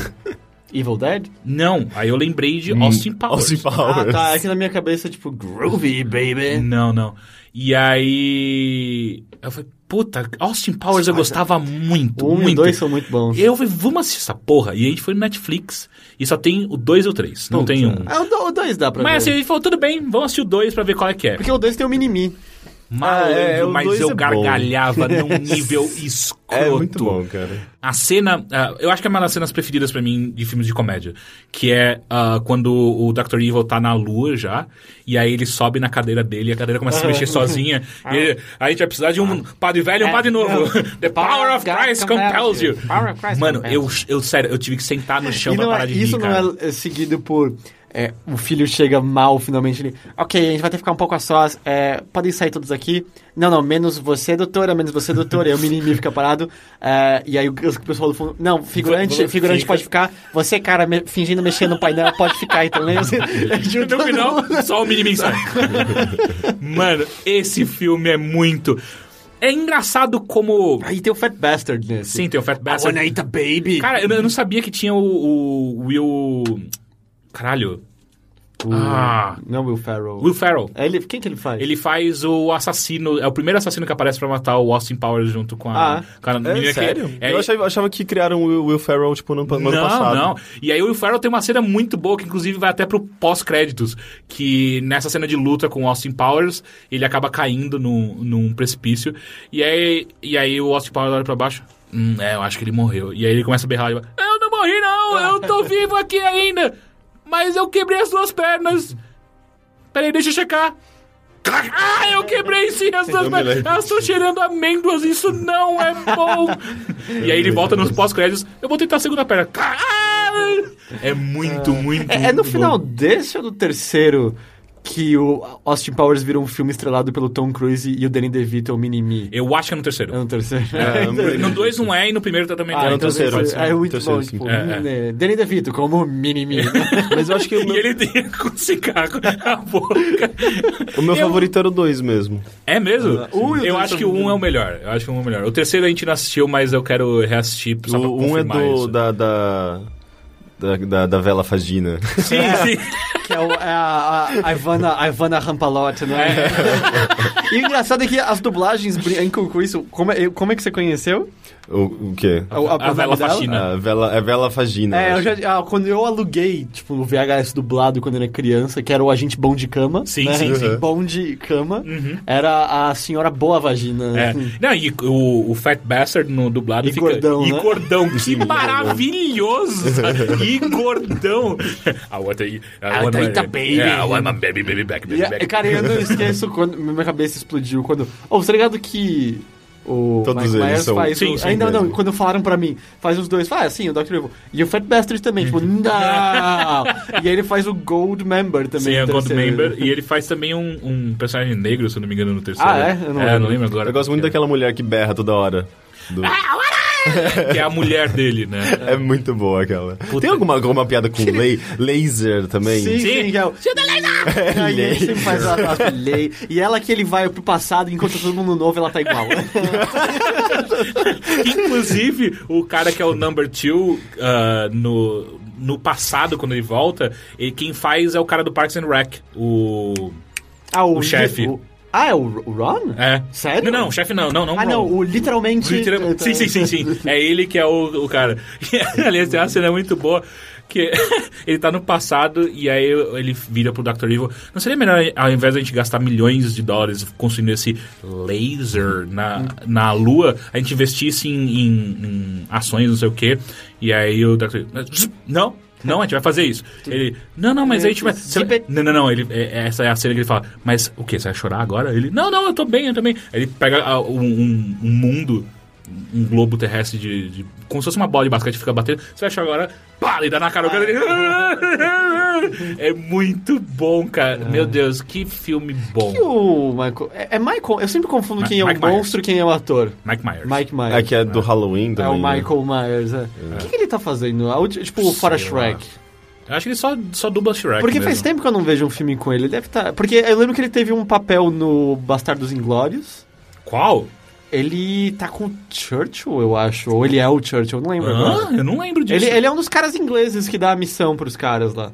Speaker 2: Evil Dead?
Speaker 1: não. Aí eu lembrei de Austin Powers.
Speaker 3: Austin
Speaker 2: Ah,
Speaker 3: Powers.
Speaker 2: tá. É que na minha cabeça, tipo, groovy, baby.
Speaker 1: Não, não. E aí. Eu falei, puta, Austin Powers eu gostava muito.
Speaker 2: Um e
Speaker 1: muito.
Speaker 2: dois são muito
Speaker 3: Uhum.
Speaker 2: bons.
Speaker 1: E eu falei, vamos assistir essa porra. E a gente foi no Netflix e só tem o 2 ou 3. Não tem um.
Speaker 2: Ah, o do- o dois dá pra
Speaker 1: Mas assim,
Speaker 2: ver.
Speaker 1: a gente falou, tudo bem, vamos assistir o 2 pra ver qual é que é.
Speaker 2: Porque o dois tem o um Minimi.
Speaker 1: Malandro,
Speaker 3: é, o
Speaker 1: mas
Speaker 3: dois
Speaker 1: eu
Speaker 3: é bom.
Speaker 1: gargalhava
Speaker 3: (laughs)
Speaker 1: num nível escroto.
Speaker 3: É muito bom, cara.
Speaker 1: A cena, ah, eu acho que é uma das cenas preferidas pra mim de filmes de comédia, que é ah, quando o Dr. Evil tá na lua já, e aí ele sobe na cadeira dele e a cadeira começa a se mexer sozinha. E ele, "Aí a gente vai precisar de um padre velho e um
Speaker 4: É,
Speaker 1: padre novo.
Speaker 4: não.
Speaker 1: (laughs) The power of Christ compels you.
Speaker 4: Power of Christ
Speaker 1: Mano, eu,
Speaker 4: compels
Speaker 1: eu sério, eu tive que sentar no chão
Speaker 2: E
Speaker 1: pra
Speaker 2: não é-
Speaker 1: parar de
Speaker 2: isso
Speaker 1: rir, cara.
Speaker 2: (laughs) não é, é, seguido por. é, o filho chega mal finalmente. Ele, ok, a gente vai ter que ficar um pouco a sós. é, podem sair todos aqui. Não, não, menos você, doutora, menos você, doutora. E aí o menininho fica parado. é, e aí o o pessoal do fundo. Não,
Speaker 1: Vou-
Speaker 2: figurante,
Speaker 1: vou-
Speaker 2: figurante
Speaker 1: fica.
Speaker 2: pode ficar. Você, cara, me- fingindo mexer no painel, pode ficar então.
Speaker 1: (laughs)
Speaker 2: Né? Você-
Speaker 1: E No final, só o Minimin sai. Mano, esse filme é muito. É engraçado como.
Speaker 2: Aí tem o Fat Bastard nesse.
Speaker 1: Sim, tem o Fat Bastard.
Speaker 4: eat a baby.
Speaker 1: Cara, eu eu não sabia que tinha o, o Will. Caralho.
Speaker 2: O-
Speaker 1: Ah.
Speaker 2: Não, Will Ferrell.
Speaker 1: Will Ferrell.
Speaker 2: É Ele, quem que ele faz?
Speaker 1: Ele faz o assassino. É o primeiro assassino que aparece pra matar o Austin Powers junto com a,
Speaker 2: Ah.
Speaker 1: com a menina que- É,
Speaker 3: eu achava, eu achava que criaram o Will- Will Ferrell, tipo, no, ano- no ano
Speaker 1: não,
Speaker 3: passado.
Speaker 1: não. E aí o Will Ferrell tem uma cena muito boa que inclusive vai até pro pós-créditos, que nessa cena de luta com o Austin Powers, ele acaba caindo num, num precipício. E aí, e aí o Austin Powers olha pra baixo. Hum, é, eu acho que ele morreu. E aí ele começa a berrar. Ele, fala, eu não morri não, eu
Speaker 3: (laughs)
Speaker 1: tô vivo aqui ainda. Mas eu quebrei as duas pernas. Peraí, deixa eu checar. Ah, eu quebrei sim as duas
Speaker 3: me
Speaker 1: pernas.
Speaker 3: lembro.
Speaker 1: Elas estão cheirando amêndoas, isso não é bom. e aí ele volta nos pós-créditos. Eu vou tentar a segunda perna. Ah, É muito, muito.
Speaker 2: É, é no
Speaker 1: muito
Speaker 2: final
Speaker 1: bom.
Speaker 2: desse ou no terceiro que o Austin Powers vira um filme estrelado pelo Tom Cruise e o Danny DeVito, o Minimi?
Speaker 1: Eu acho que é no
Speaker 2: É
Speaker 1: terceiro.
Speaker 2: no terceiro. (laughs)
Speaker 3: É, eu não lembro.
Speaker 1: No dois não é assim, e no primeiro também não
Speaker 3: é no
Speaker 2: então
Speaker 3: terceiro.
Speaker 2: deve ser- É muito
Speaker 3: Terceiro,
Speaker 2: bom,
Speaker 3: sim.
Speaker 2: tipo,
Speaker 1: É, é.
Speaker 2: né, Danny DeVito como Minimi. (laughs)
Speaker 3: Mas eu acho que o
Speaker 1: E
Speaker 3: meu,
Speaker 1: ele tem (laughs) com cigarro na boca.
Speaker 3: o meu
Speaker 1: Eu-
Speaker 3: favorito era o 2 mesmo.
Speaker 1: É mesmo?
Speaker 2: Um e o
Speaker 1: eu
Speaker 2: dois
Speaker 1: acho
Speaker 2: são
Speaker 1: que o
Speaker 2: muito
Speaker 1: um é o melhor. Eu acho que o um é o melhor. O terceiro a gente não assistiu, mas eu quero reassistir só pra
Speaker 3: o 1 um é
Speaker 1: confirmar
Speaker 3: do,
Speaker 1: isso.
Speaker 3: da, da, da, da, da Vela Fagina. (laughs)
Speaker 1: Sim,
Speaker 2: (laughs)
Speaker 1: sim.
Speaker 2: que é, o- é a, a Ivana, a Ivana Rampalotti, né? E o engraçado é que as dublagens brincam com isso. Como é, como é que você conheceu?
Speaker 3: o, o quê?
Speaker 2: A, a-
Speaker 1: A
Speaker 2: o
Speaker 1: Vela
Speaker 2: nome dela?
Speaker 1: Faxina.
Speaker 3: A vela, é Vela Fagina.
Speaker 2: É, eu
Speaker 3: acho.
Speaker 2: já, ah, quando eu aluguei, tipo, o VHS dublado quando eu era criança, que era o agente bom de cama.
Speaker 1: Sim,
Speaker 2: né?
Speaker 1: sim,
Speaker 3: sim.
Speaker 2: Bom de cama. Era a senhora boa vagina. né? Assim.
Speaker 1: É. Não, e o, o Fat Bastard no dublado
Speaker 2: E
Speaker 1: fica.
Speaker 2: gordão,
Speaker 1: e
Speaker 2: né?
Speaker 1: gordão,
Speaker 2: (laughs)
Speaker 1: que maravilhoso! e gordão! I want to eat, I want
Speaker 4: to
Speaker 1: my-
Speaker 4: eat a baby.
Speaker 1: Yeah, I want my baby, baby back, baby
Speaker 2: E, é,
Speaker 1: back.
Speaker 2: cara, eu não esqueço quando minha cabeça explodiu. Quando. Ô, você tá ligado que. O
Speaker 3: Todos
Speaker 2: Mike
Speaker 3: eles
Speaker 2: Myers
Speaker 3: são-
Speaker 2: faz.
Speaker 1: Sim,
Speaker 2: o-
Speaker 1: sim,
Speaker 2: Ainda não,
Speaker 3: mesmo.
Speaker 2: quando falaram pra mim, faz os dois. Fala, ah, sim, o Dr. Evil. E o Fat Bastard também, tipo,
Speaker 1: Uhum.
Speaker 2: não! e aí ele faz o Gold Member também.
Speaker 1: Sim, é
Speaker 2: no
Speaker 1: o Gold
Speaker 2: terceiro.
Speaker 1: Member. E ele faz também um, um personagem negro, se eu não me engano, no terceiro.
Speaker 2: Ah, é? Eu não
Speaker 1: é,
Speaker 2: lembro.
Speaker 1: não lembro agora. Ah,
Speaker 3: Eu gosto muito daquela mulher que berra toda hora.
Speaker 2: (laughs)
Speaker 3: Do-
Speaker 1: Que é a mulher dele, né?
Speaker 3: É muito boa aquela. Tem alguma, alguma piada com lei, laser também?
Speaker 2: Sim, sim,
Speaker 1: Sim.
Speaker 2: que é o- Aí ele sempre faz a,
Speaker 3: (laughs)
Speaker 2: a lei. E ela que ele vai pro passado, enquanto todo mundo novo, ela
Speaker 1: (laughs)
Speaker 2: tá igual.
Speaker 1: Inclusive, o cara que é o number two ah, no, no passado, quando ele volta, e quem faz é o cara do Parks and Rec. O.
Speaker 2: Ah,
Speaker 1: O chefe.
Speaker 2: o- ah, é o o Ron?
Speaker 1: É.
Speaker 2: Sério?
Speaker 1: Não, não, chefe não, não, não.
Speaker 2: Ah, não, o literalmente. eh, tá-
Speaker 1: Literal- Sim, sim, sim, sim. É ele que é o, o cara. (laughs) E, aliás, tem uma cena muito boa que (laughs) ele tá no passado e aí ele vira pro Dr. Evil. Não seria melhor, ao invés de a gente gastar milhões de dólares construindo esse laser na, na lua, a gente investisse em, em- em ações, não sei o quê. E aí o Dr. Evil. Não! Não, a gente vai fazer isso. Ele. Não, não,
Speaker 2: É,
Speaker 1: mas aí a gente vai. você vai- Não, não, não. Ele, é- essa é a cena que ele fala. Mas o que? Você vai chorar agora? Ele. Não, não, eu tô bem, eu tô bem. Aí Ele pega ah, um- um- um mundo um globo terrestre de, de- Como se fosse uma bola de basquete fica batendo. Você acha agora. Pá, e dá na cara do cara. ele- (laughs) É muito bom, cara. Meu Deus, que filme bom.
Speaker 2: E Ah. o Michael. É, é Michael. Eu sempre confundo
Speaker 1: Ma-
Speaker 2: quem é o
Speaker 1: Mike Myers.
Speaker 2: monstro e quem é o ator.
Speaker 1: Mike Myers.
Speaker 2: Mike Myers.
Speaker 3: É que é do Halloween
Speaker 2: É
Speaker 3: também.
Speaker 2: o
Speaker 3: né?
Speaker 2: Michael Myers. é. O que, que ele tá fazendo? A ulti- tipo, o Fora
Speaker 1: Sei
Speaker 2: Shrek.
Speaker 1: Eu acho que ele só, só dubla Shrek.
Speaker 2: Porque
Speaker 1: mesmo.
Speaker 2: faz tempo que eu não vejo um filme com ele. Ele deve estar. Porque eu lembro que ele teve um papel no Bastardos Inglórios.
Speaker 1: Qual?
Speaker 2: Ele tá com o Churchill, eu acho. Ou ele é o Churchill, eu não lembro agora.
Speaker 1: Hã? Eu não lembro disso.
Speaker 2: Ele, ele é um dos caras ingleses que dá a missão pros caras lá.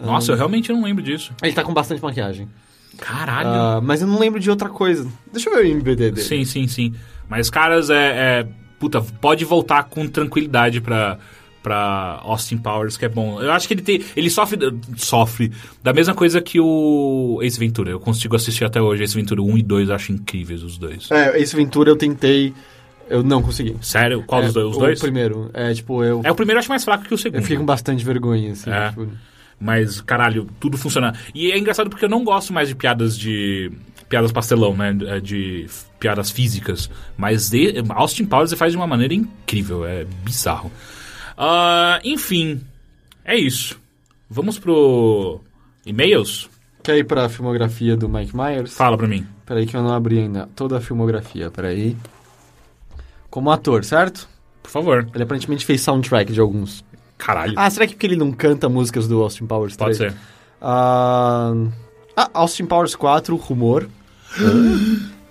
Speaker 1: Nossa, eu realmente não lembro disso.
Speaker 2: Ele tá com bastante maquiagem.
Speaker 1: Caralho.
Speaker 2: Ah, mas eu não lembro de outra coisa. Deixa eu ver o IMDb dele.
Speaker 1: Sim, sim, sim. Mas, caras, é, é- Puta, pode voltar com tranquilidade pra, pra Austin Powers, que é bom. Eu acho que ele tem. Ele sofre. Sofre. Da mesma coisa que o Ace Ventura. Eu consigo assistir até hoje Ace Ventura 1 e 2, eu acho incríveis os dois.
Speaker 2: É, esse Ventura eu tentei, eu não consegui.
Speaker 1: Sério? Qual
Speaker 2: É,
Speaker 1: dos dois? Os
Speaker 2: o
Speaker 1: dois?
Speaker 2: primeiro. É, tipo, eu,
Speaker 1: É, o primeiro eu acho mais fraco que o
Speaker 2: eu
Speaker 1: segundo.
Speaker 2: fiquei com bastante vergonha, assim.
Speaker 1: É.
Speaker 2: tipo,
Speaker 1: Mas, caralho, tudo funciona. E é engraçado porque eu não gosto mais de piadas de. Piadas pastelão, né? É, De f- piadas físicas. Mas de, Austin Powers ele faz de uma maneira incrível. É bizarro. Ah, enfim, é isso. Vamos pro. E-mails?
Speaker 2: Quer ir pra filmografia do Mike Myers?
Speaker 1: Fala pra mim.
Speaker 2: Peraí que eu não abri ainda. Toda a filmografia, peraí. Como ator, certo?
Speaker 1: Por favor.
Speaker 2: Ele aparentemente fez soundtrack de alguns.
Speaker 1: Caralho.
Speaker 2: Ah, será que porque ele não canta músicas do Austin Powers 3?
Speaker 1: Pode ser.
Speaker 2: Ah, ah, Austin Powers
Speaker 1: (gasps)
Speaker 2: 4, Rumor.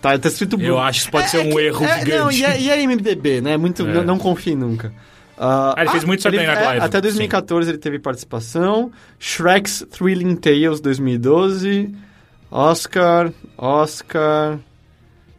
Speaker 2: tá, tá escrito
Speaker 1: Eu acho que isso pode ser um erro
Speaker 2: é,
Speaker 1: gigante.
Speaker 2: Não, e é, e é MDB, né? Muito,
Speaker 1: É.
Speaker 2: Não, não confie nunca. Ah,
Speaker 1: Ah, ele fez muito Saturday Night
Speaker 2: é,
Speaker 1: Live,
Speaker 2: Até 2014 ele teve participação. Shrek's Thrilling Tales 2012. Oscar. Oscar.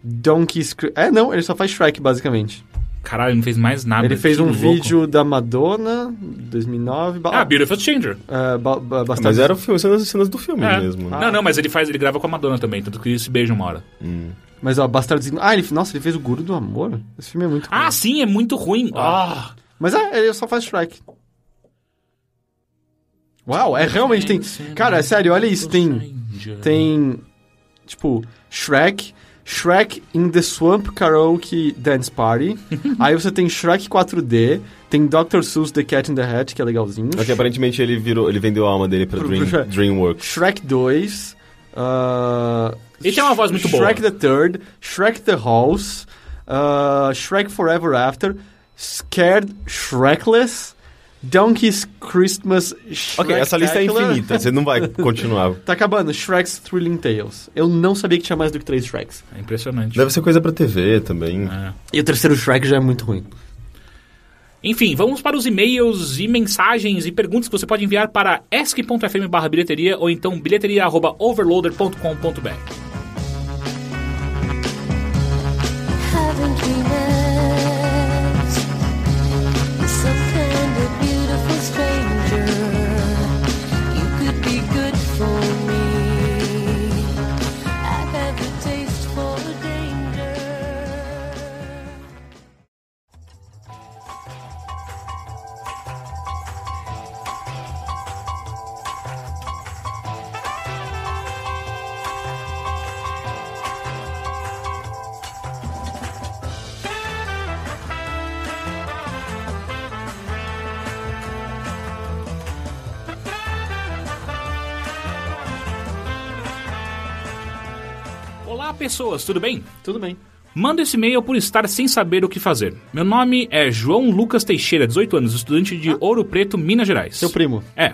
Speaker 2: Donkey Scr- É, não, ele só faz Shrek, basicamente.
Speaker 1: Caralho, ele não fez mais nada.
Speaker 2: é- ele fez
Speaker 1: Ah, que
Speaker 2: um
Speaker 1: louco.
Speaker 2: vídeo da Madonna, 2009. ba-
Speaker 1: Ah, Beautiful Stranger.
Speaker 2: é, ba- ba- bastante-
Speaker 3: Mas era o filme, cenas, cenas do filme
Speaker 1: É.
Speaker 3: mesmo. né?
Speaker 2: Ah.
Speaker 1: Não, não, mas ele faz, ele grava com a Madonna também, tanto que eles se beijam uma hora.
Speaker 3: Hum.
Speaker 2: Mas, ó, Bastardos... Inglórios- Ah, ele... Nossa, ele fez o Guru do Amor? Esse filme é muito
Speaker 1: Ah,
Speaker 2: bom.
Speaker 1: sim, é muito ruim. Ah.
Speaker 2: Mas é, ele só faz Shrek. Uau, é realmente tem... Cara, é sério, olha isso, tem... Tem... Tipo, Shrek... Shrek in the Swamp Karaoke Dance Party. Aí você tem Shrek 4D, tem Dr. Seuss The Cat in the Hat, que é legalzinho.
Speaker 3: Só que aparentemente ele virou, ele vendeu a alma dele pra
Speaker 2: Pro-
Speaker 3: Dream,
Speaker 2: pro-
Speaker 3: DreamWorks.
Speaker 2: Shrek 2. ah,
Speaker 1: Ele tem uma voz muito boa.
Speaker 2: Shrek the Third, Shrek the House, ah, Shrek Forever After, Scared Shrekless, Donkey's Christmas
Speaker 3: Ok, essa lista é
Speaker 2: Shrektacular.
Speaker 3: infinita, você não vai continuar.
Speaker 2: Tá acabando, Shrek's Thrilling Tales. Eu não sabia que tinha mais do que três Shreks.
Speaker 1: É impressionante.
Speaker 3: Deve ser coisa pra TV também.
Speaker 1: É.
Speaker 2: E o terceiro Shrek já é muito ruim.
Speaker 1: Enfim, vamos para os e-mails e mensagens e perguntas que você pode enviar para ask.fm barra bilheteria ou então bilheteria.overloader.com.br
Speaker 4: Having dreamers It's a friend, a beautiful stranger You could be good for me I have a taste for danger
Speaker 1: Olá pessoas, tudo bem?
Speaker 2: Tudo bem.
Speaker 1: Manda esse e-mail por estar sem saber o que fazer. Meu nome é João Lucas Teixeira, 18 anos, estudante de Ouro Preto, Minas Gerais.
Speaker 2: Seu primo.
Speaker 1: É.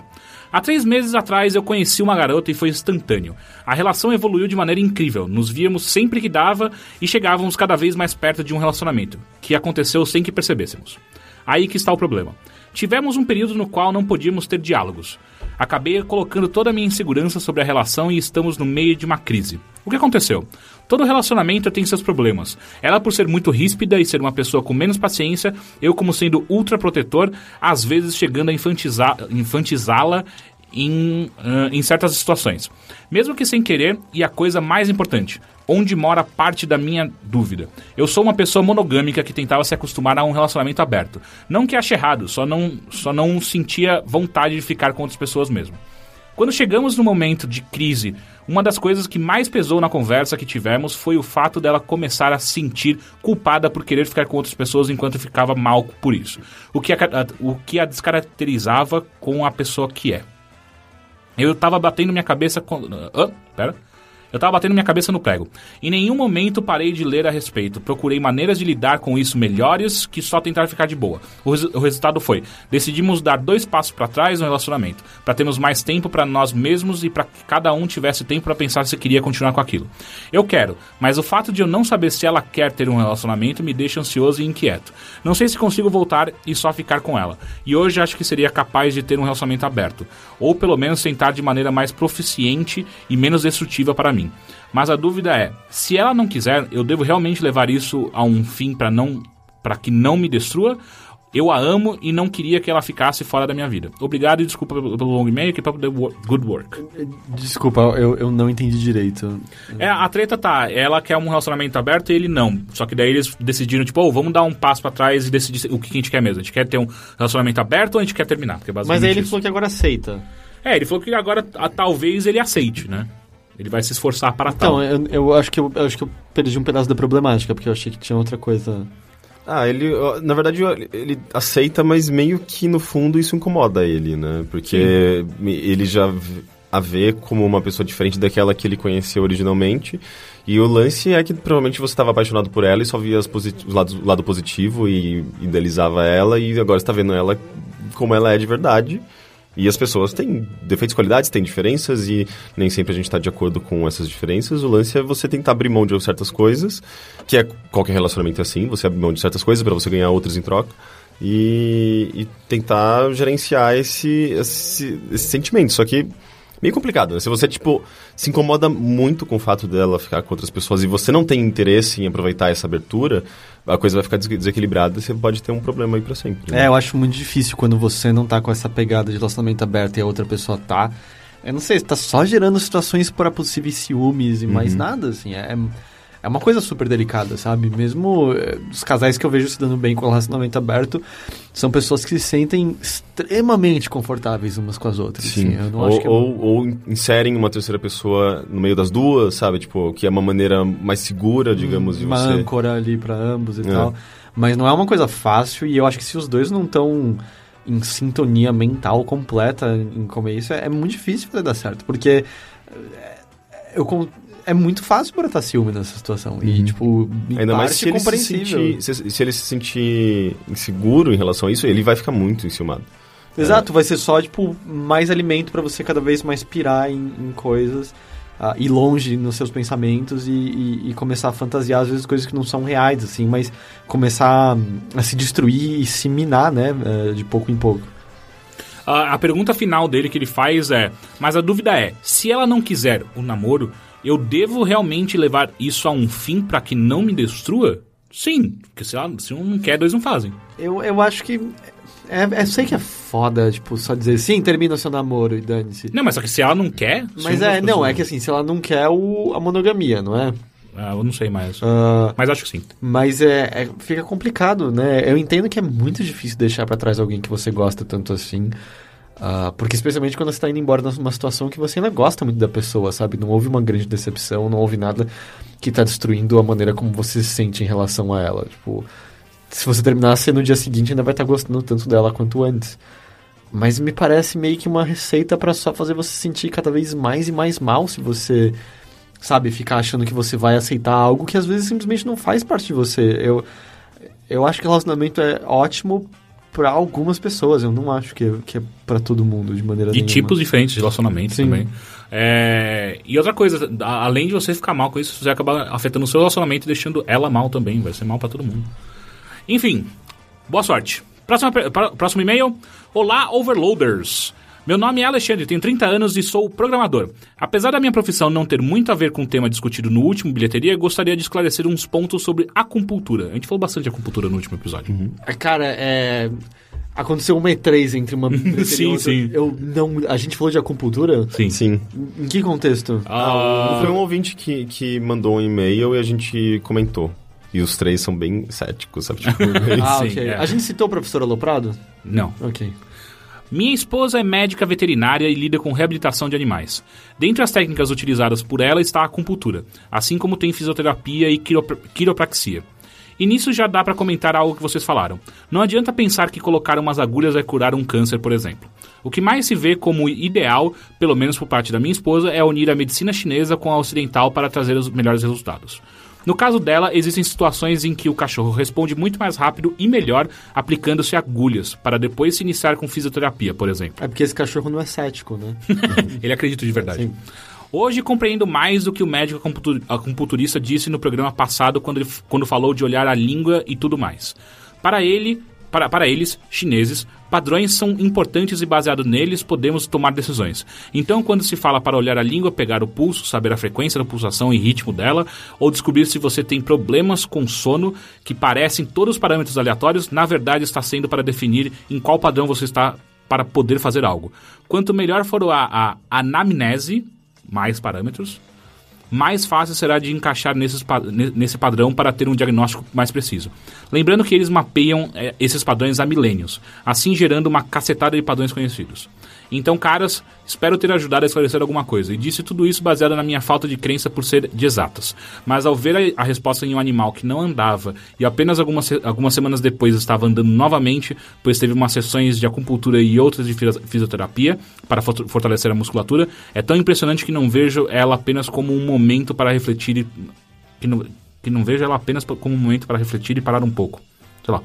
Speaker 1: Há três meses atrás eu conheci uma garota e foi instantâneo. A relação evoluiu de maneira incrível. Nos víamos sempre que dava e chegávamos cada vez mais perto de um relacionamento, que aconteceu sem que percebêssemos. Aí que está o problema. Tivemos um período no qual não podíamos ter diálogos. Acabei colocando toda a minha insegurança sobre a relação e estamos no meio de uma crise. O que aconteceu? Todo relacionamento tem seus problemas. Ela, por ser muito ríspida e ser uma pessoa com menos paciência, eu, como sendo ultra protetor, às vezes chegando a infantiza- infantizá-la em, ah, em certas situações. Mesmo que sem querer, e a coisa mais importante, onde mora parte da minha dúvida. Eu sou uma pessoa monogâmica que tentava se acostumar a um relacionamento aberto. Não que ache errado, só não, só não sentia vontade de ficar com outras pessoas mesmo. Quando chegamos no momento de crise, uma das coisas que mais pesou na conversa que tivemos foi o fato dela começar a se sentir culpada por querer ficar com outras pessoas enquanto ficava mal por isso, o que a, ca- o que a descaracterizava com a pessoa que é. Eu tava batendo minha cabeça com. Hã? pera. Eu tava batendo minha cabeça no prego. Em nenhum momento parei de ler a respeito. Procurei maneiras de lidar com isso melhores que só tentar ficar de boa. O, resu- o resultado foi: decidimos dar dois passos pra trás no relacionamento, pra termos mais tempo pra nós mesmos e pra que cada um tivesse tempo pra pensar se queria continuar com aquilo. Eu quero, mas o fato de eu não saber se ela quer ter um relacionamento me deixa ansioso e inquieto. Não sei se consigo voltar e só ficar com ela. E hoje acho que seria capaz de ter um relacionamento aberto, ou pelo menos tentar de maneira mais proficiente e menos destrutiva para mim. Mas a dúvida é, se ela não quiser, eu devo realmente levar isso a um fim para não para que não me destrua Eu a amo e não queria que ela ficasse fora da minha vida. Obrigado e desculpa pelo, pelo long e-mail que pelo the wo- good work.
Speaker 2: Desculpa, eu, eu não entendi direito.
Speaker 1: É, a treta tá, ela quer um relacionamento aberto e ele não. Só que daí eles decidiram, tipo, "Oh, vamos dar um passo pra trás e decidir o que a gente quer mesmo. A gente quer ter um relacionamento aberto ou a gente quer terminar? Porque é basicamente
Speaker 2: Mas aí ele
Speaker 1: isso.
Speaker 2: falou que agora aceita.
Speaker 1: É, ele falou que agora ah, talvez ele aceite, né? Ele vai se esforçar para tal.
Speaker 2: Então, eu, eu acho que eu, eu acho que eu perdi um pedaço da problemática, porque eu achei que tinha outra coisa.
Speaker 3: Ah, ele. ó, Na verdade, ó, ele aceita, mas meio que no fundo isso incomoda ele, né? Porque me- ele já v- a vê como uma pessoa diferente daquela que ele conheceu originalmente. E o lance é que provavelmente você estava apaixonado por ela e só via as posi- os lados- o lado positivo e idealizava ela, e agora está vendo ela como ela é de verdade. E as pessoas têm defeitos, qualidades, têm diferenças e nem sempre a gente está de acordo com essas diferenças. O lance é você tentar abrir mão de certas coisas, que é qualquer relacionamento é assim, você abre mão de certas coisas para você ganhar outras em troca. E, e tentar gerenciar esse, esse, esse sentimento. Só que meio complicado, né? Se você, tipo, se incomoda muito com o fato dela ficar com outras pessoas e você não tem interesse em aproveitar essa abertura, a coisa vai ficar des- desequilibrada e você pode ter um problema aí pra sempre. né?
Speaker 2: É, eu acho muito difícil quando você não tá com essa pegada de relacionamento aberto e a outra pessoa tá. Eu não sei, tá só gerando situações para possíveis ciúmes e
Speaker 3: Uhum.
Speaker 2: mais nada, assim. É, é uma coisa super delicada, sabe? Mesmo eh, os casais que eu vejo se dando bem com o relacionamento aberto são pessoas que se sentem extremamente confortáveis umas com as outras. assim. Eu não
Speaker 3: ou,
Speaker 2: acho que é
Speaker 3: ou- ou in- inserem uma terceira pessoa no meio das duas, sabe? Tipo, que é uma maneira mais segura, digamos, de
Speaker 2: Hum, uma
Speaker 3: você.
Speaker 2: âncora ali pra ambos e
Speaker 3: É.
Speaker 2: tal. Mas não é uma coisa fácil e eu acho que se os dois não estão em sintonia mental completa em comer isso, é, é muito difícil pra dar certo. Porque é, eu, con- é muito fácil pra estar ciúme nessa situação. E, tipo, em
Speaker 3: Uhum. Ainda mais
Speaker 2: parte,
Speaker 3: se ele, se,
Speaker 2: compreensível.
Speaker 3: sentir, se, se ele se sentir inseguro em relação a isso, ele vai ficar muito enciumado.
Speaker 2: Exato, vai ser só, tipo, mais alimento pra você cada vez mais pirar em, em coisas, ah, ir longe nos seus pensamentos e, e- e começar a fantasiar, às vezes, coisas que não são reais, assim, mas começar hum, a se destruir e se minar, né, eh, de pouco em pouco.
Speaker 1: A, a pergunta final dele que ele faz é: Mas a dúvida é, se ela não quiser o namoro, eu devo realmente levar isso a um fim pra que não me destrua? Sim, porque se, ela, se um não quer, dois não fazem.
Speaker 2: Eu, eu acho que... É, eu sei que é foda, tipo, só dizer, sim, termina o seu namoro e dane-se.
Speaker 1: Não, mas só que se ela não quer. se
Speaker 2: Mas
Speaker 1: um
Speaker 2: é,
Speaker 1: das
Speaker 2: não,
Speaker 1: pessoas-
Speaker 2: é que assim, se ela não quer o, a monogamia, não é?
Speaker 1: Ah, eu não sei mais.
Speaker 2: Ah,
Speaker 1: Mas acho que sim.
Speaker 2: Mas é, é- fica complicado, né? Eu entendo que é muito difícil deixar pra trás alguém que você gosta tanto assim. ah, porque especialmente quando você tá indo embora numa situação que você ainda gosta muito da pessoa, sabe? Não houve uma grande decepção, não houve nada que tá destruindo a maneira como você se sente em relação a ela. Tipo, se você terminar você no dia seguinte ainda vai estar gostando tanto dela quanto antes. Mas me parece meio que uma receita pra só fazer você se sentir cada vez mais e mais mal se você, sabe, ficar achando que você vai aceitar algo que às vezes simplesmente não faz parte de você. Eu, eu acho que relacionamento é ótimo pra algumas pessoas, eu não acho que, que é pra todo mundo de maneira
Speaker 1: E
Speaker 2: nenhuma.
Speaker 1: tipos diferentes de relacionamento
Speaker 2: Sim.
Speaker 1: também. É, e outra coisa, a- além de você ficar mal com isso, você acaba afetando o seu relacionamento e deixando ela mal também. Vai ser mal pra todo mundo. Enfim, boa sorte. Próxima per- pró- próximo e-mail. Olá, Overloaders. Meu nome é Alexandre, tenho 30 anos e sou programador. Apesar da minha profissão não ter muito a ver com o tema discutido no último bilheteria, gostaria de esclarecer uns pontos sobre acupuntura. A gente falou bastante de acupuntura no último episódio.
Speaker 2: É, Cara, é... Aconteceu uma E3
Speaker 1: (laughs)
Speaker 2: entre uma...
Speaker 1: Sim, sim.
Speaker 2: Eu não... A gente falou de acupuntura?
Speaker 1: Sim.
Speaker 3: Sim.
Speaker 2: Em que contexto?
Speaker 1: Ah,
Speaker 3: Foi um ouvinte que, que mandou um e-mail e a gente comentou. E os três são bem céticos,
Speaker 1: (laughs)
Speaker 3: sabe? Tipo, (laughs)
Speaker 2: Ah,
Speaker 1: sim,
Speaker 2: ok.
Speaker 1: é.
Speaker 2: A gente citou o professor Aloprado?
Speaker 1: não.
Speaker 2: Ok.
Speaker 1: Minha esposa é médica veterinária e lida com reabilitação de animais. Dentre as técnicas utilizadas por ela está a acupuntura, assim como tem fisioterapia e quiro- quiropraxia. E nisso já dá pra comentar algo que vocês falaram. Não adianta pensar que colocar umas agulhas vai curar um câncer, por exemplo. O que mais se vê como ideal, pelo menos por parte da minha esposa, é unir a medicina chinesa com a ocidental para trazer os melhores resultados. No caso dela, existem situações em que o cachorro responde muito mais rápido e melhor aplicando-se agulhas, para depois se iniciar com fisioterapia, por exemplo.
Speaker 2: É porque esse cachorro não é cético, né?
Speaker 1: (laughs) Ele acredita de verdade. Hoje compreendo mais do que o médico acupuntu- acupunturista disse no programa passado quando, ele, f- quando falou de olhar a língua e tudo mais. Para ele, Para, para eles, chineses, padrões são importantes e baseado neles podemos tomar decisões. Então, quando se fala para olhar a língua, pegar o pulso, saber a frequência da pulsação e ritmo dela, ou descobrir se você tem problemas com sono que parecem todos os parâmetros aleatórios, na verdade está sendo para definir em qual padrão você está para poder fazer algo. Quanto melhor for a, a anamnese, mais parâmetros, mais fácil será de encaixar nesses, pa- ne- nesse padrão para ter um diagnóstico mais preciso. Lembrando que eles mapeiam eh, esses padrões há milênios, assim gerando uma cacetada de padrões conhecidos. Então, caras, espero ter ajudado a esclarecer alguma coisa. E disse tudo isso baseado na minha falta de crença por ser de exatas. Mas ao ver a, a resposta em um animal que não andava e apenas algumas, se- algumas semanas depois estava andando novamente, pois teve umas sessões de acupuntura e outras de fis- fisioterapia para fort- fortalecer a musculatura, é tão impressionante que não vejo ela apenas como um momento para refletir e. Que não, que não vejo ela apenas po- como um momento para refletir e parar um pouco. Sei lá.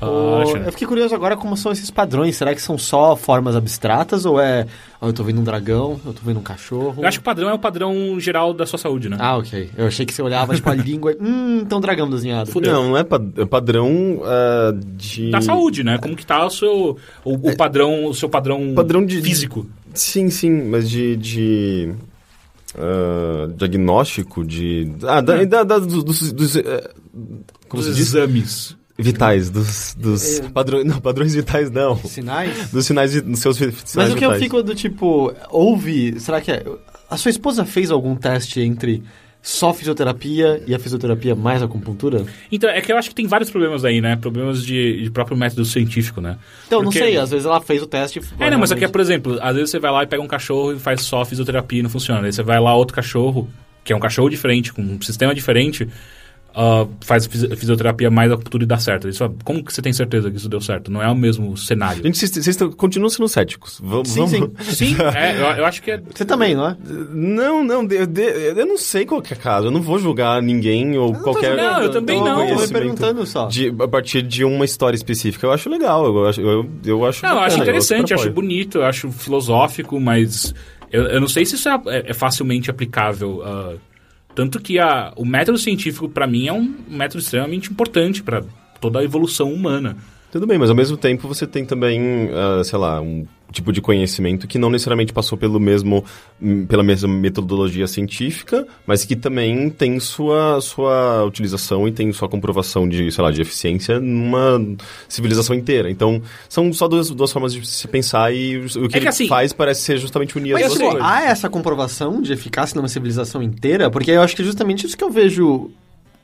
Speaker 1: Ah,
Speaker 2: Ô, é
Speaker 1: Alexandre.
Speaker 2: eu fiquei curioso agora como são esses padrões. Será que são só formas abstratas ou é. ó, eu tô vendo um dragão, eu tô vendo um cachorro.
Speaker 1: Eu acho que o padrão é o padrão geral da sua saúde, né?
Speaker 2: Ah, ok. Eu achei que você
Speaker 1: (laughs)
Speaker 2: olhava, tipo, a língua. e, Hum, tem um dragão desenhado.
Speaker 3: Não, não é pad- é padrão ah, de.
Speaker 1: da saúde, né? Como que tá o seu o, o padrão, o seu padrão,
Speaker 3: Padrão de-
Speaker 1: físico.
Speaker 3: Sim, sim, mas de. de ah, diagnóstico, de. Ah, da, da- da- dos. dos, dos, eh, como se
Speaker 1: Hum. Dos É.
Speaker 3: diz?
Speaker 1: exames.
Speaker 3: Vitais, dos. dos padrões, não, padrões vitais não.
Speaker 2: Sinais?
Speaker 3: Dos sinais vi- dos seus vi-
Speaker 2: Mas
Speaker 3: sinais
Speaker 2: o que eu
Speaker 3: vitais.
Speaker 2: fico do tipo, houve. Será que é. A sua esposa fez algum teste entre só fisioterapia e a fisioterapia mais acupuntura?
Speaker 1: Então, é que eu acho que tem vários problemas aí, né? Problemas de, de próprio método científico, né?
Speaker 2: Então,
Speaker 1: Porque-
Speaker 2: não sei, às vezes ela fez o teste. e foi
Speaker 1: É, não, mas aqui é,
Speaker 2: realmente-
Speaker 1: por exemplo, às vezes você vai lá e pega um cachorro e faz só fisioterapia e não funciona. Aí você vai lá, outro cachorro, que é um cachorro diferente, com um sistema diferente, ah, faz fisi- fisioterapia mais acupuntura e dá certo. Isso, é- como que você tem certeza que isso deu certo? Não é o mesmo cenário.
Speaker 3: Gente, vocês- vocês tão- continuam sendo céticos. Vamos,
Speaker 2: Sim, sim.
Speaker 3: vamos-
Speaker 1: Sim, é, eu, eu acho que é.
Speaker 2: Você também, não é?
Speaker 3: (laughs) Não, não, de- de- eu não sei qual que é caso. Eu não vou julgar ninguém ou qualquer.
Speaker 1: julgando, Não, eu também
Speaker 3: ou
Speaker 1: não.
Speaker 2: Eu tô
Speaker 3: conhecimento
Speaker 2: perguntando só.
Speaker 3: de- a partir de uma história específica. Eu acho legal. Eu acho, eu, eu acho
Speaker 1: Não, eu
Speaker 3: bacana,
Speaker 1: acho
Speaker 3: super
Speaker 1: interessante, acho
Speaker 3: apoio.
Speaker 1: bonito, eu acho filosófico, mas eu, eu não sei se isso é, é- é facilmente aplicável. ah, tanto que a, o método científico, pra mim, é um método extremamente importante pra toda a evolução humana.
Speaker 3: Tudo bem, mas ao mesmo tempo você tem também, ah, sei lá, um tipo de conhecimento que não necessariamente passou pelo mesmo, hum, pela mesma metodologia científica, mas que também tem sua, sua utilização e tem sua comprovação de, sei lá, de eficiência numa civilização inteira. Então, são só duas, duas formas de se pensar e o que,
Speaker 1: É que
Speaker 3: ele
Speaker 1: assim-
Speaker 3: faz parece ser justamente unir
Speaker 2: Mas
Speaker 3: as duas
Speaker 2: tipo,
Speaker 3: coisas.
Speaker 2: há essa comprovação de eficácia numa civilização inteira? Porque eu acho que é justamente isso que eu vejo,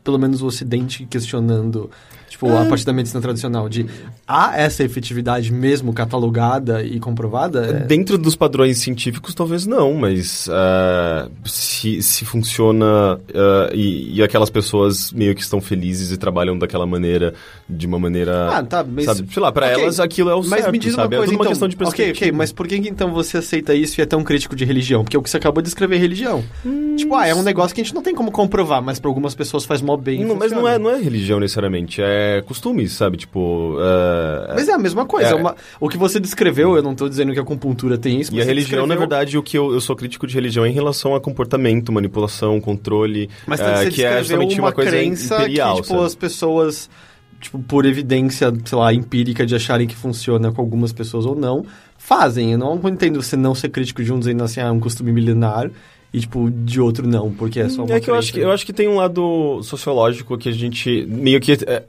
Speaker 2: pelo menos o Ocidente, questionando, tipo,
Speaker 3: É.
Speaker 2: a partir da medicina tradicional, de há essa efetividade mesmo catalogada e
Speaker 3: É
Speaker 2: comprovada?
Speaker 3: Dentro dos padrões científicos, talvez não, mas ah, se, se funciona ah, e, e aquelas pessoas meio que estão felizes e trabalham daquela maneira, de uma maneira.
Speaker 2: Ah, tá, mas-
Speaker 3: sabe, sei lá, pra
Speaker 2: Ok.
Speaker 3: elas aquilo é o
Speaker 2: Mas
Speaker 3: certo,
Speaker 2: me diz uma
Speaker 3: sabe?
Speaker 2: coisa,
Speaker 3: é tudo
Speaker 2: então.
Speaker 3: uma questão de
Speaker 2: ok,
Speaker 3: perspectiva.
Speaker 2: ok, mas por que que, então você aceita isso e é tão crítico de religião? Porque o que você acabou de escrever é religião.
Speaker 3: Hum.
Speaker 2: tipo, ah, é um negócio que a gente não tem como comprovar, mas pra algumas pessoas faz mó bem. e
Speaker 3: Não, mas não
Speaker 2: funciona.
Speaker 3: é, não é religião necessariamente, é costumes, sabe? Tipo. ah,
Speaker 2: Mas é a mesma coisa.
Speaker 3: É.
Speaker 2: é uma- o que você descreveu, eu não tô dizendo que a acupuntura tem isso,
Speaker 3: E
Speaker 2: mas
Speaker 3: a
Speaker 2: você
Speaker 3: religião, na
Speaker 2: descreveu-
Speaker 3: verdade, o que eu, eu sou crítico de religião é em relação a comportamento, manipulação, controle,
Speaker 2: Mas
Speaker 3: ah,
Speaker 2: tanto você
Speaker 3: que
Speaker 2: descreveu
Speaker 3: é justamente
Speaker 2: uma,
Speaker 3: uma coisa
Speaker 2: crença
Speaker 3: imperial.
Speaker 2: que, tipo,
Speaker 3: sabe?
Speaker 2: as pessoas, tipo, por evidência, sei lá, empírica de acharem que funciona com algumas pessoas ou não, fazem. Eu não entendo você não ser crítico de um dizendo assim, ah, é um costume milenar, e, tipo, de outro não, porque é só uma
Speaker 3: É que eu acho que, eu acho que tem um lado sociológico que a gente meio que. é,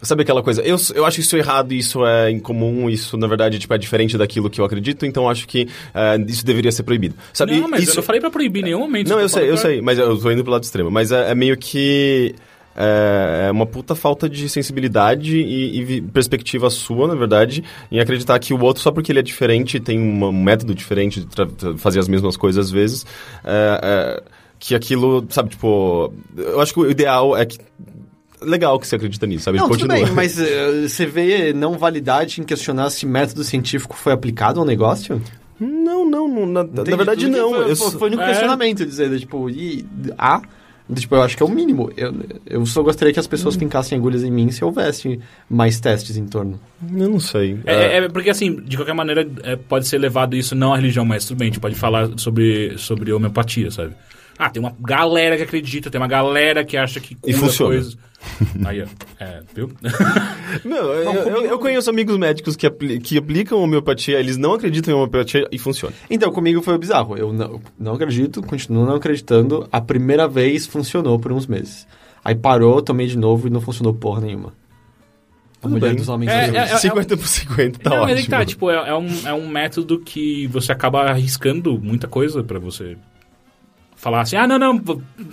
Speaker 3: sabe aquela coisa? Eu, eu acho isso errado, isso é incomum, isso na verdade tipo, é diferente daquilo que eu acredito, então acho que é, isso deveria ser proibido. Sabe?
Speaker 1: não, mas
Speaker 3: isso, é,
Speaker 1: eu não falei pra proibir em nenhum momento.
Speaker 3: Não,
Speaker 1: tô
Speaker 3: eu sei,
Speaker 1: falando
Speaker 3: eu
Speaker 1: pra-
Speaker 3: sei, mas eu tô indo pro lado extremo. Mas é, é meio que. É é uma puta falta de sensibilidade e, e vi- perspectiva sua, na verdade, em acreditar que o outro, só porque ele é diferente, tem uma- um método diferente de tra- tra- fazer as mesmas coisas às vezes, é, é, que aquilo, sabe, tipo. Eu acho que o ideal é que. Legal que você acredita nisso, sabe?
Speaker 2: Não, tudo
Speaker 3: Continua.
Speaker 2: bem, mas eh, você vê não validade em questionar se método científico foi aplicado ao negócio?
Speaker 3: (laughs) Não, não, não, na, na
Speaker 2: Entendi,
Speaker 3: verdade
Speaker 2: tudo que
Speaker 3: não.
Speaker 2: Foi,
Speaker 3: eu
Speaker 2: foi,
Speaker 3: só-
Speaker 2: foi no
Speaker 1: É.
Speaker 2: questionamento, dizendo, tipo, e. Ah, tipo, eu acho que é o mínimo. Eu, eu só gostaria que as
Speaker 3: Hum.
Speaker 2: pessoas fincassem agulhas em mim se houvesse mais testes em torno.
Speaker 3: Eu não sei.
Speaker 1: É, é, porque assim, de qualquer maneira, é, pode ser levado isso não à religião, mas tudo bem, a gente pode falar sobre, sobre homeopatia, sabe? Ah, tem uma galera que acredita, tem uma galera que acha que cura
Speaker 3: funciona.
Speaker 1: coisas. Aí, ó. É, viu?
Speaker 3: Não, eu, eu- eu conheço amigos médicos que, apli- que aplicam homeopatia, eles não acreditam em homeopatia e funciona.
Speaker 2: Então, comigo foi bizarro. Eu não, não acredito, continuo não acreditando. A primeira vez funcionou por uns meses. Aí parou, tomei de novo e não funcionou porra nenhuma. A mulher
Speaker 3: bem.
Speaker 2: dos homens.
Speaker 1: É,
Speaker 2: azuis.
Speaker 1: é, é,
Speaker 3: 50 por 50, tá
Speaker 1: não, mas
Speaker 3: ótimo.
Speaker 1: é que tá, tipo, é, é um, é um método que você acaba arriscando muita coisa pra você falar assim, ah, não, não,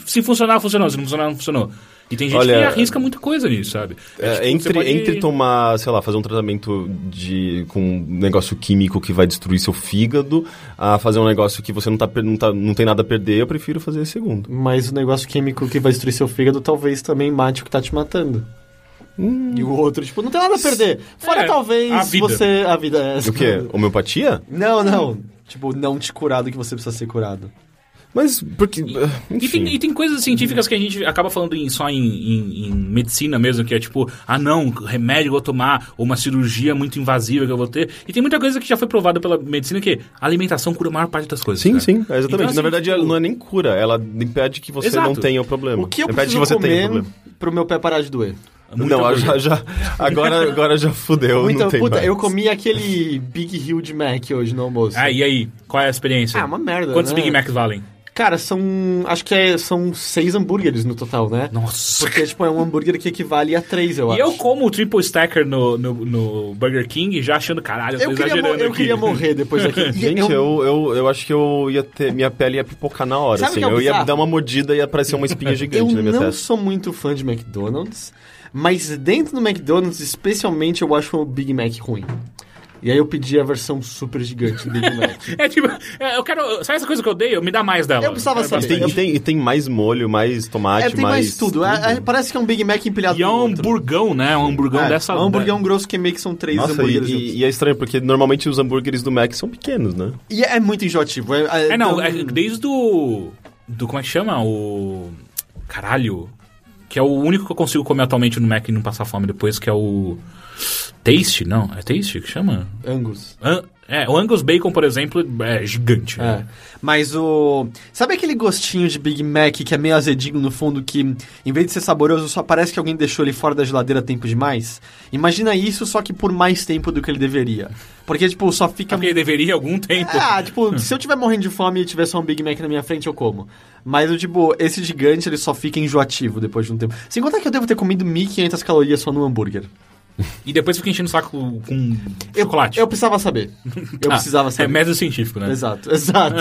Speaker 1: se funcionar, funcionou, se não funcionar, não funcionou. E tem gente que
Speaker 3: Olha,
Speaker 1: arrisca muita coisa nisso, sabe? É,
Speaker 3: É,
Speaker 1: tipo,
Speaker 3: entre,
Speaker 1: você pode-
Speaker 3: entre tomar, sei lá, fazer um tratamento de, com um negócio químico que vai destruir seu fígado, a fazer um negócio que você não, tá, per- não, tá- não tem nada a perder, eu prefiro fazer esse segundo.
Speaker 2: Mas o negócio químico que vai destruir seu fígado talvez também mate o que tá te matando.
Speaker 3: Hum.
Speaker 2: E o outro, tipo, não tem nada a perder. Fora
Speaker 1: É,
Speaker 2: talvez
Speaker 1: a vida.
Speaker 2: você. A vida é
Speaker 1: (laughs)
Speaker 3: O quê? Homeopatia?
Speaker 2: Não, não. Tipo, não te curar do que você precisa ser curado.
Speaker 3: Mas porque. eh,
Speaker 1: E
Speaker 3: Enfim.
Speaker 1: tem, e tem coisas científicas que a gente acaba falando em- só em, em- em medicina mesmo, que é tipo, ah não, remédio que eu vou tomar, ou uma cirurgia muito invasiva que eu vou ter. E tem muita coisa que já foi provada pela medicina que a alimentação cura a maior parte das coisas.
Speaker 3: Sim,
Speaker 1: cara.
Speaker 3: sim, é exatamente.
Speaker 1: Então, assim,
Speaker 3: Na verdade,
Speaker 1: tipo,
Speaker 3: ela não é nem cura, ela impede que você
Speaker 1: Exato.
Speaker 3: não tenha o problema.
Speaker 2: O que eu
Speaker 3: impede
Speaker 2: preciso
Speaker 3: Tá que você tenha o
Speaker 2: comer
Speaker 3: problema.
Speaker 2: pro meu pé parar de doer?
Speaker 1: muita
Speaker 3: é- não,
Speaker 1: coisa.
Speaker 3: já, já- agora, agora já fudeu.
Speaker 2: Muita
Speaker 3: não tem
Speaker 2: então, puta,
Speaker 3: mais.
Speaker 2: eu comi aquele Big Hill de Mac hoje no almoço.
Speaker 1: Ah, e aí? Qual é a experiência?
Speaker 2: Ah, uma merda,
Speaker 1: Quantos
Speaker 2: né?
Speaker 1: Big Macs valem?
Speaker 2: Cara, são. Acho que é- são seis hambúrgueres no total, né?
Speaker 1: Nossa.
Speaker 2: Porque, tipo, é um hambúrguer que equivale a três, eu
Speaker 1: E
Speaker 2: acho.
Speaker 1: eu como o triple stacker no, no, no Burger King já achando, caralho, eu tô
Speaker 2: Eu queria, mo-
Speaker 1: exagerando
Speaker 2: eu
Speaker 1: aqui.
Speaker 2: queria morrer depois
Speaker 3: (laughs)
Speaker 2: daquele. E
Speaker 3: Gente, eu... Eu, eu, acho que eu ia ter. Minha pele ia pipocar na hora,
Speaker 2: Sabe o
Speaker 3: assim.
Speaker 2: que é o
Speaker 3: eu ia
Speaker 2: bizarro?
Speaker 3: dar uma mordida e ia aparecer uma
Speaker 2: (laughs)
Speaker 3: espinha
Speaker 2: eu
Speaker 3: gigante na minha
Speaker 2: não
Speaker 3: testa.
Speaker 2: sou muito fã de McDonald's, mas dentro do McDonald's, especialmente, eu acho o Big Mac ruim. E aí eu pedi a versão super gigante do Big Mac.
Speaker 1: É tipo, é, eu quero. Sabe essa coisa que eu odeio? Me dá mais dela.
Speaker 2: Eu precisava
Speaker 1: quero
Speaker 2: saber.
Speaker 3: E tem, e,
Speaker 1: bastante.
Speaker 3: tem, e tem mais molho, mais tomate,
Speaker 2: (laughs) é, tem mais tudo. É- é- parece que é um Big Mac empilhado
Speaker 1: E é
Speaker 2: no
Speaker 1: um
Speaker 2: outro.
Speaker 1: hamburgão, né? Um hamburgão
Speaker 2: É,
Speaker 1: dessa.
Speaker 2: é um hamburgão grosso que meio que são três
Speaker 3: Nossa, e,
Speaker 2: hambúrgueres. juntos.
Speaker 3: e- e é estranho, porque normalmente os hambúrgueres do Mac são pequenos, né?
Speaker 2: E é muito enjoativo. É,
Speaker 1: É, não, é
Speaker 2: tão-
Speaker 1: desde o. Do, como é que chama? O. Caralho. Que é o único que eu consigo comer atualmente no Mac e não passar fome depois, que é o. Taste? Não, é Taste que chama?
Speaker 2: Angus.
Speaker 1: An- É, o Angus Bacon, por exemplo, é gigante.
Speaker 2: É. Mas o. Sabe aquele gostinho de Big Mac que é meio azedinho no fundo, que em vez de ser saboroso, só parece que alguém deixou ele fora da geladeira tempo demais? Imagina isso, só que por mais tempo do que ele deveria. Porque, tipo, só fica.
Speaker 1: é Porque deveria há algum tempo.
Speaker 2: Ah, tipo, se eu tiver morrendo de fome e tiver só um Big Mac na minha frente, eu como. Mas, eu, tipo, esse gigante, ele só fica enjoativo depois de um tempo. Sem contar que eu devo ter comido 1.500 calorias só no hambúrguer.
Speaker 1: E depois fica enchendo o saco com- com
Speaker 2: Eu-
Speaker 1: chocolate.
Speaker 2: Eu, precisava saber. Eu (laughs)
Speaker 1: Ah,
Speaker 2: precisava
Speaker 1: É
Speaker 2: saber.
Speaker 1: método científico, né?
Speaker 2: Exato, exato.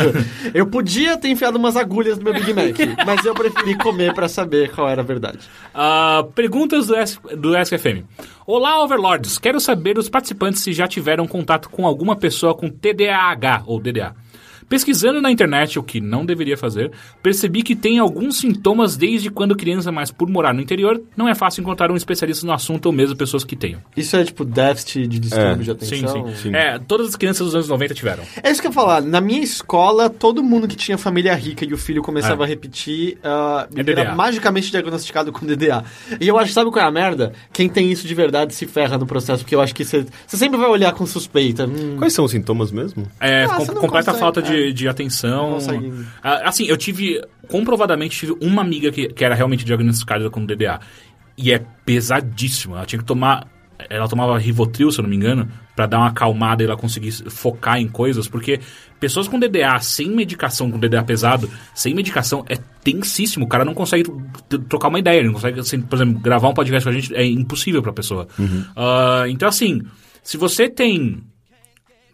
Speaker 2: eu podia ter enfiado umas agulhas no meu Big Mac, mas eu preferi comer pra saber qual era a verdade.
Speaker 1: Ah, perguntas do, S, do SFM. Olá, Overlords. Quero saber dos participantes se já tiveram contato com alguma pessoa com TDAH ou DDA. Pesquisando na internet, o que não deveria fazer, percebi que tem alguns sintomas desde quando criança, mas por morar no interior, não é fácil encontrar um especialista no assunto ou mesmo pessoas que tenham.
Speaker 2: Isso é tipo déficit de distúrbio
Speaker 3: É,
Speaker 2: de
Speaker 1: Sim,
Speaker 2: atenção.
Speaker 1: sim. É, todas as crianças dos anos 90 tiveram.
Speaker 2: É isso que eu ia falar. Na minha escola, todo mundo que tinha família rica e o filho começava
Speaker 1: É.
Speaker 2: a repetir ah,
Speaker 1: É DDA.
Speaker 2: era magicamente diagnosticado com DDA. E eu acho, sabe qual é a merda? Quem tem isso de verdade se ferra no processo, porque eu acho que você você sempre vai olhar com suspeita. Hum,
Speaker 3: Quais são os sintomas mesmo?
Speaker 1: É,
Speaker 2: Ah,
Speaker 1: com-
Speaker 2: você não
Speaker 1: completa
Speaker 2: consegue,
Speaker 1: falta de,
Speaker 2: é.
Speaker 1: de atenção.
Speaker 2: Não consegue.
Speaker 1: Ah, assim, eu tive, comprovadamente, tive uma amiga que, que era realmente diagnosticada com DDA. E é pesadíssima. Ela tinha que tomar. Ela tomava Rivotril, se eu não me engano, pra dar uma acalmada e ela conseguir focar em coisas, porque pessoas com DDA sem medicação, com DDA pesado, sem medicação, é tensíssimo. O cara não consegue t- trocar uma ideia, ele não consegue, assim, por exemplo, gravar um podcast com a gente é impossível pra pessoa.
Speaker 2: Uhum.
Speaker 1: Ah, então, assim, se você tem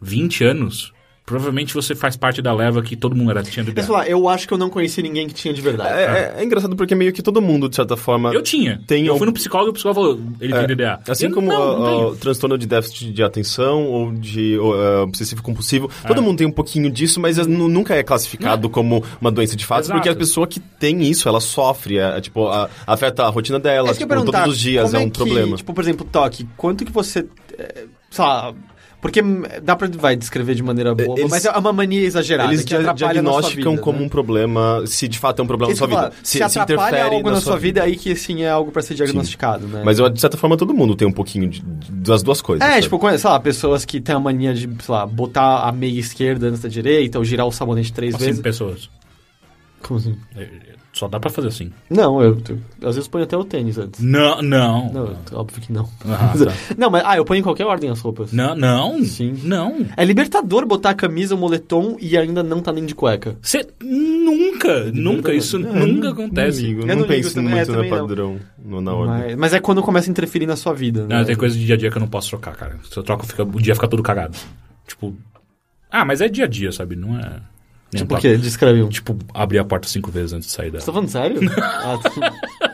Speaker 1: 20 anos, provavelmente você faz parte da leva que todo mundo era tinha
Speaker 2: eu,
Speaker 1: DDA.
Speaker 2: falar, eu acho que eu não conheci ninguém que tinha de verdade.
Speaker 3: É, é- é engraçado porque meio que todo mundo, de certa forma.
Speaker 1: Eu tinha.
Speaker 3: Tem
Speaker 1: eu fui
Speaker 3: algum-
Speaker 1: no psicólogo e o psicólogo falou, ele
Speaker 3: É,
Speaker 1: tem DDA.
Speaker 3: Assim
Speaker 1: Eu,
Speaker 3: como
Speaker 1: não, não
Speaker 3: ó, ó,
Speaker 1: tenho.
Speaker 3: transtorno de déficit de atenção ou de ó, é, obsessivo compulsivo,
Speaker 1: É.
Speaker 3: todo mundo tem um pouquinho disso, mas é, nu- nunca é classificado como uma doença de fato,
Speaker 1: Né? Exato.
Speaker 3: porque a pessoa que tem isso, ela sofre, é, é, tipo, a- afeta a rotina dela,
Speaker 2: É isso que eu
Speaker 3: tipo,
Speaker 2: ia perguntar,
Speaker 3: todos os dias
Speaker 2: como
Speaker 3: é um
Speaker 2: que,
Speaker 3: problema.
Speaker 2: Tipo, por exemplo, toque, quanto que você. é, sei lá. Porque hum, dá pra vai, descrever de maneira boa,
Speaker 3: eles-
Speaker 2: mas é uma mania exagerada.
Speaker 3: Eles
Speaker 2: que
Speaker 3: dia-
Speaker 2: atrapalha na sua
Speaker 3: diagnosticam
Speaker 2: vida,
Speaker 3: como
Speaker 2: né?
Speaker 3: um problema, se de fato é um problema na
Speaker 2: Isso
Speaker 3: sua
Speaker 2: que eu ia
Speaker 3: vida.
Speaker 2: falar, Se, atrapalha algo na sua vida, aí que sim é algo pra ser diagnosticado, né?
Speaker 3: Mas eu, de certa forma todo mundo tem um pouquinho de- de- das duas coisas.
Speaker 2: É,
Speaker 3: sabe?
Speaker 2: tipo, quando- sei lá, pessoas que têm a mania de, sei lá, botar a meia esquerda antes da direita, ou girar o sabonete três
Speaker 1: Assim,
Speaker 2: vezes.
Speaker 1: pessoas. É,
Speaker 2: Como assim?
Speaker 1: Só dá pra fazer assim.
Speaker 2: Não, eu, tu- às vezes ponho até o tênis antes.
Speaker 1: Não, não.
Speaker 2: Não, óbvio que não.
Speaker 1: Ah, tá.
Speaker 2: Não, mas ah, eu ponho em qualquer ordem as roupas.
Speaker 1: Não, não.
Speaker 2: Sim.
Speaker 1: Não.
Speaker 2: É libertador botar a camisa, o moletom e ainda não tá nem de cueca.
Speaker 1: Você nunca, nunca, isso nunca acontece.
Speaker 3: Eu
Speaker 2: não
Speaker 3: não,
Speaker 2: ligo
Speaker 3: penso
Speaker 2: também, é,
Speaker 3: muito
Speaker 2: também
Speaker 3: no
Speaker 2: não.
Speaker 3: padrão, no- na ordem.
Speaker 2: Mas, mas é quando começa a interferir na sua vida, né?
Speaker 1: Não, Ah, tem coisa de dia a dia que eu não posso trocar, cara. Se eu troco, fica- o dia fica todo cagado. Tipo. Ah, mas é dia a dia, sabe? Não é. nem
Speaker 2: Tipo
Speaker 1: um
Speaker 2: o quê?
Speaker 1: papo.
Speaker 2: Descreve um. Tipo,
Speaker 1: Tipo, abrir a porta cinco vezes antes de sair dela.
Speaker 2: você tá falando sério? (laughs) ah, tá.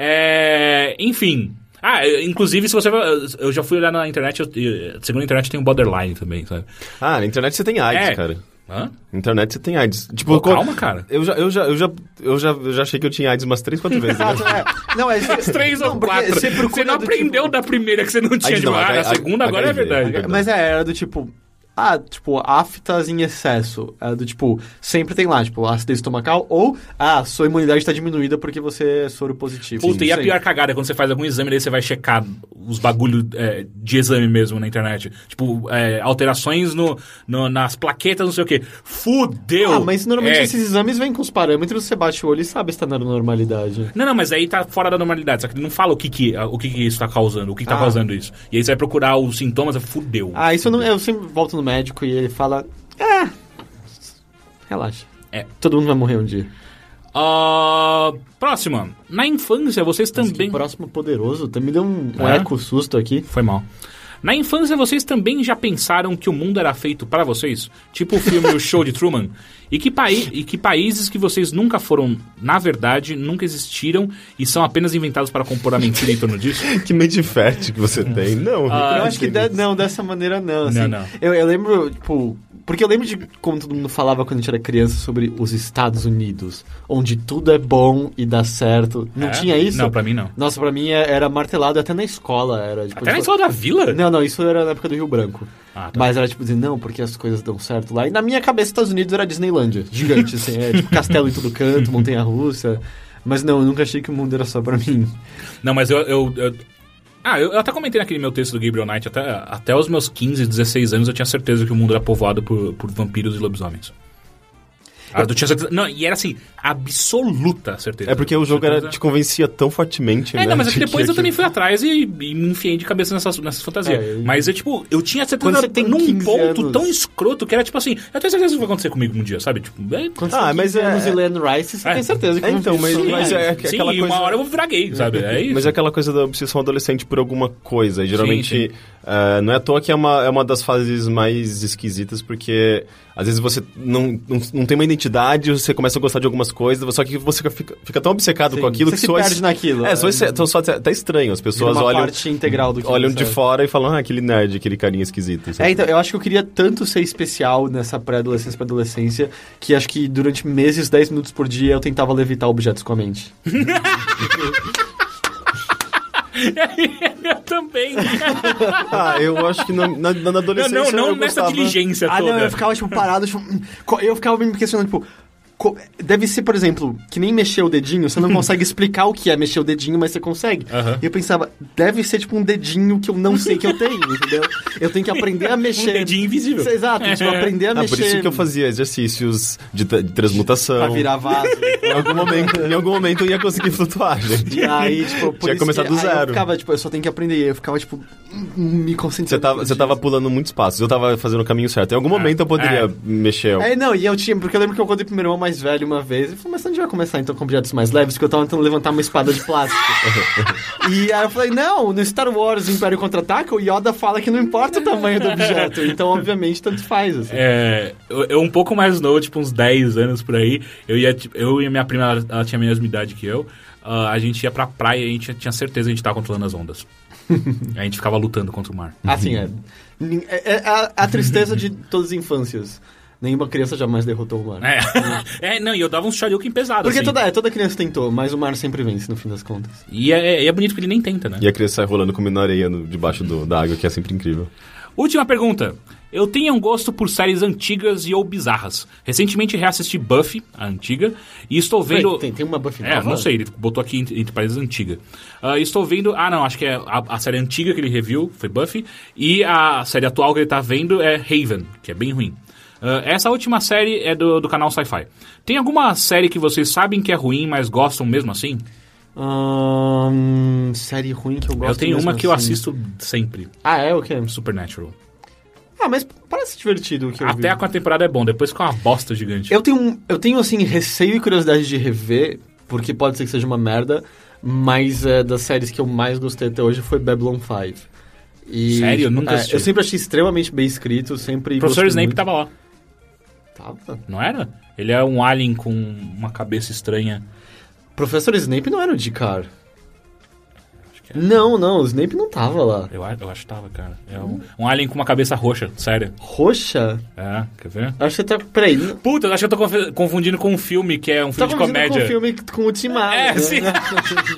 Speaker 1: É, enfim. Ah, eu- inclusive, se você. vai- Eu já fui olhar na internet, eu- eu- segundo a internet tem um borderline também, sabe?
Speaker 3: Ah, na internet você tem AIDS,
Speaker 1: É.
Speaker 3: cara.
Speaker 1: Hã?
Speaker 3: Na internet você tem AIDS. Tipo,
Speaker 1: Pô,
Speaker 3: co-
Speaker 1: calma, cara.
Speaker 3: Eu já, eu, já, eu, já, eu, já, eu já achei que eu tinha AIDS umas três, quatro vezes. né?
Speaker 1: (laughs)
Speaker 2: Ah, tá, é. Não, é
Speaker 1: As três
Speaker 2: não,
Speaker 1: ou
Speaker 2: porque
Speaker 1: quatro. Você,
Speaker 2: Você, procura
Speaker 1: não
Speaker 2: do
Speaker 1: aprendeu
Speaker 2: tipo-
Speaker 1: da primeira que você não tinha
Speaker 3: Aí
Speaker 1: de
Speaker 3: não,
Speaker 1: lá.
Speaker 3: agora-
Speaker 1: A segunda
Speaker 3: agora
Speaker 1: agora é
Speaker 3: é
Speaker 1: verdade.
Speaker 3: verdade.
Speaker 2: Mas é, era do tipo. Ah, tipo, aftas em excesso. É do tipo, sempre tem lá, tipo, acidez estomacal ou, ah, sua imunidade tá diminuída porque você é soro positivo.
Speaker 1: Puta, e a
Speaker 2: Sim.
Speaker 1: pior cagada é quando você faz algum exame, daí você vai checar os bagulho é, de exame mesmo na internet. Tipo, é, alterações no, no- nas plaquetas, não sei o quê. Fudeu!
Speaker 2: Ah, mas normalmente
Speaker 1: É.
Speaker 2: esses exames vêm com os parâmetros, você bate o olho e sabe se tá na normalidade.
Speaker 1: Não, não, mas aí tá fora da normalidade. Só que ele não fala o que, que, o que, que isso tá causando, o que, que tá
Speaker 2: Ah.
Speaker 1: causando isso. E aí você vai procurar os sintomas, é fudeu.
Speaker 2: Ah, isso eu não. Eu sempre volto no médico e ele fala. Ah, relaxa.
Speaker 1: É.
Speaker 2: Todo mundo vai morrer um dia.
Speaker 1: Ah, próxima. Na infância, vocês também.
Speaker 2: O próximo poderoso também me deu um, um
Speaker 1: É?
Speaker 2: eco susto aqui.
Speaker 1: Foi mal. Na infância, vocês também já pensaram que o mundo era feito para vocês? Tipo o filme O Show de Truman? E que, paí e que países que vocês nunca foram, na verdade, nunca existiram e são apenas inventados para compor a mentira em torno
Speaker 2: (laughs)
Speaker 1: disso?
Speaker 3: que mente fértil que você tem. Não,
Speaker 1: Ah,
Speaker 2: eu acho que de- não, dessa maneira não. Assim,
Speaker 1: não.
Speaker 2: Eu, eu lembro, tipo. Porque eu lembro de como todo mundo falava quando a gente era criança sobre os Estados Unidos, onde tudo é bom e dá certo. Não
Speaker 1: É?
Speaker 2: tinha isso?
Speaker 1: Não, pra mim não.
Speaker 2: Nossa, pra mim é- era martelado até na escola. Era, tipo,
Speaker 1: Até na
Speaker 2: tipo,
Speaker 1: escola da vila?
Speaker 2: Não, não, isso era na época do Rio Branco.
Speaker 1: Ah, tá.
Speaker 2: Mas era tipo dizer, não, porque as coisas dão certo lá. E na minha cabeça, Estados Unidos era Disneylândia. Gigante, assim, é tipo castelo em todo
Speaker 1: (laughs)
Speaker 2: canto, montanha russa. Mas não, eu nunca achei que o mundo era só pra mim.
Speaker 1: Não, mas eu. eu- eu- Ah, eu, eu até comentei naquele meu texto do Gabriel Knight, até, até os meus 15, 16 anos eu tinha certeza que o mundo era povoado por, por vampiros e lobisomens. Ah, eu tinha certeza. Não, e era assim, absoluta certeza.
Speaker 3: É porque o jogo era,
Speaker 1: Certeza-
Speaker 3: te convencia tão fortemente,
Speaker 1: É,
Speaker 3: né?
Speaker 1: não, mas é que
Speaker 3: de
Speaker 1: depois eu
Speaker 3: aquilo-
Speaker 1: também fui atrás e, e me enfiei de cabeça nessas, nessas fantasias.
Speaker 2: É, eu-
Speaker 1: Mas eu, tipo, eu tinha certeza
Speaker 2: Quando você tem
Speaker 1: num
Speaker 2: 15
Speaker 1: ponto
Speaker 2: anos-
Speaker 1: tão escroto que era, tipo assim, eu tenho certeza que isso vai acontecer comigo um dia, sabe? Tipo, é,
Speaker 2: Quando
Speaker 3: Ah,
Speaker 2: você
Speaker 3: mas
Speaker 2: tem
Speaker 3: é-
Speaker 2: anos e Land Rice, você
Speaker 1: É.
Speaker 2: tem certeza que
Speaker 3: É,
Speaker 2: não
Speaker 3: então,
Speaker 2: viu
Speaker 3: mas-
Speaker 2: isso. né?
Speaker 3: mas é-
Speaker 1: sim,
Speaker 3: aquela
Speaker 1: e
Speaker 3: coisa-
Speaker 1: uma hora eu vou virar gay, sabe? É isso. (laughs)
Speaker 3: (laughs) Mas é aquela coisa da obsessão adolescente por alguma coisa. E geralmente,
Speaker 1: sim.
Speaker 3: eh, não é à toa que é uma, é uma das fases mais esquisitas, porque às vezes você não, não, não tem uma identidade, você começa a gostar de algumas coisas, só que você fica, fica tão obcecado
Speaker 2: Sim,
Speaker 3: com aquilo
Speaker 2: você
Speaker 3: que
Speaker 2: se
Speaker 3: soa-
Speaker 2: perde naquilo.
Speaker 3: É, só, então, só até até estranho. As
Speaker 2: Vira
Speaker 3: pessoas
Speaker 2: Tipo, uma
Speaker 3: olham,
Speaker 2: parte integral do que
Speaker 3: olham
Speaker 2: você
Speaker 3: de
Speaker 2: é.
Speaker 3: fora e falam, ah, aquele nerd, aquele carinha esquisito.
Speaker 2: É,
Speaker 3: sabe?
Speaker 2: então, eu acho que eu queria tanto ser especial nessa pré-adolescência pra adolescência, que acho que durante meses, 10 minutos por dia, eu tentava levitar objetos com a mente.
Speaker 1: eu também. né?
Speaker 3: Ah, eu acho que na, na, na
Speaker 1: não, não,
Speaker 3: adolescência
Speaker 1: não
Speaker 3: eu
Speaker 1: nessa
Speaker 3: gostava...
Speaker 1: diligência
Speaker 2: Ah,
Speaker 1: toda.
Speaker 3: né?
Speaker 2: não, eu ficava, tipo, parado, tipo, hum, co- eu ficava me questionando, tipo, co- deve ser, por exemplo, que nem mexer o dedinho,
Speaker 3: (laughs)
Speaker 2: você não consegue explicar o que é mexer o dedinho, mas você consegue.
Speaker 1: Aham.
Speaker 2: E eu pensava, deve ser, tipo, um dedinho que eu não sei que eu tenho,
Speaker 3: (laughs)
Speaker 2: entendeu? Eu tenho que aprender a mexer.
Speaker 1: dedinho invisível.
Speaker 2: Cê- Exato, tipo, aprender a
Speaker 3: Um Ah,
Speaker 2: mexer.
Speaker 3: por isso que eu fazia um exercícios de, tra- de transmutação.
Speaker 2: Pra virar
Speaker 3: (laughs)
Speaker 2: vaso.
Speaker 3: Em algum momento, em algum momento eu ia conseguir flutuar, gente.
Speaker 2: E (laughs) aí, tipo, por
Speaker 3: Tinha
Speaker 2: isso
Speaker 3: começado
Speaker 2: que,
Speaker 3: do
Speaker 2: aí Eu
Speaker 3: zero.
Speaker 2: ficava, tipo, eu só tenho que aprender. E aí Eu ficava, tipo, hum, me concentrando.
Speaker 3: Você tava, você tava pulando muitos passos, eu tava fazendo o caminho certo. Em algum momento eu poderia
Speaker 1: é.
Speaker 3: mexer.
Speaker 2: É, não, e eu tinha, porque eu lembro que eu contei pro meu irmão mais velho uma vez, ele falou, mas você não devia começar então com objetos mais leves, porque eu tava tentando levantar uma espada de
Speaker 1: (laughs)
Speaker 2: plástico. e aí eu falei, não, no Star Wars Império Contra-Ataca, o Yoda fala que não importa o tamanho do objeto, então obviamente tanto faz, assim.
Speaker 1: É, eu, eu um pouco mais novo, tipo uns 10 anos por aí, eu ia, tipo, eu e minha prima, ela, ela tinha a mesma idade que eu, ah, a gente ia pra praia e a gente tinha certeza que a gente tava controlando as ondas.
Speaker 2: (laughs)
Speaker 1: a gente ficava lutando contra o mar.
Speaker 2: Assim, é. Nin- é- é a, a tristeza de todas as infâncias. Nenhuma criança jamais derrotou o mar. (laughs)
Speaker 1: É, é não, e eu dava uns shoryuken pesados.
Speaker 2: Porque
Speaker 1: assim.
Speaker 2: toda, é, toda criança tentou, mas o mar sempre vence, no fim das contas.
Speaker 1: E é, e é bonito que ele nem tenta, né?
Speaker 3: E a criança sai rolando com uma areia no- debaixo do- da água, que é
Speaker 1: (laughs)
Speaker 3: sempre incrível.
Speaker 1: Última pergunta. Eu tenho um gosto por séries antigas e ou bizarras. Recentemente reassisti Buffy, a antiga, e estou vendo.
Speaker 2: Tem, tem uma buff
Speaker 1: É,
Speaker 2: nova?
Speaker 1: não sei, ele botou aqui entre, entre parênteses antiga. Ah, estou vendo. Ah, não, acho que é a, a série antiga que ele reviu foi Buffy. E a série atual que ele tá vendo é Haven, que é bem ruim. Ah, essa última série é do, do canal Sci-Fi. Tem alguma série que vocês sabem que é ruim, mas gostam mesmo assim?
Speaker 2: Ahn, série ruim que eu gosto
Speaker 1: eu tenho
Speaker 2: mesmo
Speaker 1: uma que eu
Speaker 2: assim.
Speaker 1: assisto sempre.
Speaker 2: Ah, é? O quê?
Speaker 1: Supernatural.
Speaker 2: Ah, mas parece divertido o que eu vi.
Speaker 1: Até a quarta temporada é bom, depois fica uma bosta gigante.
Speaker 2: Eu tenho, um- eu tenho, assim, receio e curiosidade de rever, porque pode ser que seja uma merda, mas é, das séries que eu mais gostei até hoje foi Babylon 5. E,
Speaker 1: Sério? Eu nunca
Speaker 2: é,
Speaker 1: assisti.
Speaker 2: Eu sempre achei extremamente bem escrito, sempre...
Speaker 1: o professor
Speaker 2: gostei
Speaker 1: Snape
Speaker 2: muito.
Speaker 1: tava lá,
Speaker 2: Tava?
Speaker 1: não era? Ele é um alien com uma cabeça estranha.
Speaker 2: Professor Snape não era o Dicar.
Speaker 1: que era.
Speaker 2: Não, não, o Snape não tava lá.
Speaker 1: Eu, a- eu acho que tava, cara. É um, um alien com uma cabeça roxa, sério.
Speaker 2: Roxa?
Speaker 1: É, quer ver?
Speaker 2: Acho que até...
Speaker 1: (laughs)
Speaker 2: Peraí, não-
Speaker 1: Puta, eu acho que eu tô conf- confundindo com um filme que é um
Speaker 2: tá
Speaker 1: filme de
Speaker 2: confundindo com
Speaker 1: comédia.
Speaker 2: o filme com o Tim Allen.
Speaker 1: É,
Speaker 2: né?
Speaker 1: sim.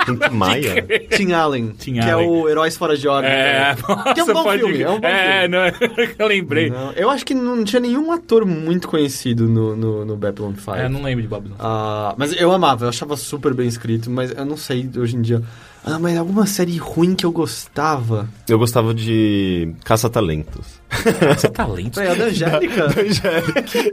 Speaker 3: Pink Maia?
Speaker 2: (laughs) Tim Allen,
Speaker 1: Tim
Speaker 2: que
Speaker 1: Allen.
Speaker 2: é o Heróis Fora de Ordem.
Speaker 1: (laughs) É, nossa,
Speaker 2: Que é um bom
Speaker 1: pode...
Speaker 2: filme, é um bom
Speaker 1: é,
Speaker 2: filme.
Speaker 1: não (laughs) é? eu lembrei.
Speaker 2: Não, eu acho que não tinha nenhum ator muito conhecido no, no, no Babylon 5.
Speaker 1: É, não lembro de Bob, não.
Speaker 2: Ah, mas eu amava, eu achava super bem escrito, mas eu não sei hoje em dia. Ah, mas alguma série ruim que eu gostava.
Speaker 3: Eu gostava de
Speaker 2: (laughs)
Speaker 3: Caça-Talentos.
Speaker 1: Você tá lento.
Speaker 2: Peraí, a da Angélica?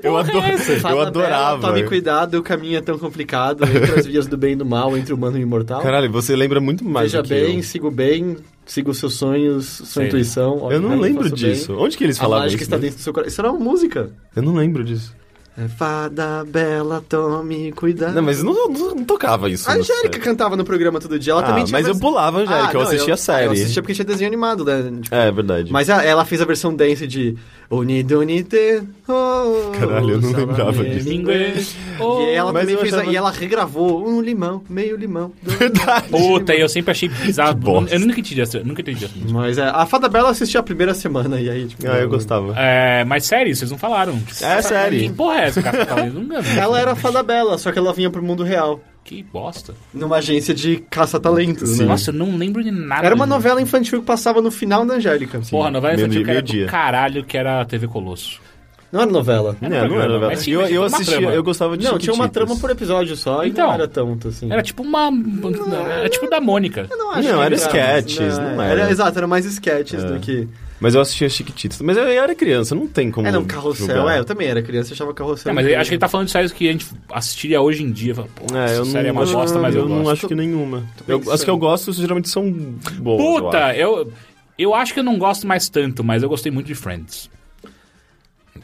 Speaker 3: eu, adoro, (laughs) eu
Speaker 2: é. Fala dela,
Speaker 3: adorava.
Speaker 2: Tome cuidado, o caminho é tão complicado entre as vias do bem e do mal, entre o humano e o imortal.
Speaker 3: Caralho, você lembra muito mais
Speaker 2: Veja
Speaker 3: do que
Speaker 2: bem,
Speaker 3: eu.
Speaker 2: siga o bem, siga os seus sonhos, sua
Speaker 1: Sei.
Speaker 2: intuição.
Speaker 3: Eu não
Speaker 2: obviamente,
Speaker 3: lembro
Speaker 2: faça o bem.
Speaker 3: disso. Onde que eles
Speaker 2: A
Speaker 3: falavam
Speaker 2: mágica
Speaker 3: isso? né?
Speaker 2: está dentro do seu coração. Isso era uma música.
Speaker 3: Eu não lembro disso.
Speaker 2: É fada bela, tome cuidado.
Speaker 3: Não, mas não, não- não tocava isso.
Speaker 2: A
Speaker 3: na
Speaker 2: Angélica
Speaker 3: série.
Speaker 2: cantava no programa todo dia, ela
Speaker 3: Ah,
Speaker 2: Ah, também tinha. Ah,
Speaker 3: mas eu pulava a Angélica, eu
Speaker 2: não,
Speaker 3: assistia a série.
Speaker 2: Eu assistia porque tinha desenho animado, né? Tipo,
Speaker 3: É, é verdade.
Speaker 2: Mas a- ela fez a versão dance de Unidunite. Oh,
Speaker 3: Caralho, eu não lembrava disso.
Speaker 1: Inglês. Oh.
Speaker 2: E ela
Speaker 3: Mas
Speaker 2: também
Speaker 3: eu
Speaker 2: fez. a-
Speaker 3: achava-
Speaker 2: E ela regravou um limão, meio limão. dois
Speaker 3: (laughs) Verdade.
Speaker 1: Puta, eu sempre achei bizarro.
Speaker 3: Que bosta.
Speaker 1: Eu nunca entendi essa. Nunca entendi essa.
Speaker 2: limão. Mas é, a Fada Bela assistia a primeira semana e aí, tipo.
Speaker 3: Ah, eu gostava.
Speaker 1: É, mas sério, vocês não falaram.
Speaker 3: É, série.
Speaker 1: Que porra é essa, cara? Talvez nunca vi.
Speaker 2: Ela era a Fada Bela, só que ela vinha pro mundo real.
Speaker 1: Que bosta.
Speaker 2: Numa agência de caça-talentos, né?
Speaker 1: Nossa, eu não lembro de nada.
Speaker 2: Era uma
Speaker 1: disso.
Speaker 2: novela infantil que passava no final da Angélica.
Speaker 1: Porra, novela
Speaker 3: Meio
Speaker 1: infantil
Speaker 3: dia-
Speaker 1: que era
Speaker 3: meio
Speaker 1: do
Speaker 3: dia.
Speaker 1: caralho, que era a TV Colosso.
Speaker 2: Não era novela.
Speaker 3: É, Não, não era novela.
Speaker 1: Mas tinha-
Speaker 3: Eu,
Speaker 1: mas tinha
Speaker 3: eu
Speaker 1: uma
Speaker 3: assistia,
Speaker 1: trama.
Speaker 3: eu gostava de
Speaker 2: Não, tinha uma
Speaker 3: Chiquititas.
Speaker 2: trama por episódio só e
Speaker 1: Então.
Speaker 2: não era tanto, assim.
Speaker 1: Era tipo uma. Era tipo da Mônica.
Speaker 2: Eu não
Speaker 3: Não,
Speaker 2: que
Speaker 3: era sketches,
Speaker 2: é.
Speaker 3: não era. É.
Speaker 2: Exato, era mais sketches do que...
Speaker 3: Mas eu assistia Chiquititas. Mas eu, eu era criança, não tem como
Speaker 2: É, não, Carrossel.
Speaker 3: julgar.
Speaker 2: É, eu também era criança, eu achava Carrossel.
Speaker 1: Não, mas eu acho que ele tá falando de séries que a gente assistiria hoje em dia. Fala, Pô,
Speaker 3: É,
Speaker 1: essa
Speaker 3: eu não,
Speaker 1: série é uma bosta, mas eu,
Speaker 3: não
Speaker 1: gosto.
Speaker 3: acho que nenhuma. Eu,
Speaker 2: pensando.
Speaker 3: as que eu gosto geralmente são boas. eu acho.
Speaker 1: Puta, eu, eu acho que eu não gosto mais tanto, mas eu gostei muito de Friends.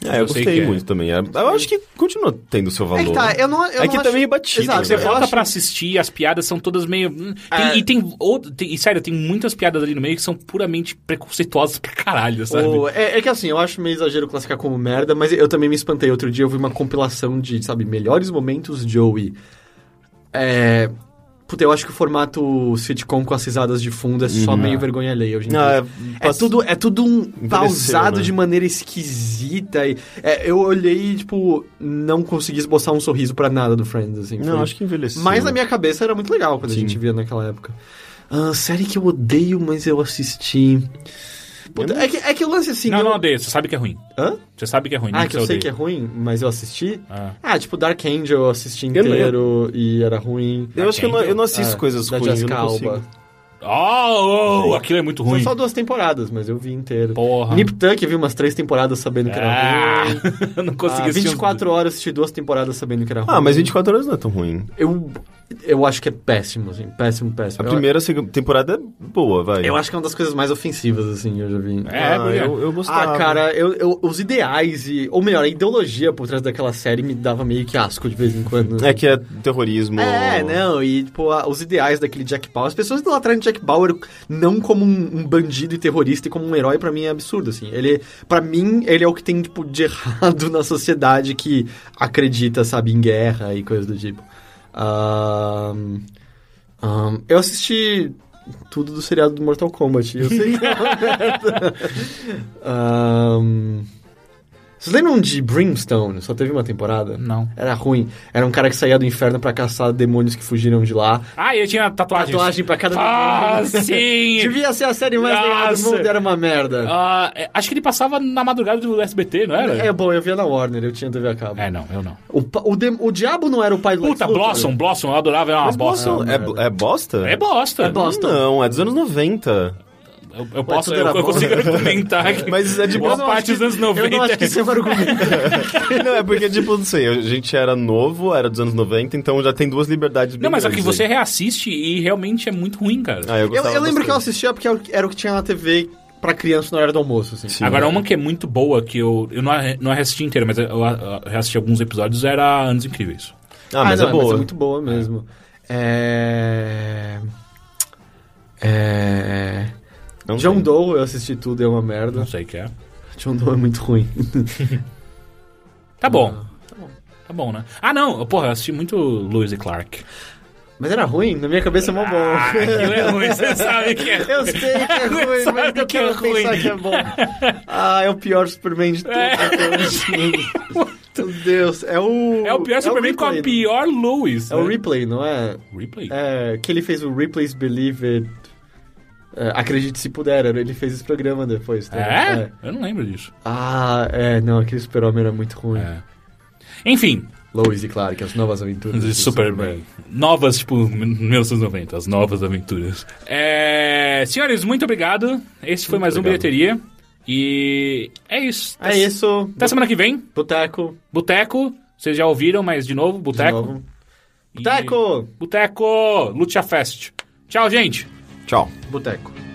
Speaker 3: É, eu,
Speaker 1: eu sei
Speaker 3: gostei
Speaker 1: que é.
Speaker 3: muito também. É, Eu acho que continua tendo seu valor.
Speaker 2: É que tá, eu não, eu
Speaker 3: É
Speaker 2: não
Speaker 3: que
Speaker 2: acho...
Speaker 3: tá meio batido,
Speaker 2: Exato,
Speaker 3: né?
Speaker 2: eu
Speaker 1: Falta
Speaker 2: acho-
Speaker 1: pra assistir, as piadas são todas meio. hum, tem-
Speaker 2: Ah.
Speaker 1: E tem, outro, tem. E sério, tem muitas piadas ali no meio que são puramente preconceituosas pra caralho, sabe?
Speaker 2: O- é, é que assim, eu acho meio exagero classificar como merda, mas eu também me espantei. Outro dia eu vi uma compilação de, sabe, melhores momentos Joey. É... Puta, eu acho que o formato sitcom com as risadas de fundo é só meio vergonha alheia hoje em
Speaker 3: Uhum. Não,
Speaker 2: dia.
Speaker 3: é,
Speaker 2: É
Speaker 3: passa-
Speaker 2: tudo, é tudo um pausado
Speaker 3: né?
Speaker 2: de maneira esquisita. E, é, eu olhei e, tipo, não consegui esboçar um sorriso pra nada do Friends, assim.
Speaker 3: Não,
Speaker 2: foi-
Speaker 3: acho que envelheceu.
Speaker 2: Mas na minha cabeça era muito legal quando
Speaker 3: Sim.
Speaker 2: a gente via naquela época. Ah, série que eu odeio, mas eu assisti. Puta, é, que, é que o lance assim.
Speaker 1: não,
Speaker 2: eu...
Speaker 1: não odeio, você sabe que é ruim.
Speaker 2: Hã?
Speaker 1: Você sabe que é ruim, não
Speaker 2: Ah, que eu sei
Speaker 1: odeia.
Speaker 2: que é ruim, mas eu assisti.
Speaker 1: Ah.
Speaker 2: Ah, tipo Dark Angel eu assisti
Speaker 3: Eu não-
Speaker 2: inteiro e era ruim.
Speaker 3: Eu acho que eu não, eu não assisto
Speaker 2: Ah,
Speaker 3: coisas
Speaker 2: da
Speaker 3: ruins, eu
Speaker 2: Jessica
Speaker 3: não
Speaker 2: Alba.
Speaker 3: consigo.
Speaker 1: Oh, oh, aquilo é muito
Speaker 2: Foi
Speaker 1: ruim.
Speaker 2: só duas temporadas, mas eu vi inteiro.
Speaker 1: Porra.
Speaker 2: Nip Tuck eu vi umas três temporadas sabendo que era
Speaker 1: Ah,
Speaker 2: ruim.
Speaker 1: (laughs) eu não
Speaker 2: Ah,
Speaker 1: consegui assistir. um-
Speaker 2: 24 horas assisti duas temporadas sabendo que era ruim.
Speaker 3: Ah, mas 24 horas não é tão ruim.
Speaker 2: Eu, eu acho que é péssimo, assim. Péssimo, péssimo.
Speaker 3: A
Speaker 2: Eu-
Speaker 3: primeira seg- temporada é boa, vai.
Speaker 2: Eu acho que é uma das coisas mais ofensivas, assim, que eu já vi.
Speaker 1: É, né?
Speaker 3: Ah,
Speaker 1: porque-
Speaker 3: eu, eu gostava.
Speaker 2: Ah, cara, eu, eu- os ideais e... Ou melhor, a ideologia por trás daquela série me dava meio que asco de vez em quando.
Speaker 3: É que é terrorismo.
Speaker 2: É, não, e tipo, a- os ideais daquele Jack Bauer, as pessoas idolatraram Jack Bauer não como um, um bandido e terrorista e como um herói, pra mim é absurdo, assim. Ele, para mim, ele é o que tem, tipo, de (laughs) errado na sociedade que acredita, sabe, em guerra e coisas do tipo. Ahn, ahn, eu assisti tudo do seriado do Mortal Kombat, eu sei que é uma merda. Ahn, Vocês lembram de Brimstone? Só teve uma temporada?
Speaker 1: Não.
Speaker 2: Era ruim. Era um cara que saía do inferno pra caçar demônios que fugiram de lá.
Speaker 1: Ah, eu tinha tatuagem.
Speaker 2: Tatuagem pra cada
Speaker 1: Ah,
Speaker 2: demônio.
Speaker 1: sim!
Speaker 2: (laughs) Devia ser a série mais legal do
Speaker 1: Nossa.
Speaker 2: mundo, era uma merda.
Speaker 1: Ah, é, acho que ele passava na madrugada do SBT, não era?
Speaker 2: É bom, eu via na Warner, eu tinha TV a cabo.
Speaker 1: É, não, eu não.
Speaker 2: O, pa- o, dem- o diabo não era o pai do Lex
Speaker 1: Puta,
Speaker 2: Luthor.
Speaker 1: Blossom, Blossom, eu adorava, era uma
Speaker 3: Mas
Speaker 1: bosta.
Speaker 3: Boston é, é bosta?
Speaker 1: É bosta.
Speaker 2: É né? bosta. (laughs)
Speaker 3: Não, é dos anos 90.
Speaker 1: Eu, eu posso,
Speaker 2: tudo
Speaker 1: eu,
Speaker 2: era
Speaker 1: eu
Speaker 2: bom,
Speaker 1: consigo
Speaker 2: (laughs)
Speaker 1: argumentar que
Speaker 3: Mas é de
Speaker 1: boa
Speaker 3: boa
Speaker 1: parte dos anos 90.
Speaker 2: Eu não acho que isso é um
Speaker 3: (laughs)
Speaker 2: argumento.
Speaker 3: Não, é porque, tipo, não sei, a gente era novo, era dos anos 90, então já tem duas liberdades bem
Speaker 1: Não, mas é que
Speaker 3: grandes
Speaker 1: você
Speaker 3: aí.
Speaker 1: reassiste e realmente é muito ruim, cara.
Speaker 3: Ah, eu,
Speaker 2: Eu,
Speaker 3: gostava
Speaker 2: eu lembro que eu
Speaker 3: bastante.
Speaker 2: assistia porque era o que tinha na TV pra criança na hora do almoço, assim.
Speaker 3: Sim.
Speaker 1: Agora, uma que é muito boa, que eu, eu não, a- não assisti inteira, mas eu, eu reassisti alguns episódios, era Anos Incríveis.
Speaker 3: Ah, mas
Speaker 2: não,
Speaker 3: é boa.
Speaker 2: Mas é muito boa mesmo. É... É...
Speaker 1: um
Speaker 3: Não
Speaker 2: John
Speaker 3: tem.
Speaker 2: Doe, eu assisti tudo, é uma merda.
Speaker 1: Não sei o que é.
Speaker 2: John Doe é muito ruim.
Speaker 1: Tá bom.
Speaker 2: Ah,
Speaker 1: Tá bom, né? Ah, não. Porra, eu assisti muito Lewis e Clark.
Speaker 2: Mas era ruim? Na minha cabeça é mó bom.
Speaker 1: Ah, (laughs)
Speaker 2: (laughs)
Speaker 1: aquilo é ruim, você sabe que é ruim.
Speaker 2: Eu sei que é ruim,
Speaker 1: Sabe
Speaker 2: mas eu
Speaker 1: que é
Speaker 2: quero pensar
Speaker 1: ruim. É.
Speaker 2: que é bom. Ah, é o pior Superman de todos.
Speaker 1: (laughs)
Speaker 2: Meu Deus, é o...
Speaker 1: É o pior Superman com a
Speaker 2: Ripley.
Speaker 1: pior Lewis.
Speaker 2: É o
Speaker 1: né?
Speaker 2: Ripley, não é?
Speaker 1: Ripley?
Speaker 2: É, que ele fez o Ripley's Believe It. É, Acredite se puder, era- ele fez esse programa depois. tá?
Speaker 1: É? Eu não lembro disso.
Speaker 2: Ah, é, não, aquele super-homem era muito ruim.
Speaker 1: É. Enfim,
Speaker 2: Lois e Clark,
Speaker 1: (laughs)
Speaker 2: as novas aventuras.
Speaker 1: de
Speaker 2: do
Speaker 1: Superman. Novas, tipo, 1990, as novas aventuras. É... Senhores, muito obrigado. Esse foi mais um
Speaker 3: obrigado.
Speaker 1: Bilheteria. E é isso.
Speaker 2: É isso,
Speaker 1: Até semana que vem.
Speaker 2: Boteco,
Speaker 1: Boteco. Vocês já ouviram, mas de novo,
Speaker 2: de
Speaker 1: Boteco.
Speaker 2: novo.
Speaker 1: E-
Speaker 2: Boteco!
Speaker 1: Boteco! Lucha Fest. Tchau, gente!
Speaker 3: Tchau.
Speaker 2: Boteco.
Speaker 4: Oh,